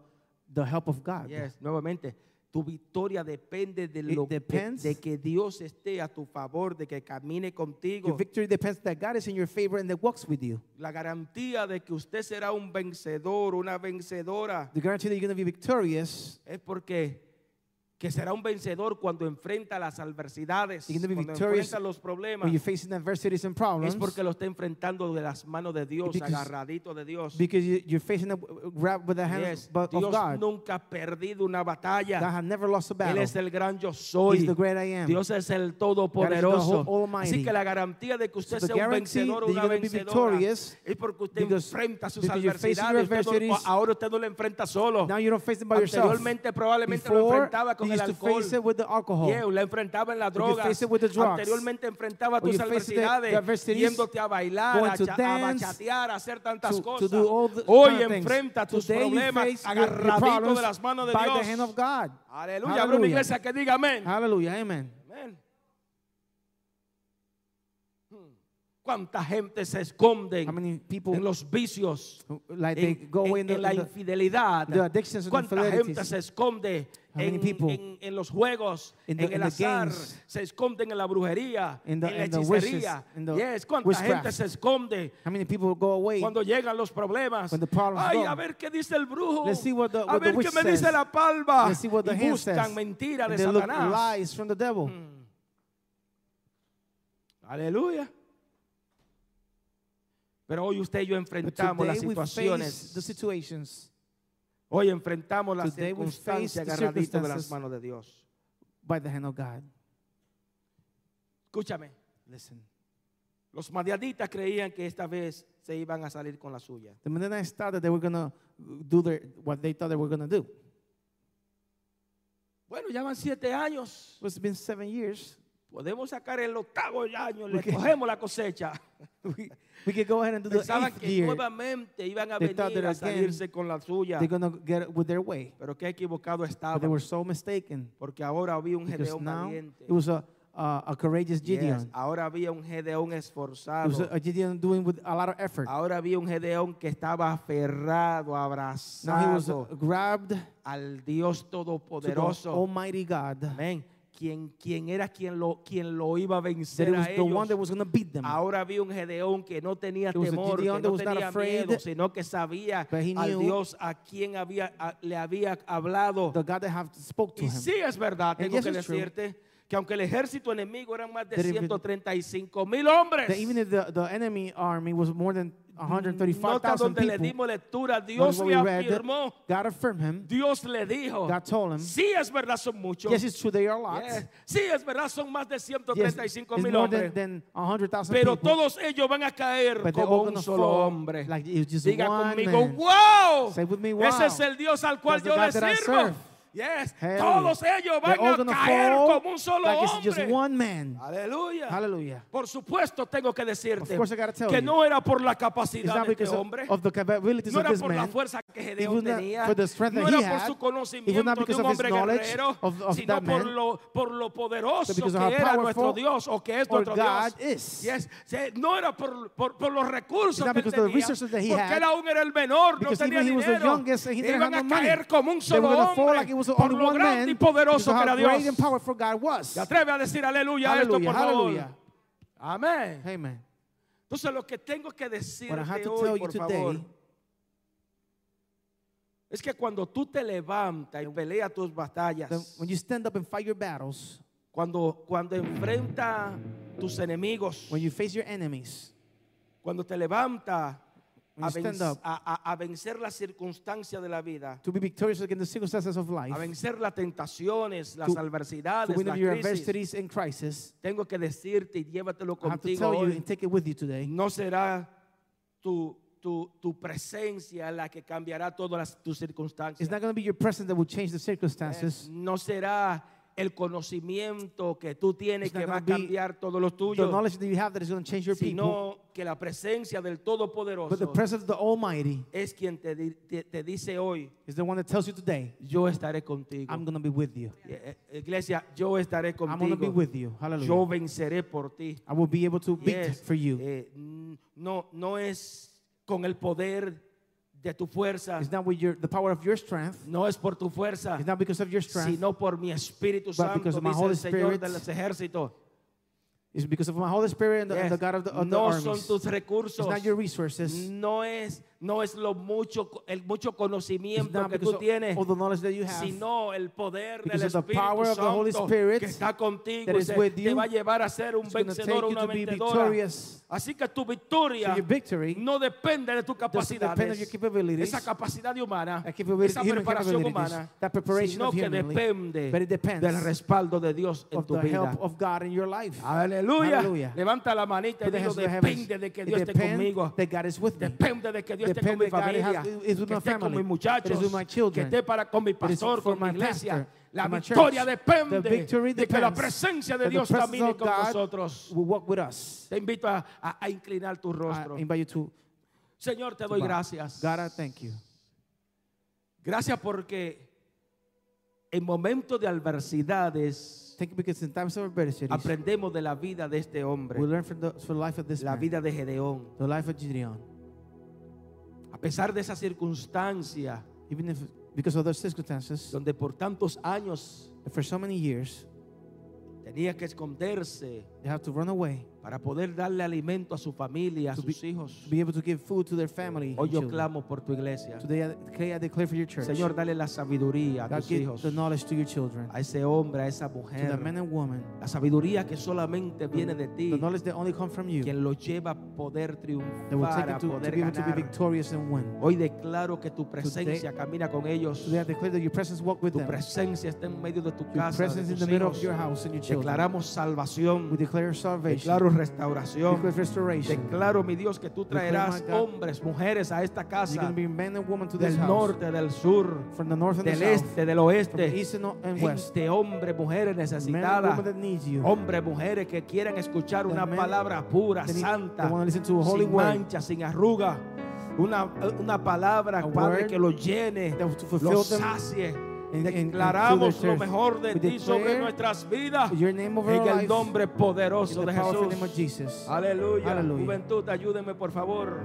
[SPEAKER 3] the help of God.
[SPEAKER 2] Yes, Nuevamente, tu victoria depende de
[SPEAKER 3] It
[SPEAKER 2] lo que-
[SPEAKER 3] depends.
[SPEAKER 2] de que Dios esté a tu favor, de que camine
[SPEAKER 3] Your
[SPEAKER 2] contigo.
[SPEAKER 3] victory depends that God is in your favor and that walks with you.
[SPEAKER 2] La garantía de que usted será un vencedor, una vencedora,
[SPEAKER 3] The guarantee that you're going to be victorious,
[SPEAKER 2] es porque que será un vencedor cuando enfrenta las adversidades,
[SPEAKER 3] You're gonna be
[SPEAKER 2] cuando
[SPEAKER 3] victorious
[SPEAKER 2] enfrenta los problemas.
[SPEAKER 3] when you're facing adversities and problems,
[SPEAKER 2] Es porque lo está enfrentando de las manos de Dios,
[SPEAKER 3] Because-
[SPEAKER 2] agarradito de Dios.
[SPEAKER 3] because you- you're facing a grab with the hand
[SPEAKER 2] Yes,
[SPEAKER 3] bu- of
[SPEAKER 2] Dios
[SPEAKER 3] God.
[SPEAKER 2] nunca ha perdido una
[SPEAKER 3] God
[SPEAKER 2] batalla.
[SPEAKER 3] has never lost a
[SPEAKER 2] Él
[SPEAKER 3] battle.
[SPEAKER 2] es el gran yo soy.
[SPEAKER 3] He's the great I am.
[SPEAKER 2] Dios es el
[SPEAKER 3] God
[SPEAKER 2] todopoderoso.
[SPEAKER 3] is the whole- almighty.
[SPEAKER 2] Así que la garantía de que usted
[SPEAKER 3] So the
[SPEAKER 2] sea un
[SPEAKER 3] guarantee
[SPEAKER 2] vencedor
[SPEAKER 3] that
[SPEAKER 2] o
[SPEAKER 3] you're
[SPEAKER 2] una
[SPEAKER 3] gonna be
[SPEAKER 2] vencedora
[SPEAKER 3] victorious
[SPEAKER 2] es porque usted
[SPEAKER 3] because-
[SPEAKER 2] enfrenta sus
[SPEAKER 3] because you're facing
[SPEAKER 2] adversidades.
[SPEAKER 3] your
[SPEAKER 2] Usted no-
[SPEAKER 3] adversities.
[SPEAKER 2] ahora usted no la enfrenta solo.
[SPEAKER 3] Now you don't face them by yourself.
[SPEAKER 2] Anteriormente probablemente lo
[SPEAKER 3] Before,
[SPEAKER 2] enfrentaba con
[SPEAKER 3] you
[SPEAKER 2] el
[SPEAKER 3] used to
[SPEAKER 2] alcohol.
[SPEAKER 3] face it with the alcohol.
[SPEAKER 2] Yeah, la enfrentaba en la
[SPEAKER 3] you
[SPEAKER 2] droga.
[SPEAKER 3] face it with the drugs.
[SPEAKER 2] Anteriormente enfrentaba
[SPEAKER 3] Or you
[SPEAKER 2] tus
[SPEAKER 3] face the- the
[SPEAKER 2] adversidades,
[SPEAKER 3] adversities,
[SPEAKER 2] yéndote a bailar,
[SPEAKER 3] going
[SPEAKER 2] a,
[SPEAKER 3] to
[SPEAKER 2] cha- a
[SPEAKER 3] dance,
[SPEAKER 2] bachatear, a hacer tantas
[SPEAKER 3] to- to
[SPEAKER 2] cosas.
[SPEAKER 3] do all the
[SPEAKER 2] Hoy
[SPEAKER 3] kind of things.
[SPEAKER 2] enfrenta tus
[SPEAKER 3] Today you
[SPEAKER 2] problemas
[SPEAKER 3] face your- your
[SPEAKER 2] agarradito
[SPEAKER 3] problems
[SPEAKER 2] de las manos de
[SPEAKER 3] by
[SPEAKER 2] Dios.
[SPEAKER 3] the hand of God.
[SPEAKER 2] Aleluya, abre una iglesia que diga amén.
[SPEAKER 3] Hallelujah. Amen.
[SPEAKER 2] Amén. Hmm. ¿Cuánta gente se esconde
[SPEAKER 3] How many people
[SPEAKER 2] en los vicios?
[SPEAKER 3] who- like they
[SPEAKER 2] En,
[SPEAKER 3] go
[SPEAKER 2] en-
[SPEAKER 3] in the,
[SPEAKER 2] en la
[SPEAKER 3] in the-
[SPEAKER 2] infidelidad,
[SPEAKER 3] the addictions and
[SPEAKER 2] cuánta gente
[SPEAKER 3] infidelities.
[SPEAKER 2] se esconde
[SPEAKER 3] How many
[SPEAKER 2] en,
[SPEAKER 3] people
[SPEAKER 2] en- en los juegos,
[SPEAKER 3] in the-
[SPEAKER 2] en el
[SPEAKER 3] in the
[SPEAKER 2] azar,
[SPEAKER 3] games,
[SPEAKER 2] se esconden en la brujería,
[SPEAKER 3] in the-
[SPEAKER 2] en la
[SPEAKER 3] in the wishes,
[SPEAKER 2] hechicería.
[SPEAKER 3] in the
[SPEAKER 2] Yes, cuánta
[SPEAKER 3] witchcraft.
[SPEAKER 2] gente se esconde
[SPEAKER 3] how many people go away?
[SPEAKER 2] cuando llegan los problemas.
[SPEAKER 3] When the problems
[SPEAKER 2] Ay,
[SPEAKER 3] come.
[SPEAKER 2] a ver qué dice el brujo.
[SPEAKER 3] Let's see what the-
[SPEAKER 2] a
[SPEAKER 3] what the
[SPEAKER 2] ver qué
[SPEAKER 3] witch
[SPEAKER 2] me dice
[SPEAKER 3] says.
[SPEAKER 2] la palma.
[SPEAKER 3] Let's see what the
[SPEAKER 2] y
[SPEAKER 3] hand
[SPEAKER 2] buscan
[SPEAKER 3] says.
[SPEAKER 2] mentiras de
[SPEAKER 3] And they look
[SPEAKER 2] Satanás. Mm.
[SPEAKER 3] lies from the devil.
[SPEAKER 2] Aleluya. Pero hoy usted y yo
[SPEAKER 3] But
[SPEAKER 2] enfrentamos las
[SPEAKER 3] today we face
[SPEAKER 2] situaciones.
[SPEAKER 3] the situations,
[SPEAKER 2] Hoy enfrentamos las
[SPEAKER 3] Today we face
[SPEAKER 2] circunstancias
[SPEAKER 3] the
[SPEAKER 2] agarradito de las
[SPEAKER 3] circumstances.
[SPEAKER 2] manos de Dios.
[SPEAKER 3] by the hand of God.
[SPEAKER 2] Escúchame,
[SPEAKER 3] Listen.
[SPEAKER 2] los madianitas creían que esta vez se iban a salir con la suya.
[SPEAKER 3] The minute I started, they were gonna uh, do their, what they thought they were gonna do.
[SPEAKER 2] Bueno, ya van siete años.
[SPEAKER 3] It's been seven years.
[SPEAKER 2] Podemos sacar el octavo año, le
[SPEAKER 3] Porque-
[SPEAKER 2] cogemos la cosecha.
[SPEAKER 3] we, we could go ahead and do the
[SPEAKER 2] Pensaban
[SPEAKER 3] eighth
[SPEAKER 2] que
[SPEAKER 3] year.
[SPEAKER 2] nuevamente iban a
[SPEAKER 3] They thought
[SPEAKER 2] venir
[SPEAKER 3] that
[SPEAKER 2] a
[SPEAKER 3] again
[SPEAKER 2] salirse con la suya.
[SPEAKER 3] They're gonna get with their way.
[SPEAKER 2] Pero qué equivocado
[SPEAKER 3] But they were
[SPEAKER 2] estaban.
[SPEAKER 3] so mistaken
[SPEAKER 2] Porque ahora había Ah, un
[SPEAKER 3] because
[SPEAKER 2] Gedeón
[SPEAKER 3] now
[SPEAKER 2] valiente.
[SPEAKER 3] it was a uh, a courageous
[SPEAKER 2] Yes,
[SPEAKER 3] Gideon.
[SPEAKER 2] ahora había un Gedeón
[SPEAKER 3] It was a,
[SPEAKER 2] esforzado.
[SPEAKER 3] a Gideon doing with a lot of effort.
[SPEAKER 2] Ahora había un Gedeón que estaba aferrado,
[SPEAKER 3] Now he was uh,
[SPEAKER 2] abrazado
[SPEAKER 3] grabbed
[SPEAKER 2] al Dios
[SPEAKER 3] to the
[SPEAKER 2] Todopoderoso.
[SPEAKER 3] Almighty God.
[SPEAKER 2] Amén. Quien, quien era quien lo, quien lo iba a
[SPEAKER 3] That
[SPEAKER 2] vencer
[SPEAKER 3] it
[SPEAKER 2] a
[SPEAKER 3] was the one that
[SPEAKER 2] ellos.
[SPEAKER 3] was gonna beat them.
[SPEAKER 2] Ahora había un Gedeón que no tenía
[SPEAKER 3] There was a
[SPEAKER 2] temor, que
[SPEAKER 3] Gideon that
[SPEAKER 2] no
[SPEAKER 3] was not
[SPEAKER 2] tenía
[SPEAKER 3] afraid,
[SPEAKER 2] miedo, sino que sabía
[SPEAKER 3] but he
[SPEAKER 2] al
[SPEAKER 3] knew
[SPEAKER 2] Dios a quien había, a- le había hablado.
[SPEAKER 3] The God that have spoke to
[SPEAKER 2] Y
[SPEAKER 3] him.
[SPEAKER 2] sí es verdad, tengo
[SPEAKER 3] yes,
[SPEAKER 2] que
[SPEAKER 3] it's true.
[SPEAKER 2] decirte que aunque el ejército enemigo eran más de
[SPEAKER 3] That if it-
[SPEAKER 2] 135 mil hombres,
[SPEAKER 3] That even if the, the enemy army was more than
[SPEAKER 2] nota
[SPEAKER 3] 135,000
[SPEAKER 2] donde le
[SPEAKER 3] people,
[SPEAKER 2] dimos lectura,
[SPEAKER 3] what
[SPEAKER 2] Dios
[SPEAKER 3] we
[SPEAKER 2] le
[SPEAKER 3] read,
[SPEAKER 2] afirmó,
[SPEAKER 3] God affirmed him.
[SPEAKER 2] Dios le dijo,
[SPEAKER 3] God told him,
[SPEAKER 2] sí es verdad, son muchos.
[SPEAKER 3] yes, it's true, they are lots.
[SPEAKER 2] Yes. Sí, es verdad, son más de
[SPEAKER 3] Yes,
[SPEAKER 2] 135
[SPEAKER 3] it's
[SPEAKER 2] mil
[SPEAKER 3] more than,
[SPEAKER 2] hombres.
[SPEAKER 3] than 100,000
[SPEAKER 2] Pero
[SPEAKER 3] people.
[SPEAKER 2] todos ellos van a caer
[SPEAKER 3] But they're
[SPEAKER 2] como
[SPEAKER 3] all
[SPEAKER 2] un
[SPEAKER 3] gonna
[SPEAKER 2] solo
[SPEAKER 3] fall
[SPEAKER 2] hombre.
[SPEAKER 3] like it's just
[SPEAKER 2] Diga
[SPEAKER 3] one
[SPEAKER 2] conmigo,
[SPEAKER 3] man.
[SPEAKER 2] wow.
[SPEAKER 3] Say with me,
[SPEAKER 2] Ese
[SPEAKER 3] "Wow."
[SPEAKER 2] es el Dios al cual
[SPEAKER 3] That's the
[SPEAKER 2] yo le
[SPEAKER 3] God that I
[SPEAKER 2] sirvo.
[SPEAKER 3] serve.
[SPEAKER 2] Yes.
[SPEAKER 3] Hallelujah.
[SPEAKER 2] Todos ellos
[SPEAKER 3] They're
[SPEAKER 2] van
[SPEAKER 3] all gonna
[SPEAKER 2] a caer
[SPEAKER 3] fall
[SPEAKER 2] como un solo
[SPEAKER 3] like it's just
[SPEAKER 2] hombre.
[SPEAKER 3] one man.
[SPEAKER 2] Aleluya.
[SPEAKER 3] Hallelujah.
[SPEAKER 2] Por supuesto tengo que
[SPEAKER 3] Of
[SPEAKER 2] decirte
[SPEAKER 3] course I gotta tell
[SPEAKER 2] que
[SPEAKER 3] you.
[SPEAKER 2] no era por la
[SPEAKER 3] It's
[SPEAKER 2] capacidad
[SPEAKER 3] not
[SPEAKER 2] de este
[SPEAKER 3] because of,
[SPEAKER 2] hombre.
[SPEAKER 3] of the capabilities
[SPEAKER 2] No
[SPEAKER 3] of
[SPEAKER 2] era
[SPEAKER 3] this
[SPEAKER 2] por la
[SPEAKER 3] man.
[SPEAKER 2] fuerza que
[SPEAKER 3] It
[SPEAKER 2] Gedeón
[SPEAKER 3] was not
[SPEAKER 2] tenía,
[SPEAKER 3] for the strength
[SPEAKER 2] no
[SPEAKER 3] that he
[SPEAKER 2] era por
[SPEAKER 3] had.
[SPEAKER 2] su
[SPEAKER 3] It was
[SPEAKER 2] conocimiento
[SPEAKER 3] not
[SPEAKER 2] de
[SPEAKER 3] because
[SPEAKER 2] un
[SPEAKER 3] of his
[SPEAKER 2] hombre
[SPEAKER 3] knowledge
[SPEAKER 2] guerrero,
[SPEAKER 3] of, of
[SPEAKER 2] sino
[SPEAKER 3] that
[SPEAKER 2] por
[SPEAKER 3] man,
[SPEAKER 2] lo, por lo poderoso
[SPEAKER 3] because
[SPEAKER 2] que
[SPEAKER 3] of how
[SPEAKER 2] era nuestro
[SPEAKER 3] powerful
[SPEAKER 2] Dios o que es
[SPEAKER 3] or
[SPEAKER 2] nuestro Dios.
[SPEAKER 3] God is.
[SPEAKER 2] Yes. Se- No era por, por, por los recursos
[SPEAKER 3] It's not
[SPEAKER 2] que él
[SPEAKER 3] because of the
[SPEAKER 2] tenía,
[SPEAKER 3] resources that he
[SPEAKER 2] porque
[SPEAKER 3] had.
[SPEAKER 2] él aún era el menor, no
[SPEAKER 3] Because
[SPEAKER 2] tenía
[SPEAKER 3] even he was the
[SPEAKER 2] dinero.
[SPEAKER 3] youngest and he didn't have
[SPEAKER 2] Iban
[SPEAKER 3] no
[SPEAKER 2] a
[SPEAKER 3] money.
[SPEAKER 2] caer como un
[SPEAKER 3] They were
[SPEAKER 2] solo
[SPEAKER 3] gonna fall
[SPEAKER 2] hombre
[SPEAKER 3] like it was
[SPEAKER 2] por
[SPEAKER 3] only
[SPEAKER 2] lo
[SPEAKER 3] one man.
[SPEAKER 2] grande y
[SPEAKER 3] because
[SPEAKER 2] poderoso
[SPEAKER 3] of how
[SPEAKER 2] que era
[SPEAKER 3] great and
[SPEAKER 2] Dios.
[SPEAKER 3] powerful God was.
[SPEAKER 2] ¿Te atreve a decir aleluya a esto,
[SPEAKER 3] Hallelujah.
[SPEAKER 2] por favor?
[SPEAKER 3] Hallelujah.
[SPEAKER 2] Amén.
[SPEAKER 3] Amen.
[SPEAKER 2] Entonces lo que tengo que decirte
[SPEAKER 3] What I have to tell
[SPEAKER 2] hoy,
[SPEAKER 3] you
[SPEAKER 2] por
[SPEAKER 3] today,
[SPEAKER 2] favor, es que cuando tú te levantas y peleas tus
[SPEAKER 3] that
[SPEAKER 2] batallas,
[SPEAKER 3] when you stand up and fight your battles,
[SPEAKER 2] cuando, cuando enfrentas tus enemigos,
[SPEAKER 3] when you face your enemies,
[SPEAKER 2] cuando te levantas
[SPEAKER 3] When
[SPEAKER 2] a,
[SPEAKER 3] you stand
[SPEAKER 2] venc-
[SPEAKER 3] up.
[SPEAKER 2] a- a- a vencer las circunstancias de la vida,
[SPEAKER 3] to be victorious against the circumstances of life,
[SPEAKER 2] a vencer las tentaciones, las
[SPEAKER 3] To- to
[SPEAKER 2] adversidades,
[SPEAKER 3] win
[SPEAKER 2] las
[SPEAKER 3] over your
[SPEAKER 2] crisis,
[SPEAKER 3] adversities and crisis,
[SPEAKER 2] tengo que decirte y llévatelo
[SPEAKER 3] I have to
[SPEAKER 2] contigo
[SPEAKER 3] tell you
[SPEAKER 2] hoy,
[SPEAKER 3] and take it with you today.
[SPEAKER 2] no será tu, tu, tu presencia la que cambiará todas las- tus circunstancias.
[SPEAKER 3] It's not going to be your presence that will change the
[SPEAKER 2] Yes.
[SPEAKER 3] circumstances.
[SPEAKER 2] No será el conocimiento que tú tienes
[SPEAKER 3] It's not
[SPEAKER 2] que va a
[SPEAKER 3] gonna be
[SPEAKER 2] cambiar todo lo
[SPEAKER 3] The
[SPEAKER 2] tuyo,
[SPEAKER 3] knowledge that you have that is going to change your people,
[SPEAKER 2] sino que la presencia del
[SPEAKER 3] but the
[SPEAKER 2] Todopoderoso
[SPEAKER 3] presence of the Almighty
[SPEAKER 2] es quien te, di- te- te dice hoy,
[SPEAKER 3] is the one that tells you today,
[SPEAKER 2] yo estaré contigo.
[SPEAKER 3] I'm going to be with you.
[SPEAKER 2] Eh, eh, Iglesia, yo estaré
[SPEAKER 3] I'm going to be
[SPEAKER 2] contigo.
[SPEAKER 3] with you.
[SPEAKER 2] Yo
[SPEAKER 3] Hallelujah.
[SPEAKER 2] venceré por ti.
[SPEAKER 3] I will be able to beat
[SPEAKER 2] Yes.
[SPEAKER 3] for you.
[SPEAKER 2] Eh, n- no, no es con el poder de tu fuerza,
[SPEAKER 3] It's not with your the power of your strength.
[SPEAKER 2] no es por tu fuerza,
[SPEAKER 3] It's not because of your strength.
[SPEAKER 2] sino por mi Espíritu Santo,
[SPEAKER 3] because of my
[SPEAKER 2] dice
[SPEAKER 3] Holy
[SPEAKER 2] el Señor
[SPEAKER 3] Spirit.
[SPEAKER 2] de los ejércitos.
[SPEAKER 3] It's because of my Holy Spirit and the, and
[SPEAKER 2] Yes.
[SPEAKER 3] the God of the, of the
[SPEAKER 2] no son
[SPEAKER 3] armies.
[SPEAKER 2] tus
[SPEAKER 3] It's
[SPEAKER 2] recursos.
[SPEAKER 3] not your resources.
[SPEAKER 2] No es, no es lo mucho, el mucho
[SPEAKER 3] It's
[SPEAKER 2] conocimiento
[SPEAKER 3] not
[SPEAKER 2] que
[SPEAKER 3] because
[SPEAKER 2] tú tienes,
[SPEAKER 3] of all the knowledge that you have.
[SPEAKER 2] sino el poder del
[SPEAKER 3] Because of the
[SPEAKER 2] Espíritu
[SPEAKER 3] power of the
[SPEAKER 2] Santo
[SPEAKER 3] Holy Spirit
[SPEAKER 2] que está contigo
[SPEAKER 3] that
[SPEAKER 2] y
[SPEAKER 3] is
[SPEAKER 2] se-
[SPEAKER 3] with
[SPEAKER 2] te
[SPEAKER 3] you.
[SPEAKER 2] va a llevar a ser un
[SPEAKER 3] It's gonna take
[SPEAKER 2] vencedor,
[SPEAKER 3] you
[SPEAKER 2] una
[SPEAKER 3] to be
[SPEAKER 2] vencedora.
[SPEAKER 3] victorious.
[SPEAKER 2] Así que tu victoria
[SPEAKER 3] So your victory
[SPEAKER 2] no depende de tu capacidad,
[SPEAKER 3] depend on your capabilities.
[SPEAKER 2] esa capacidad humana,
[SPEAKER 3] That capability-
[SPEAKER 2] esa
[SPEAKER 3] human
[SPEAKER 2] preparación
[SPEAKER 3] capabilities.
[SPEAKER 2] humana,
[SPEAKER 3] That preparation
[SPEAKER 2] sino
[SPEAKER 3] of
[SPEAKER 2] que
[SPEAKER 3] humanly. But
[SPEAKER 2] depende
[SPEAKER 3] it depends
[SPEAKER 2] del respaldo de Dios en
[SPEAKER 3] Of
[SPEAKER 2] tu
[SPEAKER 3] the
[SPEAKER 2] vida.
[SPEAKER 3] help of God in your life.
[SPEAKER 2] Aleluya.
[SPEAKER 3] Hallelujah.
[SPEAKER 2] Levanta la manita y
[SPEAKER 3] Put the
[SPEAKER 2] digo,
[SPEAKER 3] hands to the heavens.
[SPEAKER 2] depende de que
[SPEAKER 3] It
[SPEAKER 2] Dios esté
[SPEAKER 3] depend
[SPEAKER 2] conmigo.
[SPEAKER 3] That God is with me.
[SPEAKER 2] Depende de que Dios esté
[SPEAKER 3] Depende
[SPEAKER 2] con mi
[SPEAKER 3] that God has-
[SPEAKER 2] familia,
[SPEAKER 3] is with
[SPEAKER 2] que
[SPEAKER 3] my
[SPEAKER 2] esté con
[SPEAKER 3] family,
[SPEAKER 2] mis muchachos,
[SPEAKER 3] is with my
[SPEAKER 2] que
[SPEAKER 3] children,
[SPEAKER 2] esté para con mi
[SPEAKER 3] is
[SPEAKER 2] pastor,
[SPEAKER 3] for
[SPEAKER 2] con mi
[SPEAKER 3] my
[SPEAKER 2] iglesia.
[SPEAKER 3] pastor,
[SPEAKER 2] La
[SPEAKER 3] for my
[SPEAKER 2] victoria
[SPEAKER 3] church.
[SPEAKER 2] depende
[SPEAKER 3] The victory
[SPEAKER 2] de que la
[SPEAKER 3] depends
[SPEAKER 2] presencia
[SPEAKER 3] that
[SPEAKER 2] de
[SPEAKER 3] the
[SPEAKER 2] Dios
[SPEAKER 3] presence
[SPEAKER 2] camine
[SPEAKER 3] of
[SPEAKER 2] con
[SPEAKER 3] God
[SPEAKER 2] nosotros.
[SPEAKER 3] Will walk with us.
[SPEAKER 2] Te invito a, a- a inclinar tu
[SPEAKER 3] I
[SPEAKER 2] rostro.
[SPEAKER 3] invite you to.
[SPEAKER 2] Señor, te doy
[SPEAKER 3] bow.
[SPEAKER 2] gracias.
[SPEAKER 3] God, I thank you.
[SPEAKER 2] Gracias porque en momentos de adversidades
[SPEAKER 3] Thank you because in times of adversity,
[SPEAKER 2] aprendemos de la vida de este hombre,
[SPEAKER 3] we learn from the from the life of this
[SPEAKER 2] la
[SPEAKER 3] man,
[SPEAKER 2] vida de Gedeón.
[SPEAKER 3] the life of Gideon.
[SPEAKER 2] A pesar de esa circunstancia
[SPEAKER 3] Even if because of those circumstances,
[SPEAKER 2] donde por tantos años
[SPEAKER 3] for so many years,
[SPEAKER 2] tenía que esconderse
[SPEAKER 3] they have to run away
[SPEAKER 2] para poder darle alimento a su familia, a
[SPEAKER 3] To
[SPEAKER 2] sus hijos.
[SPEAKER 3] to be able to give food to their family. and
[SPEAKER 2] Hoy yo
[SPEAKER 3] children.
[SPEAKER 2] clamo por tu iglesia.
[SPEAKER 3] Today, I, today I declare for your church.
[SPEAKER 2] Señor, dale la sabiduría a
[SPEAKER 3] God,
[SPEAKER 2] tus
[SPEAKER 3] give
[SPEAKER 2] hijos,
[SPEAKER 3] the knowledge to your children,
[SPEAKER 2] a ese hombre, a esa
[SPEAKER 3] to the
[SPEAKER 2] mujer.
[SPEAKER 3] men and women,
[SPEAKER 2] La sabiduría que solamente viene de
[SPEAKER 3] the
[SPEAKER 2] ti,
[SPEAKER 3] knowledge that only comes from you,
[SPEAKER 2] quien lo lleva a poder
[SPEAKER 3] that will take
[SPEAKER 2] triunfar,
[SPEAKER 3] them
[SPEAKER 2] a
[SPEAKER 3] to, to
[SPEAKER 2] poder
[SPEAKER 3] be able to be
[SPEAKER 2] ganar.
[SPEAKER 3] victorious and win.
[SPEAKER 2] Hoy declaro que tu presencia camina con ellos.
[SPEAKER 3] Today I declare that your presence walk with
[SPEAKER 2] Tu
[SPEAKER 3] them.
[SPEAKER 2] presencia está en medio de tu
[SPEAKER 3] Your
[SPEAKER 2] casa, de
[SPEAKER 3] presence in the
[SPEAKER 2] tus
[SPEAKER 3] middle of
[SPEAKER 2] hijos.
[SPEAKER 3] your house and your children.
[SPEAKER 2] Declaramos
[SPEAKER 3] We
[SPEAKER 2] salvación.
[SPEAKER 3] declare salvation.
[SPEAKER 2] Declaro
[SPEAKER 3] We
[SPEAKER 2] restauración.
[SPEAKER 3] declare restoration.
[SPEAKER 2] Declaro, mi Dios, que tú
[SPEAKER 3] Declare,
[SPEAKER 2] traerás
[SPEAKER 3] my God,
[SPEAKER 2] hombres, mujeres a esta
[SPEAKER 3] You're going
[SPEAKER 2] casa
[SPEAKER 3] to be men and women to this
[SPEAKER 2] del
[SPEAKER 3] house.
[SPEAKER 2] norte, del sur,
[SPEAKER 3] From the north and the
[SPEAKER 2] del
[SPEAKER 3] south.
[SPEAKER 2] este, del
[SPEAKER 3] From the
[SPEAKER 2] oeste.
[SPEAKER 3] east and o- and west.
[SPEAKER 2] Gente, hombres, mujeres
[SPEAKER 3] Men and women
[SPEAKER 2] necesitadas.
[SPEAKER 3] that need you.
[SPEAKER 2] Hombres, mujeres que quieran escuchar
[SPEAKER 3] That
[SPEAKER 2] una
[SPEAKER 3] men-
[SPEAKER 2] palabra pura,
[SPEAKER 3] that need-
[SPEAKER 2] santa,
[SPEAKER 3] that wanna listen to a holy
[SPEAKER 2] sin
[SPEAKER 3] word.
[SPEAKER 2] mancha, sin arruga. Una, una palabra,
[SPEAKER 3] A
[SPEAKER 2] Padre,
[SPEAKER 3] word
[SPEAKER 2] que lo llene,
[SPEAKER 3] that will fulfill
[SPEAKER 2] lo
[SPEAKER 3] them
[SPEAKER 2] sacie.
[SPEAKER 3] and- and
[SPEAKER 2] Declaramos
[SPEAKER 3] fill
[SPEAKER 2] lo
[SPEAKER 3] their
[SPEAKER 2] mejor de
[SPEAKER 3] thirst. We
[SPEAKER 2] ti sobre
[SPEAKER 3] declare
[SPEAKER 2] nuestras vidas.
[SPEAKER 3] Your name over
[SPEAKER 2] En
[SPEAKER 3] our
[SPEAKER 2] el
[SPEAKER 3] life.
[SPEAKER 2] nombre poderoso
[SPEAKER 3] In
[SPEAKER 2] de
[SPEAKER 3] the powerful name of
[SPEAKER 2] Jesús.
[SPEAKER 3] Jesus.
[SPEAKER 2] Aleluya.
[SPEAKER 3] Aleluya.
[SPEAKER 2] Juventud, ayúdenme por favor.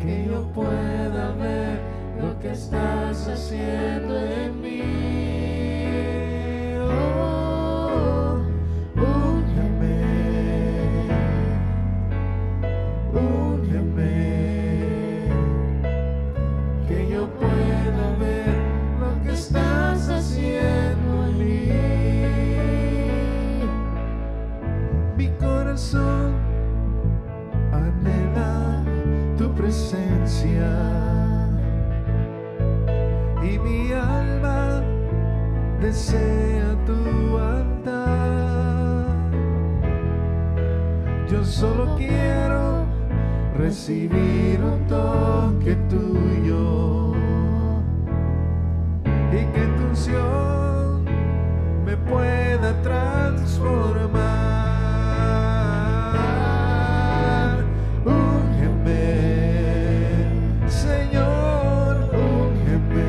[SPEAKER 4] que yo pueda ver lo que estás haciendo en mí. Oh, úneme, úneme, que yo pueda ver lo que estás haciendo en mí. Mi corazón anhela tu presencia y mi alma desea tu altar. Yo solo quiero recibir un toque tuyo y que tu unción me pueda transformar. Úngeme, Señor, úngeme,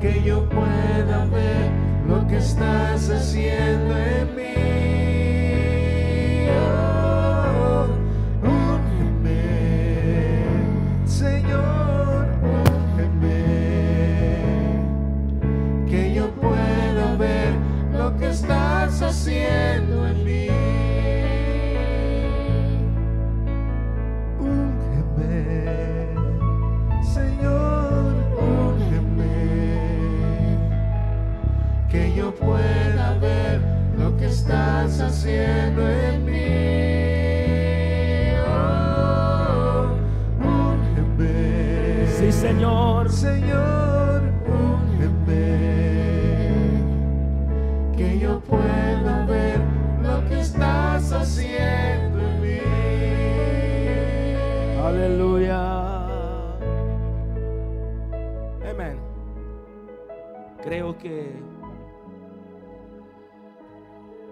[SPEAKER 4] que yo pueda ver lo que estás haciendo en mí. Oh, úngeme, Señor, úngeme, que yo pueda ver lo que estás haciendo en mí. Úngeme, Señor, úngeme, que yo pueda ver lo que estás haciendo en mí. Oh, úngeme,
[SPEAKER 2] Sí, Señor.
[SPEAKER 4] Señor, úngeme, que yo pueda ver lo que estás haciendo en mí.
[SPEAKER 2] Aleluya. Amén. Creo que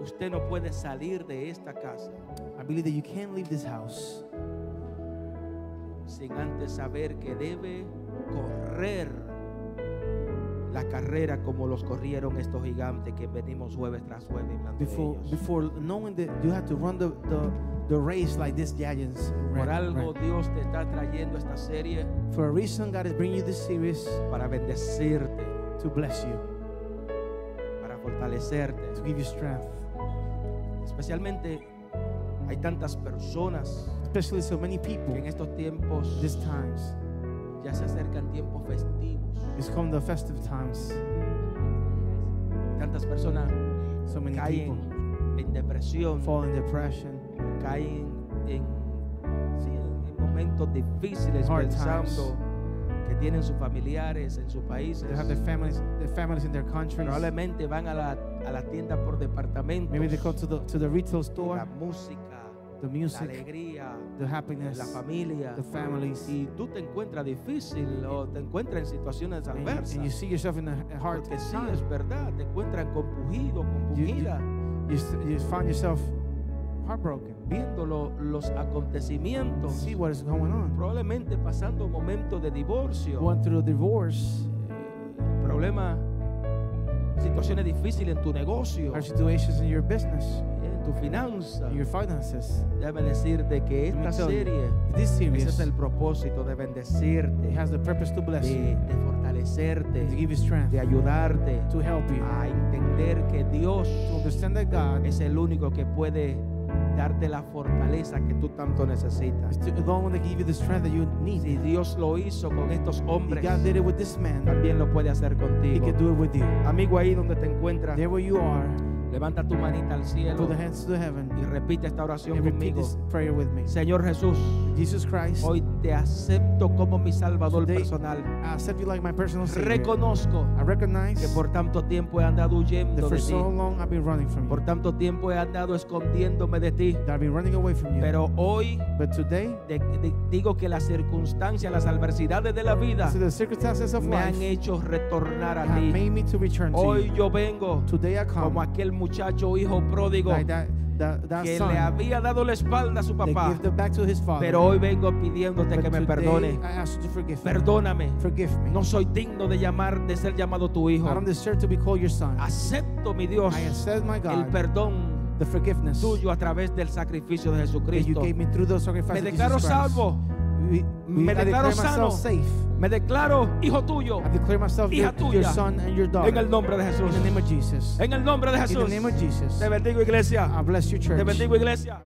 [SPEAKER 2] usted no puede salir de esta casa
[SPEAKER 3] I believe that you can't leave this house
[SPEAKER 2] sin antes saber que debe correr la carrera como los corrieron estos gigantes que venimos jueves tras jueves hablando de
[SPEAKER 3] before
[SPEAKER 2] ellos.
[SPEAKER 3] before knowing that you have to run the, the, the race like this giants.
[SPEAKER 2] Por
[SPEAKER 3] ran,
[SPEAKER 2] algo
[SPEAKER 3] ran.
[SPEAKER 2] Dios te está trayendo esta serie
[SPEAKER 3] For a reason, God is bringing you this series
[SPEAKER 2] para bendecirte,
[SPEAKER 3] to bless you,
[SPEAKER 2] para fortalecerte.
[SPEAKER 3] to give you strength.
[SPEAKER 2] Especialmente hay tantas personas
[SPEAKER 3] Especially so many
[SPEAKER 2] que
[SPEAKER 3] people
[SPEAKER 2] en estos tiempos
[SPEAKER 3] these times.
[SPEAKER 2] ya se acercan tiempos festivos.
[SPEAKER 3] It's come the festive times.
[SPEAKER 2] Tantas personas
[SPEAKER 3] So many people
[SPEAKER 2] caen en depresión,
[SPEAKER 3] fall in depression,
[SPEAKER 2] caen en, sí, en momentos difíciles
[SPEAKER 3] Hard
[SPEAKER 2] pensando que tienen sus familiares en sus países.
[SPEAKER 3] They have their families, their families in their countries.
[SPEAKER 2] Probablemente van a la, a la tienda por departamento.
[SPEAKER 3] Maybe they go to the to the retail
[SPEAKER 2] la
[SPEAKER 3] store,
[SPEAKER 2] música,
[SPEAKER 3] the
[SPEAKER 2] la
[SPEAKER 3] music,
[SPEAKER 2] alegría,
[SPEAKER 3] the happiness,
[SPEAKER 2] la familia.
[SPEAKER 3] the families.
[SPEAKER 2] Si tú te encuentras difícil o te encuentras en situaciones
[SPEAKER 3] And you, and you
[SPEAKER 2] adversas,
[SPEAKER 3] see yourself in a a hard
[SPEAKER 2] porque sí
[SPEAKER 3] time.
[SPEAKER 2] es verdad, te encuentran compungido,
[SPEAKER 3] You, you,
[SPEAKER 2] compungida,
[SPEAKER 3] you, s- you find yourself heartbroken.
[SPEAKER 2] viendo lo- los acontecimientos,
[SPEAKER 3] See what is going on.
[SPEAKER 2] probablemente pasando momentos de divorcio,
[SPEAKER 3] Going through a divorce, uh,
[SPEAKER 2] problemas, situaciones difíciles en tu negocio,
[SPEAKER 3] hard situations in your business,
[SPEAKER 2] en tu finanza.
[SPEAKER 3] in your finances.
[SPEAKER 2] Déjame decirte que
[SPEAKER 3] Let me
[SPEAKER 2] esta
[SPEAKER 3] tell you,
[SPEAKER 2] serie,
[SPEAKER 3] This
[SPEAKER 2] ese
[SPEAKER 3] series
[SPEAKER 2] es el propósito de
[SPEAKER 3] it
[SPEAKER 2] bendecirte,
[SPEAKER 3] has the purpose to bless you,
[SPEAKER 2] de, de fortalecerte,
[SPEAKER 3] to give you strength,
[SPEAKER 2] de ayudarte
[SPEAKER 3] to help you,
[SPEAKER 2] a entender que Dios
[SPEAKER 3] to understand that God
[SPEAKER 2] es el único que puede darte la fortaleza que tú tanto
[SPEAKER 3] is
[SPEAKER 2] necesitas.
[SPEAKER 3] the the one that give you the strength that you need.
[SPEAKER 2] Si Dios lo hizo con estos
[SPEAKER 3] If
[SPEAKER 2] hombres,
[SPEAKER 3] God did it with this man,
[SPEAKER 2] también lo puede hacer
[SPEAKER 3] He
[SPEAKER 2] contigo.
[SPEAKER 3] can do it with you.
[SPEAKER 2] Amigo ahí donde te encuentras,
[SPEAKER 3] There where you are,
[SPEAKER 2] levanta tu manita al cielo
[SPEAKER 3] put the hands to the
[SPEAKER 2] y
[SPEAKER 3] heaven
[SPEAKER 2] repite esta oración
[SPEAKER 3] and repeat
[SPEAKER 2] conmigo.
[SPEAKER 3] this prayer with me.
[SPEAKER 2] Señor Jesús,
[SPEAKER 3] Jesus Christ,
[SPEAKER 2] hoy te acepto como mi Salvador
[SPEAKER 3] Today,
[SPEAKER 2] personal.
[SPEAKER 3] I accept you like my personal savior.
[SPEAKER 2] Reconozco
[SPEAKER 3] I recognize
[SPEAKER 2] que por tanto tiempo he
[SPEAKER 3] that
[SPEAKER 2] andado huyendo
[SPEAKER 3] for
[SPEAKER 2] de ti.
[SPEAKER 3] so long I've been running from you,
[SPEAKER 2] Por tanto tiempo he andado escondiéndome de ti.
[SPEAKER 3] that I've been running away from you.
[SPEAKER 2] Pero hoy
[SPEAKER 3] but today,
[SPEAKER 2] de- de- digo que las circunstancias, las adversidades de la vida
[SPEAKER 3] so the circumstances of
[SPEAKER 2] me han
[SPEAKER 3] life
[SPEAKER 2] hecho retornar a
[SPEAKER 3] have
[SPEAKER 2] ti.
[SPEAKER 3] made me to return to
[SPEAKER 2] Hoy
[SPEAKER 3] you.
[SPEAKER 2] yo vengo
[SPEAKER 3] Today I come
[SPEAKER 2] como aquel muchacho hijo pródigo
[SPEAKER 3] like that, that, that
[SPEAKER 2] que
[SPEAKER 3] son
[SPEAKER 2] le había dado la espalda a su
[SPEAKER 3] that
[SPEAKER 2] papá,
[SPEAKER 3] gave the back to his father.
[SPEAKER 2] pero hoy vengo pidiéndote
[SPEAKER 3] But
[SPEAKER 2] que me
[SPEAKER 3] today
[SPEAKER 2] perdone.
[SPEAKER 3] I ask you to forgive me.
[SPEAKER 2] Perdóname.
[SPEAKER 3] Forgive me.
[SPEAKER 2] No soy digno de llamar, de ser llamado tu hijo.
[SPEAKER 3] I don't deserve to be called your son.
[SPEAKER 2] Acepto, mi Dios,
[SPEAKER 3] I accept my
[SPEAKER 2] el
[SPEAKER 3] God,
[SPEAKER 2] perdón
[SPEAKER 3] the forgiveness
[SPEAKER 2] tuyo a través del sacrificio de
[SPEAKER 3] that you
[SPEAKER 2] Jesucristo.
[SPEAKER 3] gave me through the sacrifice
[SPEAKER 2] Me
[SPEAKER 3] of Jesus
[SPEAKER 2] declaro
[SPEAKER 3] Christ.
[SPEAKER 2] salvo.
[SPEAKER 3] We, we,
[SPEAKER 2] Me
[SPEAKER 3] I declare
[SPEAKER 2] declaro sano.
[SPEAKER 3] myself safe.
[SPEAKER 2] Me declaro hijo tuyo.
[SPEAKER 3] I declare myself your,
[SPEAKER 2] Hija
[SPEAKER 3] your
[SPEAKER 2] tuya.
[SPEAKER 3] son and your daughter.
[SPEAKER 2] En el nombre de
[SPEAKER 3] In
[SPEAKER 2] Jesús.
[SPEAKER 3] the name of Jesus.
[SPEAKER 2] En el nombre de
[SPEAKER 3] In the
[SPEAKER 2] Jesús.
[SPEAKER 3] name of Jesus.
[SPEAKER 2] Te bendigo, iglesia.
[SPEAKER 3] I bless you,
[SPEAKER 2] Te
[SPEAKER 3] church.
[SPEAKER 2] bendigo, iglesia.